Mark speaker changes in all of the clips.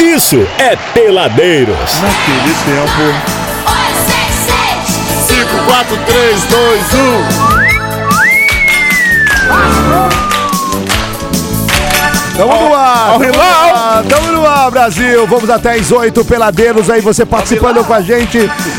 Speaker 1: isso é Peladeiros.
Speaker 2: Naquele tempo. 5, 4, 3, 2,
Speaker 3: um.
Speaker 2: 1. Tamo no ar! Tamo no ar, tamo no ar, Brasil! Vamos até às 8 peladeiros aí, você participando com a gente.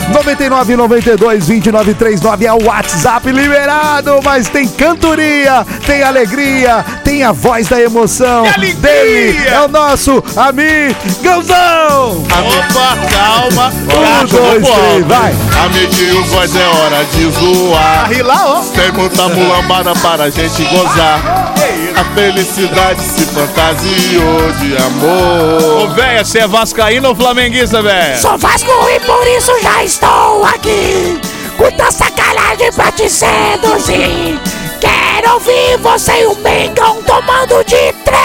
Speaker 2: 99 92 29 39 é o WhatsApp liberado, mas tem cantoria, tem alegria, tem a voz da emoção dele, é o nosso amigãozão!
Speaker 4: Opa, calma.
Speaker 2: Um, dois, três, vai!
Speaker 4: Amiguinho, voz é hora de zoar.
Speaker 2: lá, ó!
Speaker 4: Tem muita mulambada para a gente gozar. A felicidade se fantasiou de amor.
Speaker 5: Ô, véia, você é vascaíno ou flamenguista, véia?
Speaker 3: Sou Vasco e por isso já estou aqui. Muita sacanagem pra te seduzir. Quero ouvir você e o Mengão tomando de três.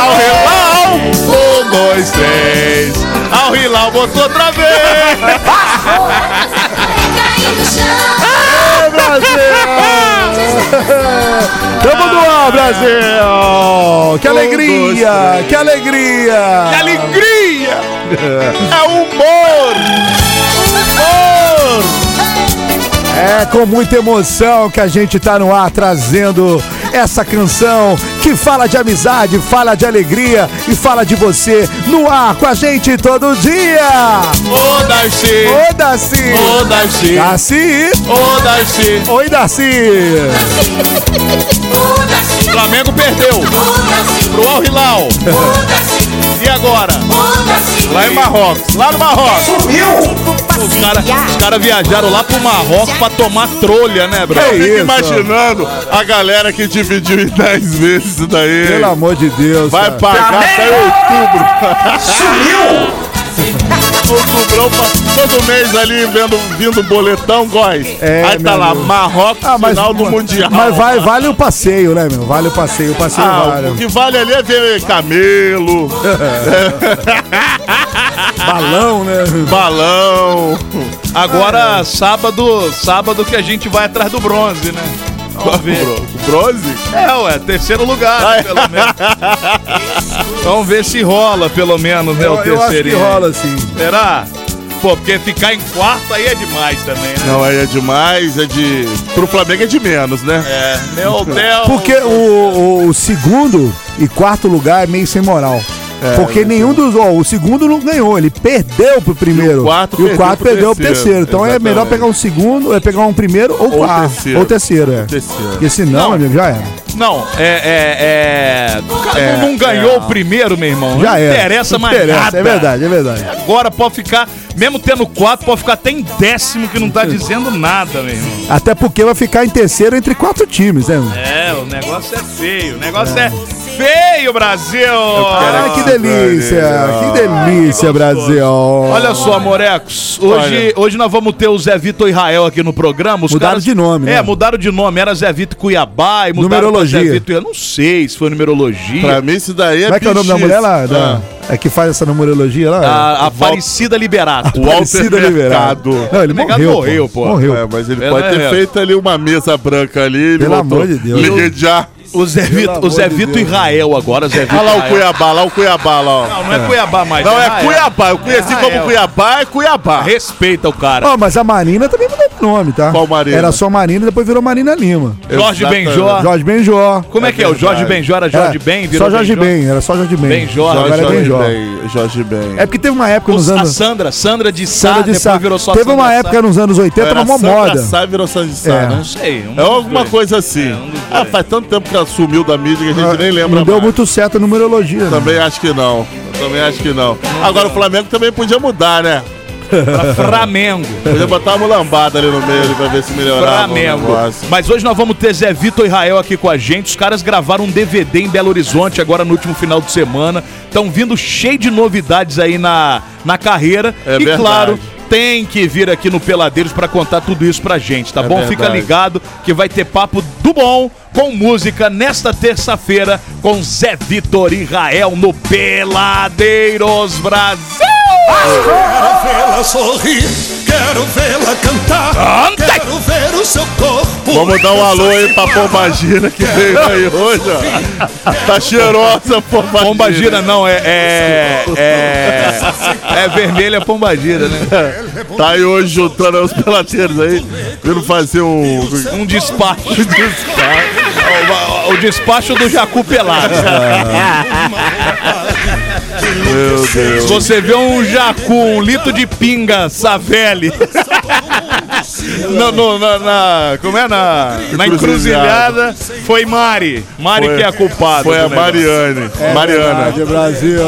Speaker 4: Ao Hilal, um, dois, três. Ao Hilal, botou outra vez.
Speaker 2: Ô, Brasil! Tamo no ar, Brasil! Que alegria! que alegria!
Speaker 4: Que alegria! É humor.
Speaker 2: É com muita emoção que a gente tá no ar trazendo essa canção que fala de amizade, fala de alegria e fala de você no ar com a gente todo dia!
Speaker 4: Ô, Darcy.
Speaker 2: Ô, Daci!
Speaker 4: Ô, Darcy.
Speaker 2: Daci!
Speaker 4: Ô, Darcy.
Speaker 2: Oi, Daci!
Speaker 4: O Flamengo perdeu pro Al Hilal. E agora? Lá em Marrocos. Lá no Marrocos. Os caras cara viajaram lá pro Marrocos pra tomar trolha, né, bro?
Speaker 2: É
Speaker 4: Eu
Speaker 2: isso.
Speaker 4: fico imaginando a galera que dividiu em 10 vezes isso daí.
Speaker 2: Pelo amor de Deus!
Speaker 4: Vai
Speaker 2: cara.
Speaker 4: pagar até outubro. Sumiu! Outubrão, pa- todo mês ali vendo, vindo boletão, góis.
Speaker 2: É,
Speaker 4: Aí tá
Speaker 2: meu
Speaker 4: lá,
Speaker 2: Deus.
Speaker 4: Marrocos, final do Mundial.
Speaker 2: Ah, Mas vai, vale o passeio, né, meu? Vale o passeio, o passeio
Speaker 4: Ah,
Speaker 2: vale.
Speaker 4: o que vale ali é ver camelo,
Speaker 2: Balão, né?
Speaker 4: balão. Ah,
Speaker 5: Agora,
Speaker 4: é.
Speaker 5: sábado, sábado que a gente vai atrás do bronze, né? Vamos ver.
Speaker 4: Bronze? Ah, é.
Speaker 5: É, ué, terceiro lugar, né, pelo menos. Vamos ver se rola, pelo menos,
Speaker 4: é
Speaker 5: né,
Speaker 2: Eu,
Speaker 5: o
Speaker 2: eu acho
Speaker 5: terceiro.
Speaker 2: que rola, sim.
Speaker 5: Será? Pô, porque ficar em quarto aí é demais também, né?
Speaker 4: Não, aí é demais, é de. Pro Flamengo é de menos, né?
Speaker 5: É, meu Deus.
Speaker 2: Porque o, o- o segundo e quarto lugar é meio sem moral.
Speaker 4: É,
Speaker 2: Porque nenhum dos. ó, o segundo não ganhou, ele perdeu pro primeiro.
Speaker 4: E o quarto
Speaker 2: e o
Speaker 4: perdeu
Speaker 2: quarto
Speaker 4: pro
Speaker 2: perdeu pro
Speaker 4: terceiro.
Speaker 2: terceiro. Então é
Speaker 4: Exatamente.
Speaker 2: melhor pegar um segundo, é pegar um primeiro ou,
Speaker 4: Ou
Speaker 2: quarto.
Speaker 4: terceiro.
Speaker 2: Ou terceiro, é.
Speaker 4: Terceiro.
Speaker 2: Porque senão,
Speaker 5: Não.
Speaker 2: amigo, já era.
Speaker 5: Não, é. é, é... O cara
Speaker 4: É,
Speaker 5: não ganhou o primeiro, meu irmão.
Speaker 2: Já
Speaker 5: não
Speaker 2: era.
Speaker 5: interessa
Speaker 2: Não
Speaker 5: mais
Speaker 2: interessa,
Speaker 5: nada.
Speaker 2: É verdade, é verdade.
Speaker 5: Agora pode ficar, mesmo tendo quatro, pode ficar até em décimo que não tá dizendo nada, meu irmão.
Speaker 2: Até porque vai ficar em terceiro entre quatro times, né? meu?
Speaker 5: É, o negócio é feio. O negócio é, feio, Brasil!
Speaker 2: Ai, Ah, que delícia! Que delícia, Brasil!
Speaker 5: Olha só, Morecos, hoje, hoje nós vamos ter o Zé Vitor e Rael aqui no programa. Os
Speaker 2: Mudaram de nome, né?
Speaker 5: É, mudaram de nome. Era Zé Vitor Cuiabá e mudaram pra
Speaker 2: Numerologia.
Speaker 5: Zé Vitor. Eu não sei se foi numerologia.
Speaker 4: Pra mim, isso daí é.
Speaker 2: Como é que é o nome da
Speaker 4: bichice.
Speaker 2: mulher lá?
Speaker 4: Ah.
Speaker 2: Da- É que faz essa numerologia lá?
Speaker 5: A Aparecida Liberato.
Speaker 4: Walter
Speaker 2: Aparecida Liberado.
Speaker 4: Mercado.
Speaker 2: Não, ele
Speaker 5: O negado
Speaker 2: morreu.
Speaker 5: morreu, pô.
Speaker 2: Morreu.
Speaker 4: É, mas ele
Speaker 5: É,
Speaker 4: pode
Speaker 5: né,
Speaker 4: ter
Speaker 5: Renato?
Speaker 4: feito ali uma mesa branca ali. Ele
Speaker 2: Pelo
Speaker 4: botou-
Speaker 2: amor de Deus.
Speaker 4: Liguei já.
Speaker 5: O Zé Vitor, o
Speaker 2: amor
Speaker 5: Zé
Speaker 2: de
Speaker 5: Vitor e
Speaker 2: Deus.
Speaker 5: Rael agora, Zé Vitor.
Speaker 4: Olha lá
Speaker 5: e
Speaker 4: o
Speaker 5: Rael.
Speaker 4: Cuiabá, lá o Cuiabá, lá. ó.
Speaker 5: Não, não é Cuiabá mais.
Speaker 4: Não, é
Speaker 5: Rael.
Speaker 4: Cuiabá. Eu conheci
Speaker 5: É
Speaker 4: como
Speaker 5: Rael.
Speaker 4: Cuiabá, é Cuiabá.
Speaker 5: Respeita o cara.
Speaker 2: Ó, mas a Marina também mudou de nome, tá?
Speaker 4: Qual Marina?
Speaker 2: Era só Marina, depois virou Marina Lima.
Speaker 5: Jorge
Speaker 4: Exatamente.
Speaker 5: Benjó.
Speaker 2: Jorge Benjó.
Speaker 5: Como é, que é? O Jorge
Speaker 4: verdade.
Speaker 5: Benjó era Jorge Ben?
Speaker 2: É. Só Jorge
Speaker 5: Benjó?
Speaker 2: Ben, era só Jorge Ben.
Speaker 5: Benjó,
Speaker 2: agora é Benjó.
Speaker 4: bem. Jorge bem.
Speaker 2: É porque teve uma época nos
Speaker 5: Os- A
Speaker 2: anos...
Speaker 5: Sandra, Sandra de Sá,
Speaker 2: Sandra de
Speaker 5: depois
Speaker 2: Sá.
Speaker 5: virou só
Speaker 2: Teve
Speaker 5: Sandra
Speaker 2: uma
Speaker 5: Sá.
Speaker 2: época nos anos 80, era uma moda.
Speaker 4: Sá, virou Sandra Sá,
Speaker 2: É.
Speaker 4: né?
Speaker 5: sei. um
Speaker 4: É
Speaker 5: dos
Speaker 4: alguma
Speaker 5: dois.
Speaker 4: coisa assim.
Speaker 5: um dos
Speaker 4: ah,
Speaker 5: dois.
Speaker 4: faz tanto tempo que ela sumiu da mídia que a gente nem lembra
Speaker 2: Ah, Não deu
Speaker 4: mais.
Speaker 2: muito certo a numerologia. né?
Speaker 4: Também acho que não. Eu Também acho que não. Agora o Flamengo também podia mudar, né?
Speaker 5: Pra Flamengo.
Speaker 4: Podia botar uma lambada ali no meio ali pra ver se melhorava
Speaker 5: Flamengo.
Speaker 4: o negócio.
Speaker 5: Mas hoje nós vamos ter Zé Vitor e Rael aqui com a gente. Os caras gravaram um DVD em Belo Horizonte agora no último final de semana. Estão vindo cheio de novidades aí na, na carreira.
Speaker 4: É
Speaker 5: e
Speaker 4: verdade.
Speaker 5: claro, tem que vir aqui no Peladeiros pra contar tudo isso pra gente, tá bom? Fica
Speaker 4: É verdade.
Speaker 5: ligado que vai ter papo do bom com música nesta terça-feira com Zé Vitor e Rael no Peladeiros Brasil.
Speaker 6: Ela sorri, que
Speaker 7: Quero vê-la cantar.
Speaker 5: Canta!
Speaker 7: Quero ver o seu corpo.
Speaker 4: Vamos dar um alô aí pra Pombagira que veio aí hoje, ó. Tá cheirosa a Pombagira.
Speaker 5: Pombagira não, é. É, é, é vermelha pombagira, né?
Speaker 4: Tá aí hoje juntando os peladeiros aí. Vindo fazer um.
Speaker 5: Um despacho. O, o despacho do Jacu Pelado.
Speaker 4: Meu Deus.
Speaker 5: Você vê um jacu, um litro de pinga, Savelli. No, no- na, na- como é? Na, na encruzilhada, foi Mari. Mari
Speaker 4: Foi-
Speaker 5: que é a culpada.
Speaker 4: Foi
Speaker 5: do
Speaker 4: a
Speaker 5: negócio.
Speaker 4: Mariane. Mariana.
Speaker 2: Verdade, Brasil.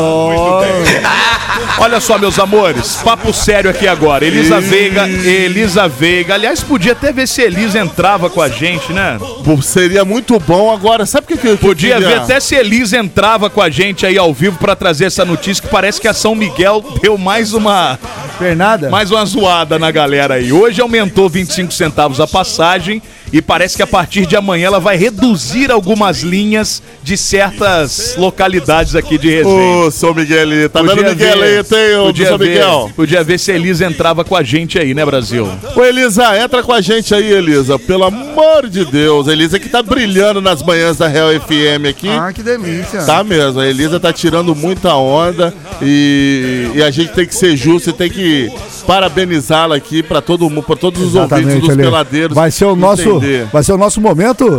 Speaker 5: Olha só, meus amores, papo sério aqui agora. Elisa Veiga, Elisa Veiga. Aliás, podia até ver se Elisa entrava com a gente, né?
Speaker 4: Pô, Seria muito bom agora. Sabe o que, que eu
Speaker 5: Podia
Speaker 4: queria?
Speaker 5: ver até se Elisa entrava com a gente aí ao vivo pra trazer essa notícia que parece que a São Miguel deu mais uma
Speaker 2: Fernanda?
Speaker 5: mais uma zoada na galera aí. Hoje aumentou 25 centavos a passagem e parece que a partir de amanhã ela vai reduzir algumas linhas de certas localidades aqui de Resende.
Speaker 4: Ô, São Miguelito. Tá dando
Speaker 5: Podia
Speaker 4: Miguelito, hein, ô, do
Speaker 5: podia
Speaker 4: São
Speaker 5: ver,
Speaker 4: Miguel?
Speaker 5: podia ver se Elisa entrava com a gente aí, né, Brasil?
Speaker 4: Ô, Elisa, entra com a gente aí, Elisa. Pelo amor de Deus. Elisa que tá brilhando nas manhãs da Real FM aqui.
Speaker 2: Ah, que delícia.
Speaker 4: Tá mesmo, a Elisa tá tirando muita onda e, e a gente tem que ser justo e tem que parabenizá-la aqui pra todo mundo, pra todos os ouvintes dos
Speaker 2: Ale.
Speaker 4: peladeiros.
Speaker 2: Vai ser o nosso,
Speaker 4: entender.
Speaker 2: vai ser o nosso momento.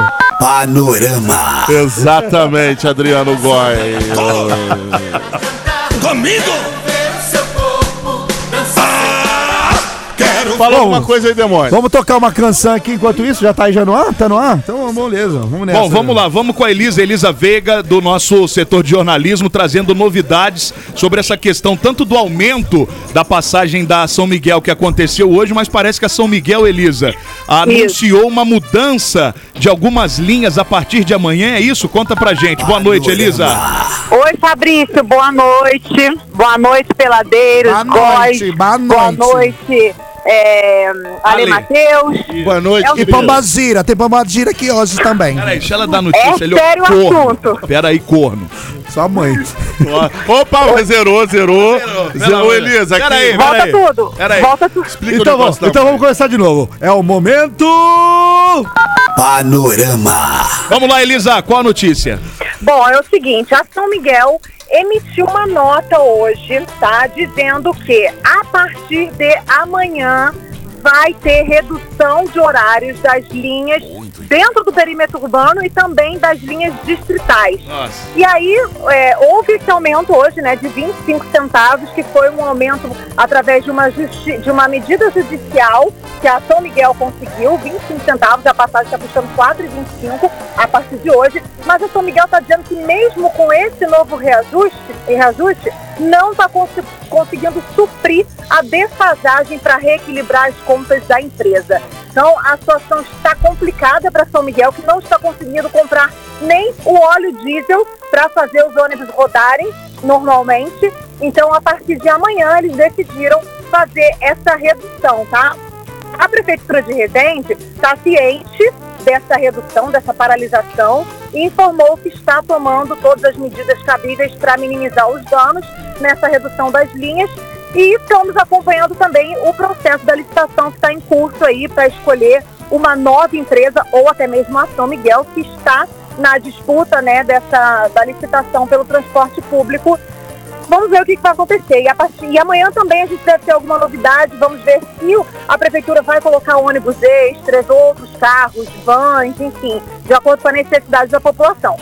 Speaker 4: Exatamente, Adriano Góes.
Speaker 7: Comigo. Ah, Quero
Speaker 4: Fala alguma coisa aí, demônio.
Speaker 2: Vamos tocar uma canção aqui enquanto isso? Já tá aí já no ar? Tá no ar? Então, beleza. Vamos nessa.
Speaker 4: é
Speaker 5: Bom, vamos
Speaker 2: né?
Speaker 5: lá, vamos com a Elisa, Elisa Veiga, do nosso setor de jornalismo, trazendo novidades sobre essa questão, tanto do aumento da passagem da São Miguel que aconteceu hoje, mas parece que a São Miguel, Elisa, anunciou uma mudança de algumas linhas a partir de amanhã, é isso? Conta pra gente. Boa noite, Elisa.
Speaker 8: Oi, Fabrício, boa noite. Boa noite, Peladeiros.
Speaker 2: Boa noite,
Speaker 8: Góis.
Speaker 2: boa noite.
Speaker 8: noite, é, Ale,
Speaker 5: Ale.
Speaker 8: Matheus.
Speaker 4: Boa noite,
Speaker 8: É o-
Speaker 2: E
Speaker 4: querido.
Speaker 2: Pambazira, tem Pambazira aqui hoje também.
Speaker 5: Peraí, deixa ela dar
Speaker 8: É
Speaker 5: notícia. ele o
Speaker 8: sério o
Speaker 5: corno.
Speaker 8: assunto.
Speaker 5: Peraí, corno.
Speaker 2: Sua mãe.
Speaker 4: Opa, mas zerou, zerou. Zerou, Elisa. aqui.
Speaker 5: Peraí,
Speaker 8: Volta
Speaker 5: peraí.
Speaker 8: tudo.
Speaker 5: Peraí.
Speaker 8: Volta tudo.
Speaker 4: Explica
Speaker 2: Então,
Speaker 4: o negócio
Speaker 2: vamos,
Speaker 4: da
Speaker 2: então
Speaker 4: mãe.
Speaker 2: vamos começar de novo. É o momento.
Speaker 5: Vamos lá, Elisa, qual a notícia?
Speaker 8: Bom, é o seguinte, a São Miguel emitiu uma nota hoje, tá? Dizendo que a partir de amanhã vai ter redução de horários das linhas dentro do perímetro urbano e também das linhas distritais.
Speaker 5: Nossa.
Speaker 8: E aí, é, houve esse aumento hoje, né, de 25 centavos, que foi um aumento através de uma, justi- de uma medida judicial que a São Miguel conseguiu, 25 centavos, a passagem está custando 4,25 a partir de hoje. Mas a São Miguel está dizendo que mesmo com esse novo reajuste, e reajuste não está consi- conseguindo suprir a defasagem para reequilibrar as contas da empresa. Então, a situação está complicada para São Miguel, que não está conseguindo comprar nem o óleo diesel para fazer os ônibus rodarem normalmente. Então, a partir de amanhã, eles decidiram fazer essa redução, tá? A Prefeitura de Resende está ciente dessa redução, dessa paralisação, e informou que está tomando todas as medidas cabíveis para minimizar os danos nessa redução das linhas. E estamos acompanhando também o processo da licitação que está em curso aí para escolher uma nova empresa ou até mesmo a São Miguel, que está na disputa né, dessa, da licitação pelo transporte público Vamos ver o que, que vai acontecer. E, a partir- e amanhã também a gente deve ter alguma novidade. Vamos ver se o- a prefeitura vai colocar ônibus extras, outros carros, vans, enfim, de acordo com a necessidade da população.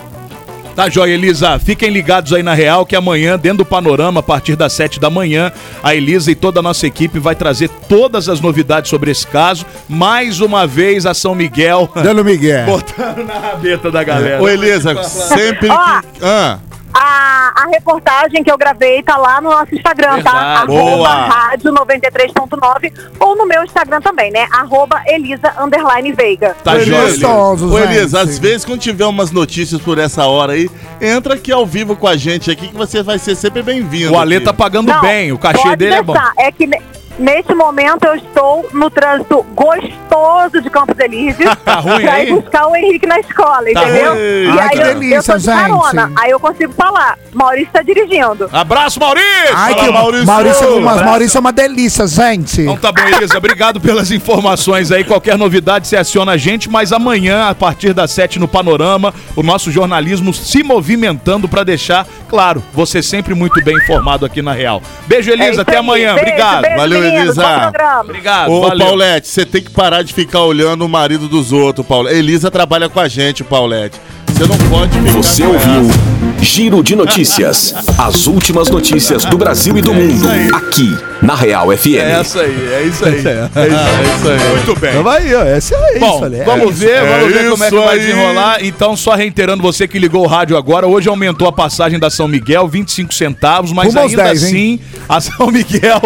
Speaker 5: Tá joia, Elisa. Fiquem ligados aí na Real que amanhã, dentro do panorama, a partir das 7 da manhã, a Elisa e toda a nossa equipe vai trazer todas as novidades sobre esse caso. Mais uma vez, a São Miguel
Speaker 2: Dando Miguel.
Speaker 5: botando na rabeta da galera.
Speaker 4: Ô, Elisa, sempre
Speaker 8: Ó.
Speaker 4: que... Ah,
Speaker 8: A, a reportagem que eu gravei tá lá no nosso Instagram, tá?
Speaker 5: Verdade.
Speaker 4: Boa.
Speaker 8: Arroba rádio 93.9 ou no meu Instagram também, né? Arroba Elisa Underline Veiga.
Speaker 5: Tá
Speaker 4: Ô,
Speaker 5: joia,
Speaker 4: Elisa,
Speaker 5: Elisa.
Speaker 2: Gostosos,
Speaker 4: Ô,
Speaker 2: né?
Speaker 4: Elisa, às
Speaker 2: Sim.
Speaker 4: vezes quando tiver umas notícias por essa hora aí, entra aqui ao vivo com a gente aqui que você vai ser sempre bem-vindo.
Speaker 5: O Ale
Speaker 4: aqui.
Speaker 5: tá pagando bem, o cachê
Speaker 8: pode
Speaker 5: dele é bom.
Speaker 8: deixar. É que, ne- Neste momento eu estou no trânsito gostoso de Campos Elíseos
Speaker 5: Tá ruim
Speaker 8: pra
Speaker 5: aí?
Speaker 8: ir buscar o Henrique na escola,
Speaker 5: Tá
Speaker 8: entendeu?
Speaker 5: ruim.
Speaker 8: E
Speaker 2: Ai,
Speaker 8: aí
Speaker 2: que
Speaker 8: eu,
Speaker 2: delícia,
Speaker 8: eu tô de
Speaker 2: gente.
Speaker 8: carona, aí eu consigo falar. Maurício tá dirigindo.
Speaker 5: Abraço, Maurício!
Speaker 2: Ai,
Speaker 5: Fala,
Speaker 2: que Maurício, Maurício, mas
Speaker 5: Abraço.
Speaker 2: Maurício é uma delícia, gente.
Speaker 5: Então tá bom, Elisa. Obrigado pelas informações aí. Qualquer novidade, você aciona a gente. Mas amanhã, a partir das 7 no Panorama, o nosso jornalismo se movimentando pra deixar, claro, você sempre muito bem informado aqui na Real. Beijo,
Speaker 8: É
Speaker 5: Elisa.
Speaker 8: isso
Speaker 5: até
Speaker 8: aí.
Speaker 5: amanhã.
Speaker 8: Beijo,
Speaker 5: Obrigado.
Speaker 8: beijo,
Speaker 4: Valeu,
Speaker 8: meninos.
Speaker 4: Elisa.
Speaker 8: Bom programa.
Speaker 5: Obrigado.
Speaker 4: Ô,
Speaker 5: valeu.
Speaker 4: Paulette, você tem que parar de ficar olhando o marido dos outros, Paulette. Elisa trabalha com a gente, Paulette. Você não pode ficar
Speaker 9: Você
Speaker 4: com
Speaker 9: ouviu
Speaker 4: essa.
Speaker 9: Giro de Notícias. As últimas notícias do Brasil e do mundo. Aqui, na Real
Speaker 5: É
Speaker 9: FM.
Speaker 5: isso aí, é isso aí. É isso aí. Muito bem.
Speaker 2: Então vai aí, ó. Esse é
Speaker 5: Bom,
Speaker 2: isso, olha.
Speaker 5: vamos ver,
Speaker 4: É
Speaker 5: vamos ver como é que
Speaker 4: isso
Speaker 5: vai
Speaker 4: aí.
Speaker 5: desenrolar. Então, só reiterando você que ligou o rádio agora, hoje aumentou a passagem da São Miguel 25 centavos, mas
Speaker 2: Rumo aos
Speaker 5: ainda
Speaker 2: 10,
Speaker 5: assim, a São Miguel,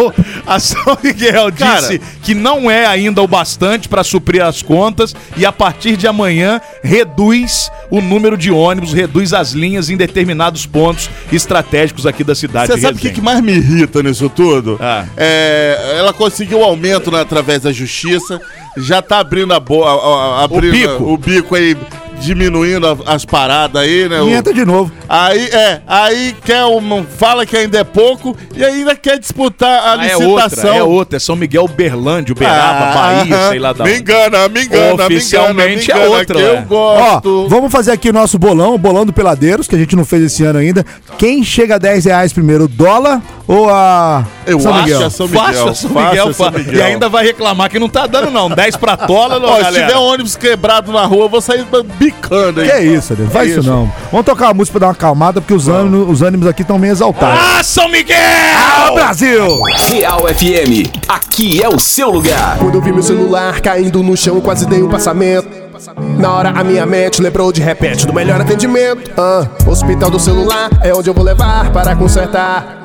Speaker 5: a São Miguel
Speaker 4: Cara.
Speaker 5: disse que não é ainda o bastante para suprir as contas e a partir de amanhã reduz o número de ônibus, reduz as linhas em determinados pontos estratégicos aqui da cidade.
Speaker 4: Você
Speaker 5: de
Speaker 4: sabe o que,
Speaker 5: Resende.
Speaker 4: que mais me irrita nisso tudo?
Speaker 5: Ah.
Speaker 4: É, ela conseguiu aumento né, através da justiça, já tá abrindo a bo- a- a- abrindo
Speaker 5: bico.
Speaker 4: o bico aí, diminuindo a- as paradas aí, né? o-
Speaker 2: E entra de novo.
Speaker 4: Aí, é, aí quer um, fala que ainda é pouco e ainda quer disputar a
Speaker 5: Ah, é outra,
Speaker 4: licitação. Ah,
Speaker 5: é outra, é São Miguel Berlândia, Uberaba,
Speaker 2: Ah,
Speaker 5: Bahia, sei lá da
Speaker 4: Me
Speaker 5: onde.
Speaker 4: engana, me engana,
Speaker 5: Oficialmente
Speaker 4: me engana, me engana,
Speaker 5: é outra,
Speaker 4: que
Speaker 5: é.
Speaker 4: eu gosto.
Speaker 2: Ó, vamos fazer aqui o nosso bolão, o bolão do Peladeiros, que a gente não fez esse ano ainda. Quem chega a 10 reais primeiro, o dólar ou a
Speaker 4: eu
Speaker 2: São
Speaker 4: acho
Speaker 2: Miguel?
Speaker 4: que é São Miguel.
Speaker 5: Faça, São Miguel,
Speaker 4: São
Speaker 5: fa-
Speaker 4: Miguel.
Speaker 5: E ainda vai reclamar que não tá dando, não. 10 pra tola, não,
Speaker 4: Ó, se
Speaker 5: galera.
Speaker 4: tiver um ônibus quebrado na rua, eu vou sair bicando aí.
Speaker 2: Que é isso, Adriano? Faz isso não. Vamos tocar uma música pra dar uma acalmada, porque os ânimos, os ânimos aqui estão meio exaltados.
Speaker 5: Ah, São Miguel!
Speaker 2: Ah, Brasil!
Speaker 9: Real FM. Aqui é o seu lugar.
Speaker 10: Quando eu vi meu celular caindo no chão, eu quase dei um passamento. Na hora a minha mente lembrou de repente do melhor atendimento. Ah, hospital do celular é onde eu vou levar para consertar.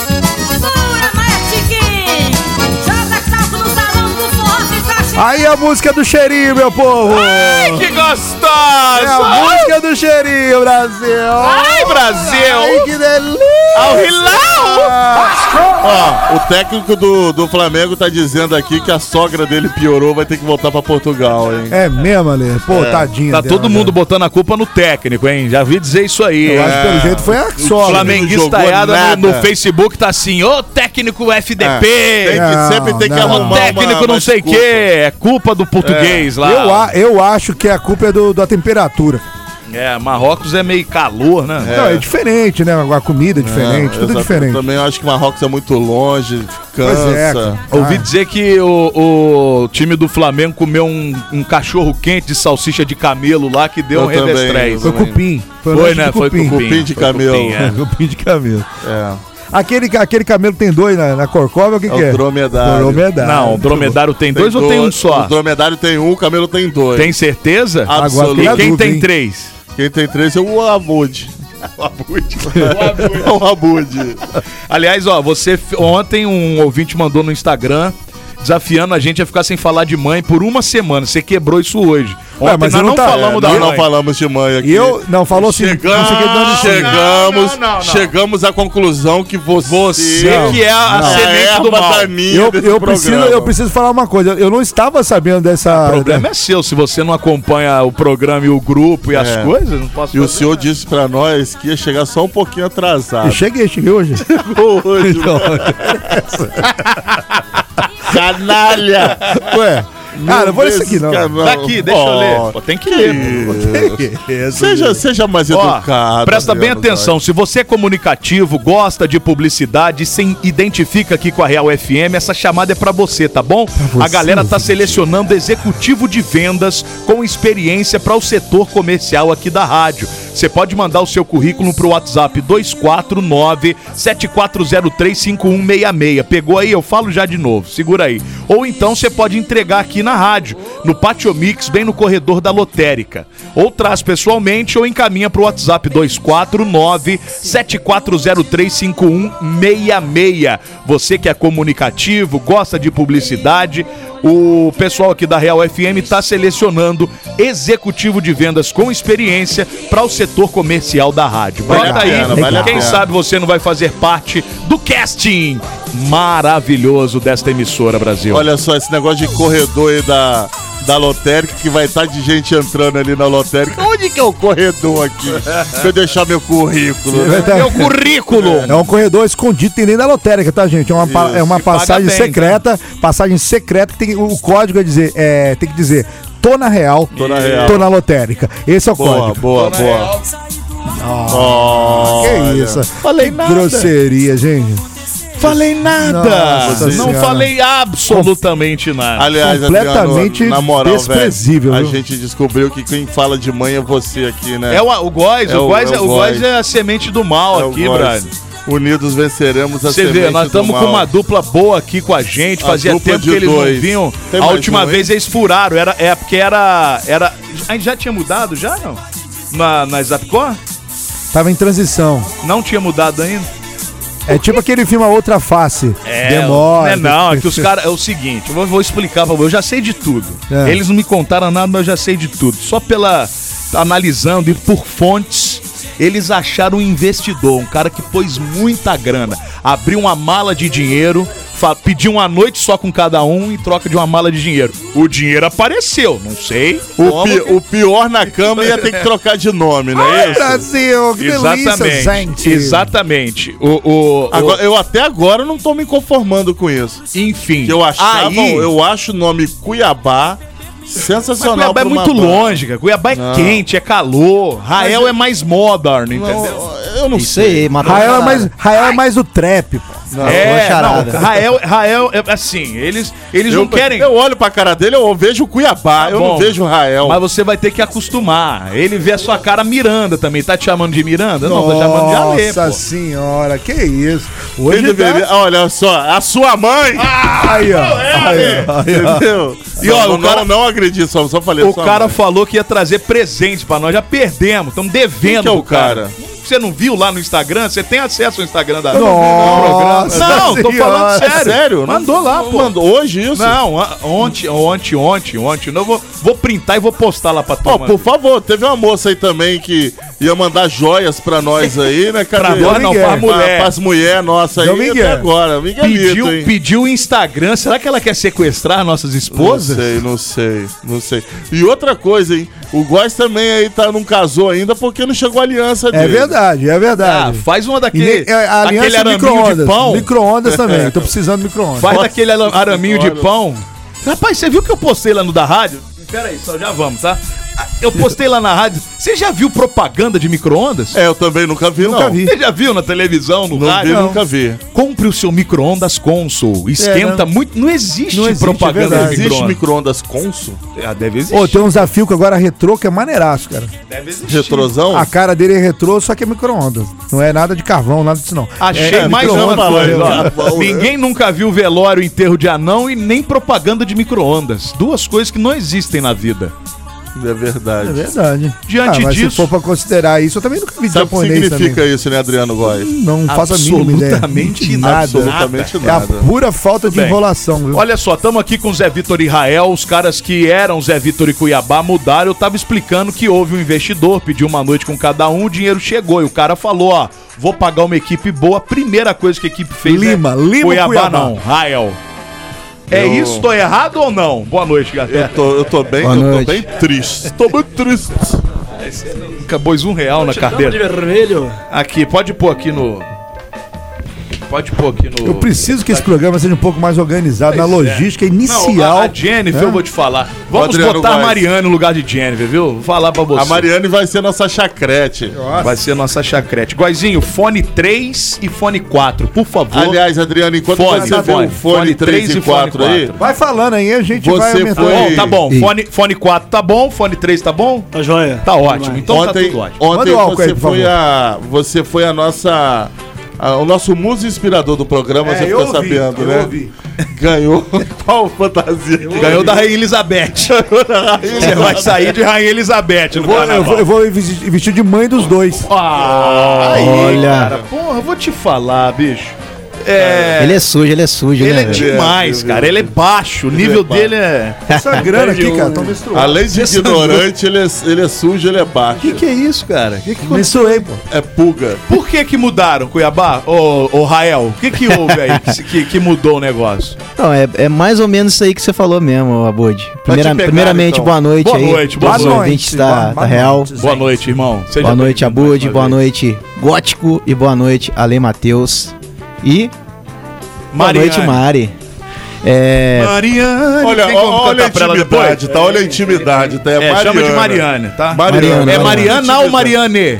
Speaker 3: Segura, Martiquim. Joga salto no salão do tá forró, se fecha.
Speaker 2: Aí a música do cheirinho, meu povo!
Speaker 4: Ai, que
Speaker 2: É a
Speaker 4: gostosa!
Speaker 2: música do cheirinho, Brasil!
Speaker 4: Ai,
Speaker 2: Ai,
Speaker 4: Brasil!
Speaker 2: que delícia!
Speaker 4: Ó, o técnico do, do Flamengo tá dizendo aqui que a sogra dele piorou, vai ter que voltar pra Portugal, hein?
Speaker 2: É mesmo, Ale? Pô, tadinho. dela,
Speaker 5: Tá
Speaker 2: né?
Speaker 5: todo mundo botando a culpa no técnico, hein? Já vi dizer isso aí.
Speaker 2: Eu
Speaker 5: É.
Speaker 2: acho que pelo jeito foi né? a
Speaker 5: O
Speaker 2: sogra.
Speaker 5: Flamenguista
Speaker 4: jogou nada.
Speaker 5: no, no Facebook tá assim, ô técnico FDP!
Speaker 4: É. Tem que, sempre tem que
Speaker 2: Não,
Speaker 4: arrumar
Speaker 2: não.
Speaker 4: uma-
Speaker 5: Técnico
Speaker 4: uma
Speaker 5: não sei o
Speaker 4: desculpa.
Speaker 5: quê, é culpa do português lá.
Speaker 2: É. Eu, a- eu acho que a culpa é do, da temperatura.
Speaker 5: É, Marrocos é meio calor, né?
Speaker 2: Não, é diferente, né? A comida é diferente, tudo
Speaker 4: Exato,
Speaker 2: é diferente. é,
Speaker 4: Também acho que Marrocos é muito longe, cansa.
Speaker 2: cara.
Speaker 5: Ouvi dizer que o, o time do Flamengo comeu um, um cachorro quente de salsicha de camelo lá que deu
Speaker 4: Eu
Speaker 5: um
Speaker 4: também,
Speaker 5: revestrez.
Speaker 2: Foi
Speaker 4: também.
Speaker 2: cupim.
Speaker 5: Foi,
Speaker 2: lanche
Speaker 5: né?
Speaker 2: de
Speaker 5: Foi cupim.
Speaker 4: Cupim de
Speaker 5: Foi
Speaker 4: camelo.
Speaker 5: cupim, é.
Speaker 2: Cupim de camelo.
Speaker 4: É.
Speaker 2: Aquele, aquele camelo tem dois na, na Corcova, o que,
Speaker 4: É o
Speaker 2: que é?
Speaker 4: dromedário.
Speaker 2: Dromedário.
Speaker 5: Não, o dromedário tem dois ou tem um só?
Speaker 4: O dromedário tem um, o camelo tem dois.
Speaker 5: Tem certeza?
Speaker 4: Absoluto.
Speaker 5: E
Speaker 2: Agora
Speaker 5: quem
Speaker 2: dúvida,
Speaker 5: tem
Speaker 2: hein?
Speaker 5: três?
Speaker 4: Quem tem três é o Abude. O Abude. o Abude.
Speaker 5: Aliás, ó, você ontem um ouvinte mandou no Instagram desafiando a gente a ficar sem falar de mãe por uma semana. Você quebrou isso hoje. Ontem
Speaker 2: mas
Speaker 5: nós
Speaker 2: eu não
Speaker 5: não
Speaker 2: tá-
Speaker 5: falamos
Speaker 4: É,
Speaker 5: da
Speaker 4: nós
Speaker 5: mãe.
Speaker 4: não falamos de mãe aqui.
Speaker 2: E eu, não, falou assim.
Speaker 4: Chegamos,
Speaker 2: não sei o que, dono de chão.
Speaker 4: chegamos,
Speaker 5: Não, não, não, não.
Speaker 4: chegamos à conclusão que você,
Speaker 5: Você
Speaker 2: Não,
Speaker 5: que é a
Speaker 4: a
Speaker 5: semente do
Speaker 4: erva
Speaker 5: mal.
Speaker 4: daninha
Speaker 2: Eu,
Speaker 4: desse
Speaker 2: eu, preciso,
Speaker 4: programa.
Speaker 2: eu preciso falar uma coisa. Eu não estava sabendo dessa.
Speaker 5: O problema é seu, se você não acompanha o programa e o grupo e as
Speaker 4: É.
Speaker 5: coisas, não posso
Speaker 4: E o
Speaker 5: fazer
Speaker 4: senhor disse pra nós que ia chegar só um pouquinho atrasado.
Speaker 2: Eu cheguei, cheguei hoje.
Speaker 4: Hoje,
Speaker 2: Então,
Speaker 4: Canalha!
Speaker 2: ué, Cara, eu vou ler isso aqui, não.
Speaker 5: Daqui, deixa eu ler. Pô, tem que ler. pô.
Speaker 4: Seja, assim. seja mais
Speaker 5: Ó,
Speaker 4: educado.
Speaker 5: presta bem
Speaker 4: Adriano,
Speaker 5: atenção, se você é comunicativo, gosta de publicidade, se identifica aqui com a Real FM, essa chamada é pra você, tá bom? a galera tá selecionando executivo de vendas com experiência para o setor comercial aqui da rádio. Você pode mandar o seu currículo pro WhatsApp 249 7403 5166. Pegou aí? Eu falo já de novo. Segura aí. Ou então você pode entregar aqui na rádio, no Patio Mix, bem no corredor da lotérica. Ou traz pessoalmente ou encaminha para o WhatsApp 249 7403 5166. Você que é comunicativo, gosta de publicidade, o pessoal aqui da Real FM está selecionando executivo de vendas com experiência para o setor comercial da rádio.
Speaker 4: Vale a
Speaker 5: Bota aí,
Speaker 4: pena, vale a
Speaker 5: quem
Speaker 4: pena.
Speaker 5: sabe você não vai fazer parte do casting maravilhoso desta emissora, Brasil.
Speaker 4: Olha só, esse negócio de corredor aí da, da lotérica, que vai estar de gente entrando ali na lotérica. Onde que é o corredor aqui? Pra eu deixar meu currículo. né?
Speaker 5: meu É currículo!
Speaker 2: É um corredor escondido, tem dentro da lotérica, tá, gente? É uma, pa- é uma
Speaker 5: E paga
Speaker 2: passagem
Speaker 5: bem,
Speaker 2: secreta, passagem secreta que tem o código é dizer, é, tem que dizer, tô na real, tô
Speaker 4: na real.
Speaker 2: tô na lotérica. Esse é o
Speaker 4: Boa,
Speaker 2: código.
Speaker 4: boa, boa.
Speaker 2: Que
Speaker 4: Olha.
Speaker 2: isso?
Speaker 5: falei
Speaker 2: que
Speaker 5: nada.
Speaker 2: grosseria, gente.
Speaker 5: Falei nada!
Speaker 2: Nossa
Speaker 5: não
Speaker 2: Senhora.
Speaker 5: falei absolutamente nada.
Speaker 4: Aliás,
Speaker 2: Completamente
Speaker 4: Adriano, na moral,
Speaker 2: desprezível,
Speaker 4: velho, a
Speaker 2: viu?
Speaker 4: gente descobriu que quem fala de mãe é você aqui, né?
Speaker 5: É o, o Góis,
Speaker 4: É
Speaker 5: o,
Speaker 4: o-
Speaker 5: Góis,
Speaker 4: é o
Speaker 5: o Góis
Speaker 4: Góis.
Speaker 5: é a semente do mal
Speaker 4: É o
Speaker 5: aqui,
Speaker 4: nós.
Speaker 5: Brian.
Speaker 4: Unidos venceremos a
Speaker 5: Você vê,
Speaker 4: semente
Speaker 5: nós
Speaker 4: do
Speaker 5: estamos com
Speaker 4: mal.
Speaker 5: uma dupla boa aqui com a gente.
Speaker 4: A
Speaker 5: Fazia
Speaker 4: dupla
Speaker 5: tempo
Speaker 4: de
Speaker 5: que eles
Speaker 4: dois.
Speaker 5: não vinham.
Speaker 4: Tem
Speaker 5: a
Speaker 4: mais
Speaker 5: última
Speaker 4: um,
Speaker 5: vez eles furaram. Era, é porque era, era. A gente já tinha mudado já, não? Na, na Zapcor?
Speaker 2: Tava em transição.
Speaker 5: Não tinha mudado ainda?
Speaker 2: É tipo aquele filme A Outra Face. Demora.
Speaker 5: Não, é não, é que os caras. É o seguinte, eu vou, vou explicar pra você. Eu já sei de tudo.
Speaker 2: É.
Speaker 5: Eles não me contaram nada, mas eu já sei de tudo. Só pela. analisando e por fontes. Eles acharam um investidor, um cara que pôs muita grana. Abriu uma mala de dinheiro, fa- pediu uma noite só com cada um em troca de uma mala de dinheiro. O dinheiro apareceu, não sei.
Speaker 4: O,
Speaker 5: como
Speaker 4: pi-
Speaker 5: que-
Speaker 4: o pior na cama ia ter que trocar de nome, não é isso?
Speaker 2: Brasil, que delícia,
Speaker 5: Exatamente.
Speaker 2: gente.
Speaker 5: Exatamente. O, o, o-
Speaker 4: Agora- eu até agora não tô me conformando com isso.
Speaker 5: enfim.
Speaker 4: Que eu achava,
Speaker 5: Aí-
Speaker 4: eu acho o nome Cuiabá
Speaker 5: Mas
Speaker 4: sensacional.
Speaker 5: Cuiabá é
Speaker 4: pra uma
Speaker 5: muito
Speaker 4: banda.
Speaker 5: longe, cara. Cuiabá é quente, é calor. Rael é mais modern, entendeu?
Speaker 4: Não, eu não
Speaker 1: Isso
Speaker 4: sei.
Speaker 1: aí, matou a
Speaker 2: Rael é
Speaker 1: charada.
Speaker 2: mais, Rael é mais o trap, pô.
Speaker 5: é,
Speaker 1: boa
Speaker 5: não,
Speaker 1: charada.
Speaker 5: Rael, Rael, é assim, eles, eles
Speaker 4: Eu,
Speaker 5: não querem.
Speaker 4: eu olho pra cara dele, eu vejo Cuiabá, eu não
Speaker 5: bom.
Speaker 4: vejo Rael.
Speaker 5: Mas você vai ter que acostumar. Ele vê a sua cara Miranda também. Tá te chamando de Miranda? Não, tá chamando de Alê,
Speaker 2: Nossa
Speaker 5: pô.
Speaker 2: senhora, que isso.
Speaker 4: Ele
Speaker 2: Hoje tá...
Speaker 4: deveria- Olha só, a sua mãe!
Speaker 2: Aí, ó.
Speaker 5: é,
Speaker 2: Aí, ó.
Speaker 4: Entendeu? E ó, o cara não agredi, só, só falei
Speaker 5: O
Speaker 4: sua
Speaker 5: cara
Speaker 4: mãe.
Speaker 5: falou que ia trazer presente pra nós. Já perdemos, estamos
Speaker 4: Quem
Speaker 5: devendo.
Speaker 4: que é o
Speaker 5: pro
Speaker 4: cara?
Speaker 5: Você não viu lá no Instagram? Você tem acesso ao Instagram da
Speaker 2: Nossa
Speaker 5: Não, tô
Speaker 2: Senhora.
Speaker 5: falando sério.
Speaker 4: É Sério?
Speaker 5: Mandou lá, pô.
Speaker 4: Mandou hoje isso?
Speaker 5: Não, a- ontem, ontem, ontem, ontem. Não, eu vou, vou printar e vou postar lá pra
Speaker 4: Ó,
Speaker 5: turma.
Speaker 4: por favor, teve uma moça aí também que ia mandar joias pra nós aí, né? Cadê?
Speaker 5: Pra nós não, pra
Speaker 4: Pra-
Speaker 5: mulher.
Speaker 4: Pras mulher nossa aí
Speaker 2: Deu Miguel.
Speaker 4: até agora. Miguelito,
Speaker 5: pediu,
Speaker 4: hein?
Speaker 5: pediu o Instagram. Será que ela quer sequestrar nossas
Speaker 4: Não
Speaker 5: esposas?
Speaker 4: sei, não sei, não sei. E outra coisa, hein? O Góes também aí tá, não casou ainda porque não chegou a aliança dele.
Speaker 2: É verdade, é
Speaker 5: Ah,
Speaker 2: verdade.
Speaker 5: faz uma
Speaker 2: E
Speaker 5: daquele,
Speaker 2: nem- é, a
Speaker 5: daquele
Speaker 2: aliança é
Speaker 5: araminho de
Speaker 2: micro-ondas.
Speaker 5: pão.
Speaker 2: Micro-ondas também. Tô precisando de micro-ondas.
Speaker 5: Faz daquele ala- araminho de pão. Rapaz, você viu que eu postei lá no da rádio? Pera aí, só já vamos, tá? Ah, Eu postei lá na rádio. Você já viu propaganda de micro-ondas?
Speaker 4: É, eu também nunca vi, não.
Speaker 2: Nunca vi.
Speaker 5: Você já viu na televisão, no
Speaker 4: Não vi,
Speaker 5: rádio?
Speaker 4: nunca vi.
Speaker 5: Compre o seu micro-ondas Consul. Esquenta muito. Não existe,
Speaker 2: É, Não existe, é
Speaker 5: propaganda
Speaker 2: verdade.
Speaker 5: de
Speaker 4: Existe micro-ondas
Speaker 5: micro-ondas.
Speaker 4: Consul?
Speaker 5: Ah, deve existir.
Speaker 2: Ô, tem um desafio que agora é retrô que é maneiraço, cara.
Speaker 5: Deve existir.
Speaker 4: Retrosão?
Speaker 5: Ah,
Speaker 2: A cara dele é retrô, só que é micro-ondas. Não é nada de carvão, nada disso não.
Speaker 5: Achei
Speaker 2: É,
Speaker 5: mais uma
Speaker 2: micro-ondas,
Speaker 5: coisa.
Speaker 2: mano.
Speaker 5: ó. Ninguém nunca viu velório, enterro de anão e nem propaganda de micro-ondas. Duas coisas que não existem na vida.
Speaker 4: É verdade.
Speaker 2: É verdade.
Speaker 5: Diante
Speaker 2: ah, mas
Speaker 5: disso-
Speaker 2: Se for pra considerar isso, eu também nunca vi
Speaker 4: Sabe o que
Speaker 2: japonês
Speaker 4: significa isso, né, Adriano Góes?
Speaker 2: também. Não faço a mínima ideia.
Speaker 5: Absolutamente
Speaker 4: Absolutamente
Speaker 2: É a
Speaker 4: nada.
Speaker 2: pura falta de
Speaker 5: Bem,
Speaker 2: enrolação, viu?
Speaker 5: Olha só, estamos aqui com Zé Vitor e Rael. Os caras que eram Zé Vitor e Cuiabá mudaram. Eu tava explicando que houve um investidor, pediu uma noite com cada um, o dinheiro chegou. E o cara falou: ó, vou pagar uma equipe boa. A primeira coisa que a equipe fez. é
Speaker 2: Lima, Lima ou
Speaker 5: Cuiabá,
Speaker 2: Cuiabá?
Speaker 5: não, Rael. É
Speaker 4: Eu-
Speaker 5: isso, tô errado ou não? Boa noite,
Speaker 4: Eu
Speaker 5: galera.
Speaker 4: tô, eu tô bem,
Speaker 1: Boa
Speaker 4: eu
Speaker 1: noite.
Speaker 4: tô bem triste. Tô muito triste.
Speaker 5: Acabou um real na carteira.
Speaker 1: vermelho.
Speaker 5: Aqui, pode pôr aqui no. Pode pôr aqui no.
Speaker 2: Eu preciso que esse programa seja um pouco mais organizado na logística inicial.
Speaker 5: Não, a, a Jennifer,
Speaker 2: né?
Speaker 5: eu vou te falar. Vamos
Speaker 2: Adriano
Speaker 5: botar a
Speaker 2: Góes.
Speaker 5: Mariana no lugar de Jennifer, viu? Vou falar pra você.
Speaker 1: A Mariane vai ser nossa chacrete.
Speaker 5: Vai ser nossa chacrete. Goizinho, fone 3 e fone 4, por favor.
Speaker 1: Aliás, Adriano, enquanto
Speaker 5: Fone,
Speaker 1: você vê
Speaker 5: fone,
Speaker 1: o fone
Speaker 5: fone
Speaker 1: 3 e 4 aí,
Speaker 2: Vai falando aí, a gente vai
Speaker 1: Você
Speaker 2: aumentando.
Speaker 1: foi-
Speaker 5: Bom, tá bom.
Speaker 2: Ei.
Speaker 5: Fone, fone 4 tá bom, fone 3 tá bom?
Speaker 10: Tá joia.
Speaker 5: Tá ótimo. Então tá
Speaker 1: ontem,
Speaker 5: tudo ótimo.
Speaker 1: ontem
Speaker 2: Manda o álcool
Speaker 1: você,
Speaker 2: aí, por
Speaker 1: foi
Speaker 2: favor.
Speaker 1: a, você foi a nossa. a- o nosso muso inspirador do programa,
Speaker 2: É,
Speaker 1: você
Speaker 2: eu
Speaker 1: ficou
Speaker 2: ouvi,
Speaker 1: sabendo,
Speaker 2: eu
Speaker 1: né?
Speaker 2: ouvi.
Speaker 1: Ganhou. Qual fantasia? que
Speaker 5: Ganhou da Rainha Elizabeth. Você vai sair de Rainha Elizabeth no
Speaker 2: Vou- eu, vou, eu vou vestir vestir de mãe dos dois.
Speaker 5: Ah, aí,
Speaker 10: Olha.
Speaker 5: cara. Porra, eu vou te falar, bicho. É.
Speaker 10: Ele é sujo, ele é sujo,
Speaker 5: Ele
Speaker 10: né?
Speaker 5: é
Speaker 10: velho?
Speaker 5: demais, cara. Ele é baixo. O nível dele é.
Speaker 2: Essa grana aqui, cara, tá menstruando.
Speaker 1: Além de ignorante, ele é, ele é sujo, ele é baixo.
Speaker 5: que é isso, cara? Que que...
Speaker 2: Menstruei, pô.
Speaker 1: É pulga.
Speaker 5: Por que que mudaram, Cuiabá? Ô, ô Rael, o que que houve aí que, se- que, que mudou o negócio?
Speaker 10: Não, é, é mais ou menos isso aí que você falou mesmo, Abud. Primeira-
Speaker 1: pegaram,
Speaker 10: primeiramente,
Speaker 1: então.
Speaker 10: boa noite
Speaker 5: Boa
Speaker 10: aí.
Speaker 5: noite, boa
Speaker 10: Nosso
Speaker 5: noite. tá-
Speaker 10: ouvinte da-
Speaker 2: Boa
Speaker 10: da Real.
Speaker 5: Boa noite, irmão. Seja
Speaker 10: Boa noite,
Speaker 5: bem-vindo mais
Speaker 10: Abud.
Speaker 5: uma
Speaker 10: Boa
Speaker 5: vez.
Speaker 10: noite, Gótico. E boa noite, Ale Matheus. E boa noite,
Speaker 5: Mariane.
Speaker 10: Mari. É,
Speaker 5: Mariane.
Speaker 1: Olha,
Speaker 5: Tem como
Speaker 1: ó- olha a
Speaker 5: cantar pra ela
Speaker 1: intimidade,
Speaker 5: depois?
Speaker 1: tá? Olha a intimidade, tá? É,
Speaker 5: É, chama de
Speaker 1: Mariana.
Speaker 5: Mariane, tá?
Speaker 1: Mariana.
Speaker 5: É
Speaker 10: Mariana.
Speaker 5: Mariana ou Mariane?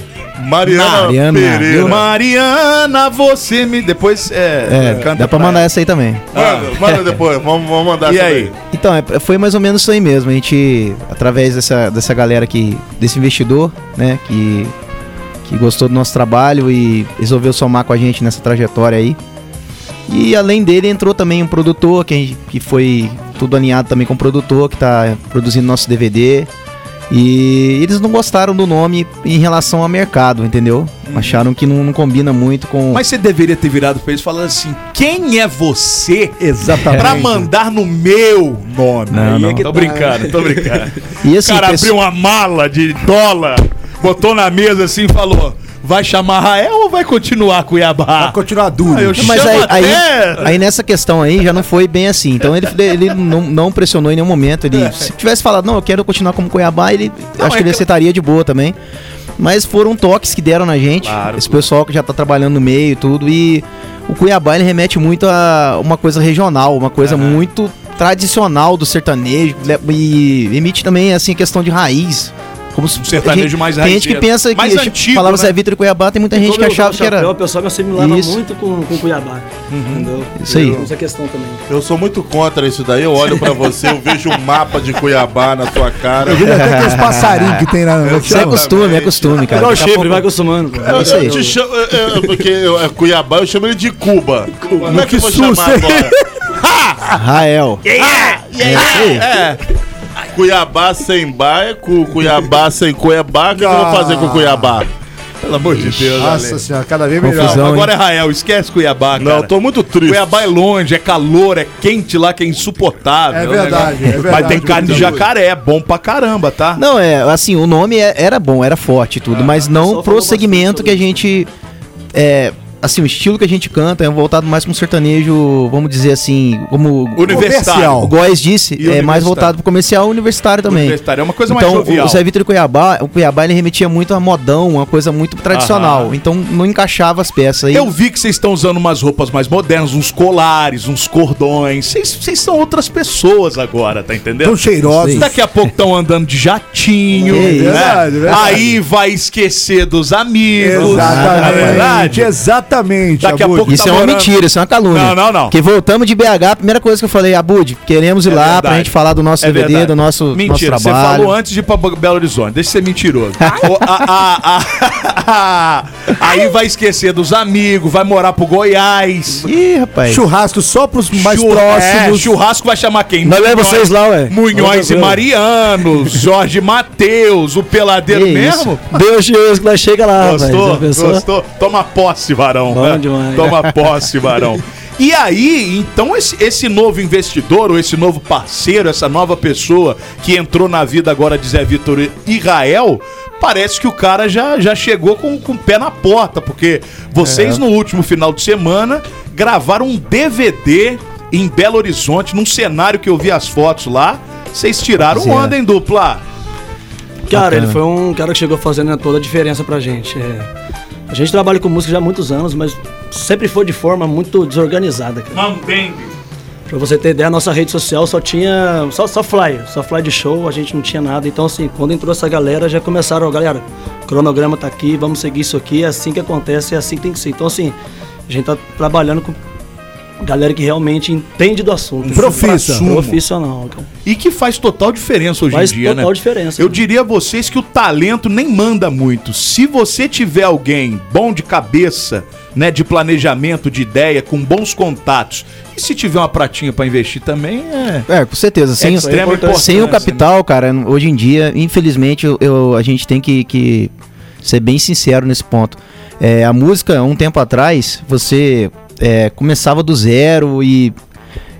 Speaker 1: Mariana,
Speaker 10: Mariana.
Speaker 1: Pereira.
Speaker 5: Mariana, você me. Depois é.
Speaker 10: é, dá pra mandar essa aí também.
Speaker 1: Manda, é, manda depois, vamos, vamos mandar
Speaker 5: E
Speaker 1: essa
Speaker 5: aí?
Speaker 1: daí.
Speaker 10: Então, é- foi mais ou menos isso aí mesmo. A gente, através dessa, dessa galera que. desse investidor, né, que, que gostou do nosso trabalho e resolveu somar com a gente nessa trajetória aí. E além dele entrou também um produtor, que, a gente- que foi tudo alinhado também com o produtor, que tá produzindo nosso DVD. E eles não gostaram do nome em relação ao mercado, entendeu? Acharam que não, não combina muito com.
Speaker 5: Uhum. Mas você deveria ter virado pra eles falando assim: quem é você
Speaker 10: exatamente.
Speaker 5: pra mandar no meu nome?
Speaker 10: Não,
Speaker 5: Aí é
Speaker 10: não.
Speaker 5: que tô brincando, tô brincando.
Speaker 10: E
Speaker 5: O
Speaker 10: assim,
Speaker 5: cara
Speaker 10: pessoal-
Speaker 5: abriu uma mala de dólar, botou na mesa assim e falou: vai chamar Rael ou vai continuar Cuiabá?
Speaker 2: Vai continuar duro.
Speaker 5: Ah, eu
Speaker 10: Mas
Speaker 5: chamo
Speaker 10: aí, aí,
Speaker 5: até-
Speaker 10: aí nessa questão aí já não foi bem assim. Então ele, ele não, não pressionou em nenhum momento. Ele, se tivesse falado, não, eu quero continuar como Cuiabá, ele acho
Speaker 5: é
Speaker 10: que ele
Speaker 5: que-
Speaker 10: aceitaria de boa também. Mas foram toques que deram na gente.
Speaker 5: Claro,
Speaker 10: esse pessoal que já tá trabalhando no meio e tudo. E o Cuiabá ele remete muito a uma coisa regional, uma coisa muito tradicional do sertanejo. le- E emite também assim a questão de raiz. Como se-
Speaker 5: sertanejo
Speaker 10: gente-
Speaker 5: mais
Speaker 10: Tem gente que
Speaker 5: raizeiro.
Speaker 10: pensa que
Speaker 5: Mais
Speaker 10: tipo,
Speaker 5: antigo,
Speaker 10: falava
Speaker 5: né?
Speaker 10: Zé Vitor e Cuiabá, tem muita gente
Speaker 11: Como
Speaker 10: que
Speaker 11: eu
Speaker 10: achava
Speaker 11: uso
Speaker 10: que era.
Speaker 11: chapéu, O pessoal me assimilava
Speaker 10: Isso. Uhum.
Speaker 11: muito com, com Cuiabá. Entendeu?
Speaker 10: Isso aí.
Speaker 11: Eu uso Essa questão também.
Speaker 1: Eu sou muito contra isso daí. Eu olho pra você, eu vejo um mapa de Cuiabá na sua cara.
Speaker 2: Eu vi até aqueles passarinhos que tem na. como é que
Speaker 10: Isso é
Speaker 2: chama?
Speaker 10: costume, é costume, cara.
Speaker 11: Igual o
Speaker 10: Daqui a
Speaker 11: chifre,
Speaker 10: pouco-
Speaker 11: vai acostumando. pô.
Speaker 10: É isso aí.
Speaker 1: Eu te chamo, eu- eu- porque eu- é Cuiabá, eu chamo ele de Cuba. Como é que eu vou
Speaker 2: susto,
Speaker 1: chamar
Speaker 2: hein?
Speaker 1: agora?
Speaker 10: Rael. É isso aí.
Speaker 1: Cuiabá sem bar é cu. Cuiabá sem Cuiabá, o que, que eu vou fazer com Cuiabá? Pelo amor de Deus,
Speaker 2: Nossa
Speaker 1: Ale.
Speaker 2: senhora, cada vez
Speaker 10: Confusão.
Speaker 2: melhor.
Speaker 5: Não, agora
Speaker 10: hein?
Speaker 5: é Rael, esquece Cuiabá,
Speaker 1: Não,
Speaker 5: cara.
Speaker 1: eu tô muito triste.
Speaker 5: Cuiabá é longe, é calor, é quente lá, que é insuportável.
Speaker 2: É
Speaker 5: um
Speaker 2: verdade,
Speaker 5: negócio-
Speaker 2: é verdade,
Speaker 5: Mas tem carne de
Speaker 2: muito
Speaker 5: jacaré, é bom pra caramba, tá?
Speaker 10: Não, é, assim, o nome é- era bom, era forte e tudo, mas não
Speaker 11: pessoal
Speaker 10: pro
Speaker 11: Ah, falou
Speaker 10: segmento
Speaker 11: bastante
Speaker 10: que a gente. É, assim, o estilo que a gente canta é voltado mais pra um sertanejo, vamos dizer assim, como.
Speaker 5: Universitário.
Speaker 10: O Góes disse,
Speaker 5: E
Speaker 10: é mais
Speaker 5: universitário.
Speaker 10: voltado pro comercial e universitário também.
Speaker 5: Universitário, é uma coisa mais
Speaker 10: então,
Speaker 5: jovial.
Speaker 10: o Zé Vitor e Cuiabá, o Cuiabá ele remetia muito a modão, uma coisa muito tradicional. Então não encaixava as peças aí.
Speaker 5: Eu vi que vocês estão usando umas roupas mais modernas, uns colares, uns cordões. Vocês vocês são outras pessoas agora, tá entendendo?
Speaker 2: Tão cheirosos.
Speaker 5: Daqui a pouco estão andando de jatinho.
Speaker 10: É
Speaker 5: né?
Speaker 2: verdade, verdade.
Speaker 5: Aí vai esquecer dos amigos. não é
Speaker 2: Exatamente.
Speaker 5: verdade?
Speaker 2: Exatamente.
Speaker 5: Daqui a
Speaker 2: Abud.
Speaker 5: pouco-
Speaker 10: Isso
Speaker 5: tá
Speaker 10: é uma
Speaker 5: morando-
Speaker 10: mentira, isso é uma calúnia.
Speaker 5: Não, não, não.
Speaker 10: Porque voltamos de BH, a primeira coisa que eu falei, Abud, queremos ir
Speaker 5: É
Speaker 10: lá
Speaker 5: verdade.
Speaker 10: pra gente falar do nosso
Speaker 5: É
Speaker 10: DVD,
Speaker 5: verdade.
Speaker 10: do nosso,
Speaker 5: Mentira,
Speaker 10: nosso
Speaker 5: você
Speaker 10: trabalho.
Speaker 5: falou antes de ir pra Belo Horizonte. Deixa de ser mentiroso. O- a- a- a- aí vai esquecer dos amigos, vai morar pro Goiás.
Speaker 10: Ih, rapaz.
Speaker 2: Churrasco só pros mais
Speaker 5: Chur- é,
Speaker 2: próximos.
Speaker 5: churrasco vai chamar quem?
Speaker 10: Nós leva vocês lá, ué.
Speaker 5: Munhões e Mariano, Jorge Matheus, o
Speaker 10: Que
Speaker 5: peladeiro mesmo?
Speaker 10: isso? Deus de Deus, que nós chega
Speaker 11: Ah,
Speaker 10: lá,
Speaker 5: Gostou?
Speaker 10: rapaz. Já pensou?
Speaker 5: Gostou? Toma posse, varão.
Speaker 11: Bom
Speaker 5: né?
Speaker 11: demais.
Speaker 5: Toma posse, varão. E aí, então, esse, esse novo investidor, ou esse novo parceiro, essa nova pessoa que entrou na vida agora de Zé Vitor e Rael, parece que o cara já, já chegou com, com o pé na porta, porque
Speaker 11: É.
Speaker 5: vocês no último final de semana gravaram um DVD em Belo Horizonte, num cenário que eu vi as fotos lá. Vocês tiraram
Speaker 10: Pois é.
Speaker 5: onda em dupla.
Speaker 11: Cara,
Speaker 10: Bacana.
Speaker 11: ele foi um cara que chegou fazendo toda a diferença pra gente. é. A gente trabalha com música já há muitos anos, mas sempre foi de forma muito desorganizada, cara.
Speaker 5: Mambembe.
Speaker 11: Pra você ter ideia, a nossa rede social só tinha. Só, só flyer, só flyer de show, a gente não tinha nada. Então, assim, quando entrou essa galera, já começaram, ó, galera, o cronograma tá aqui, vamos seguir isso aqui, é assim que acontece, é assim que tem que ser. Então, assim, a gente tá trabalhando com galera que realmente entende do assunto.
Speaker 5: Profissa.
Speaker 11: Profissional, cara.
Speaker 5: E que faz total diferença hoje
Speaker 11: Faz
Speaker 5: em dia, né?
Speaker 11: total diferença.
Speaker 5: Eu diria a vocês que o talento nem manda muito. Se você tiver alguém bom de cabeça, né, de planejamento, de ideia, com bons contatos, e se tiver uma pratinha pra investir também, é...
Speaker 10: É, com certeza. Sem,
Speaker 5: É extrema
Speaker 10: sem o
Speaker 5: importância,
Speaker 10: capital, cara, hoje em dia, infelizmente, eu, eu- a gente tem que, que ser bem sincero nesse ponto. É, a música, um tempo atrás, você é, começava do zero e,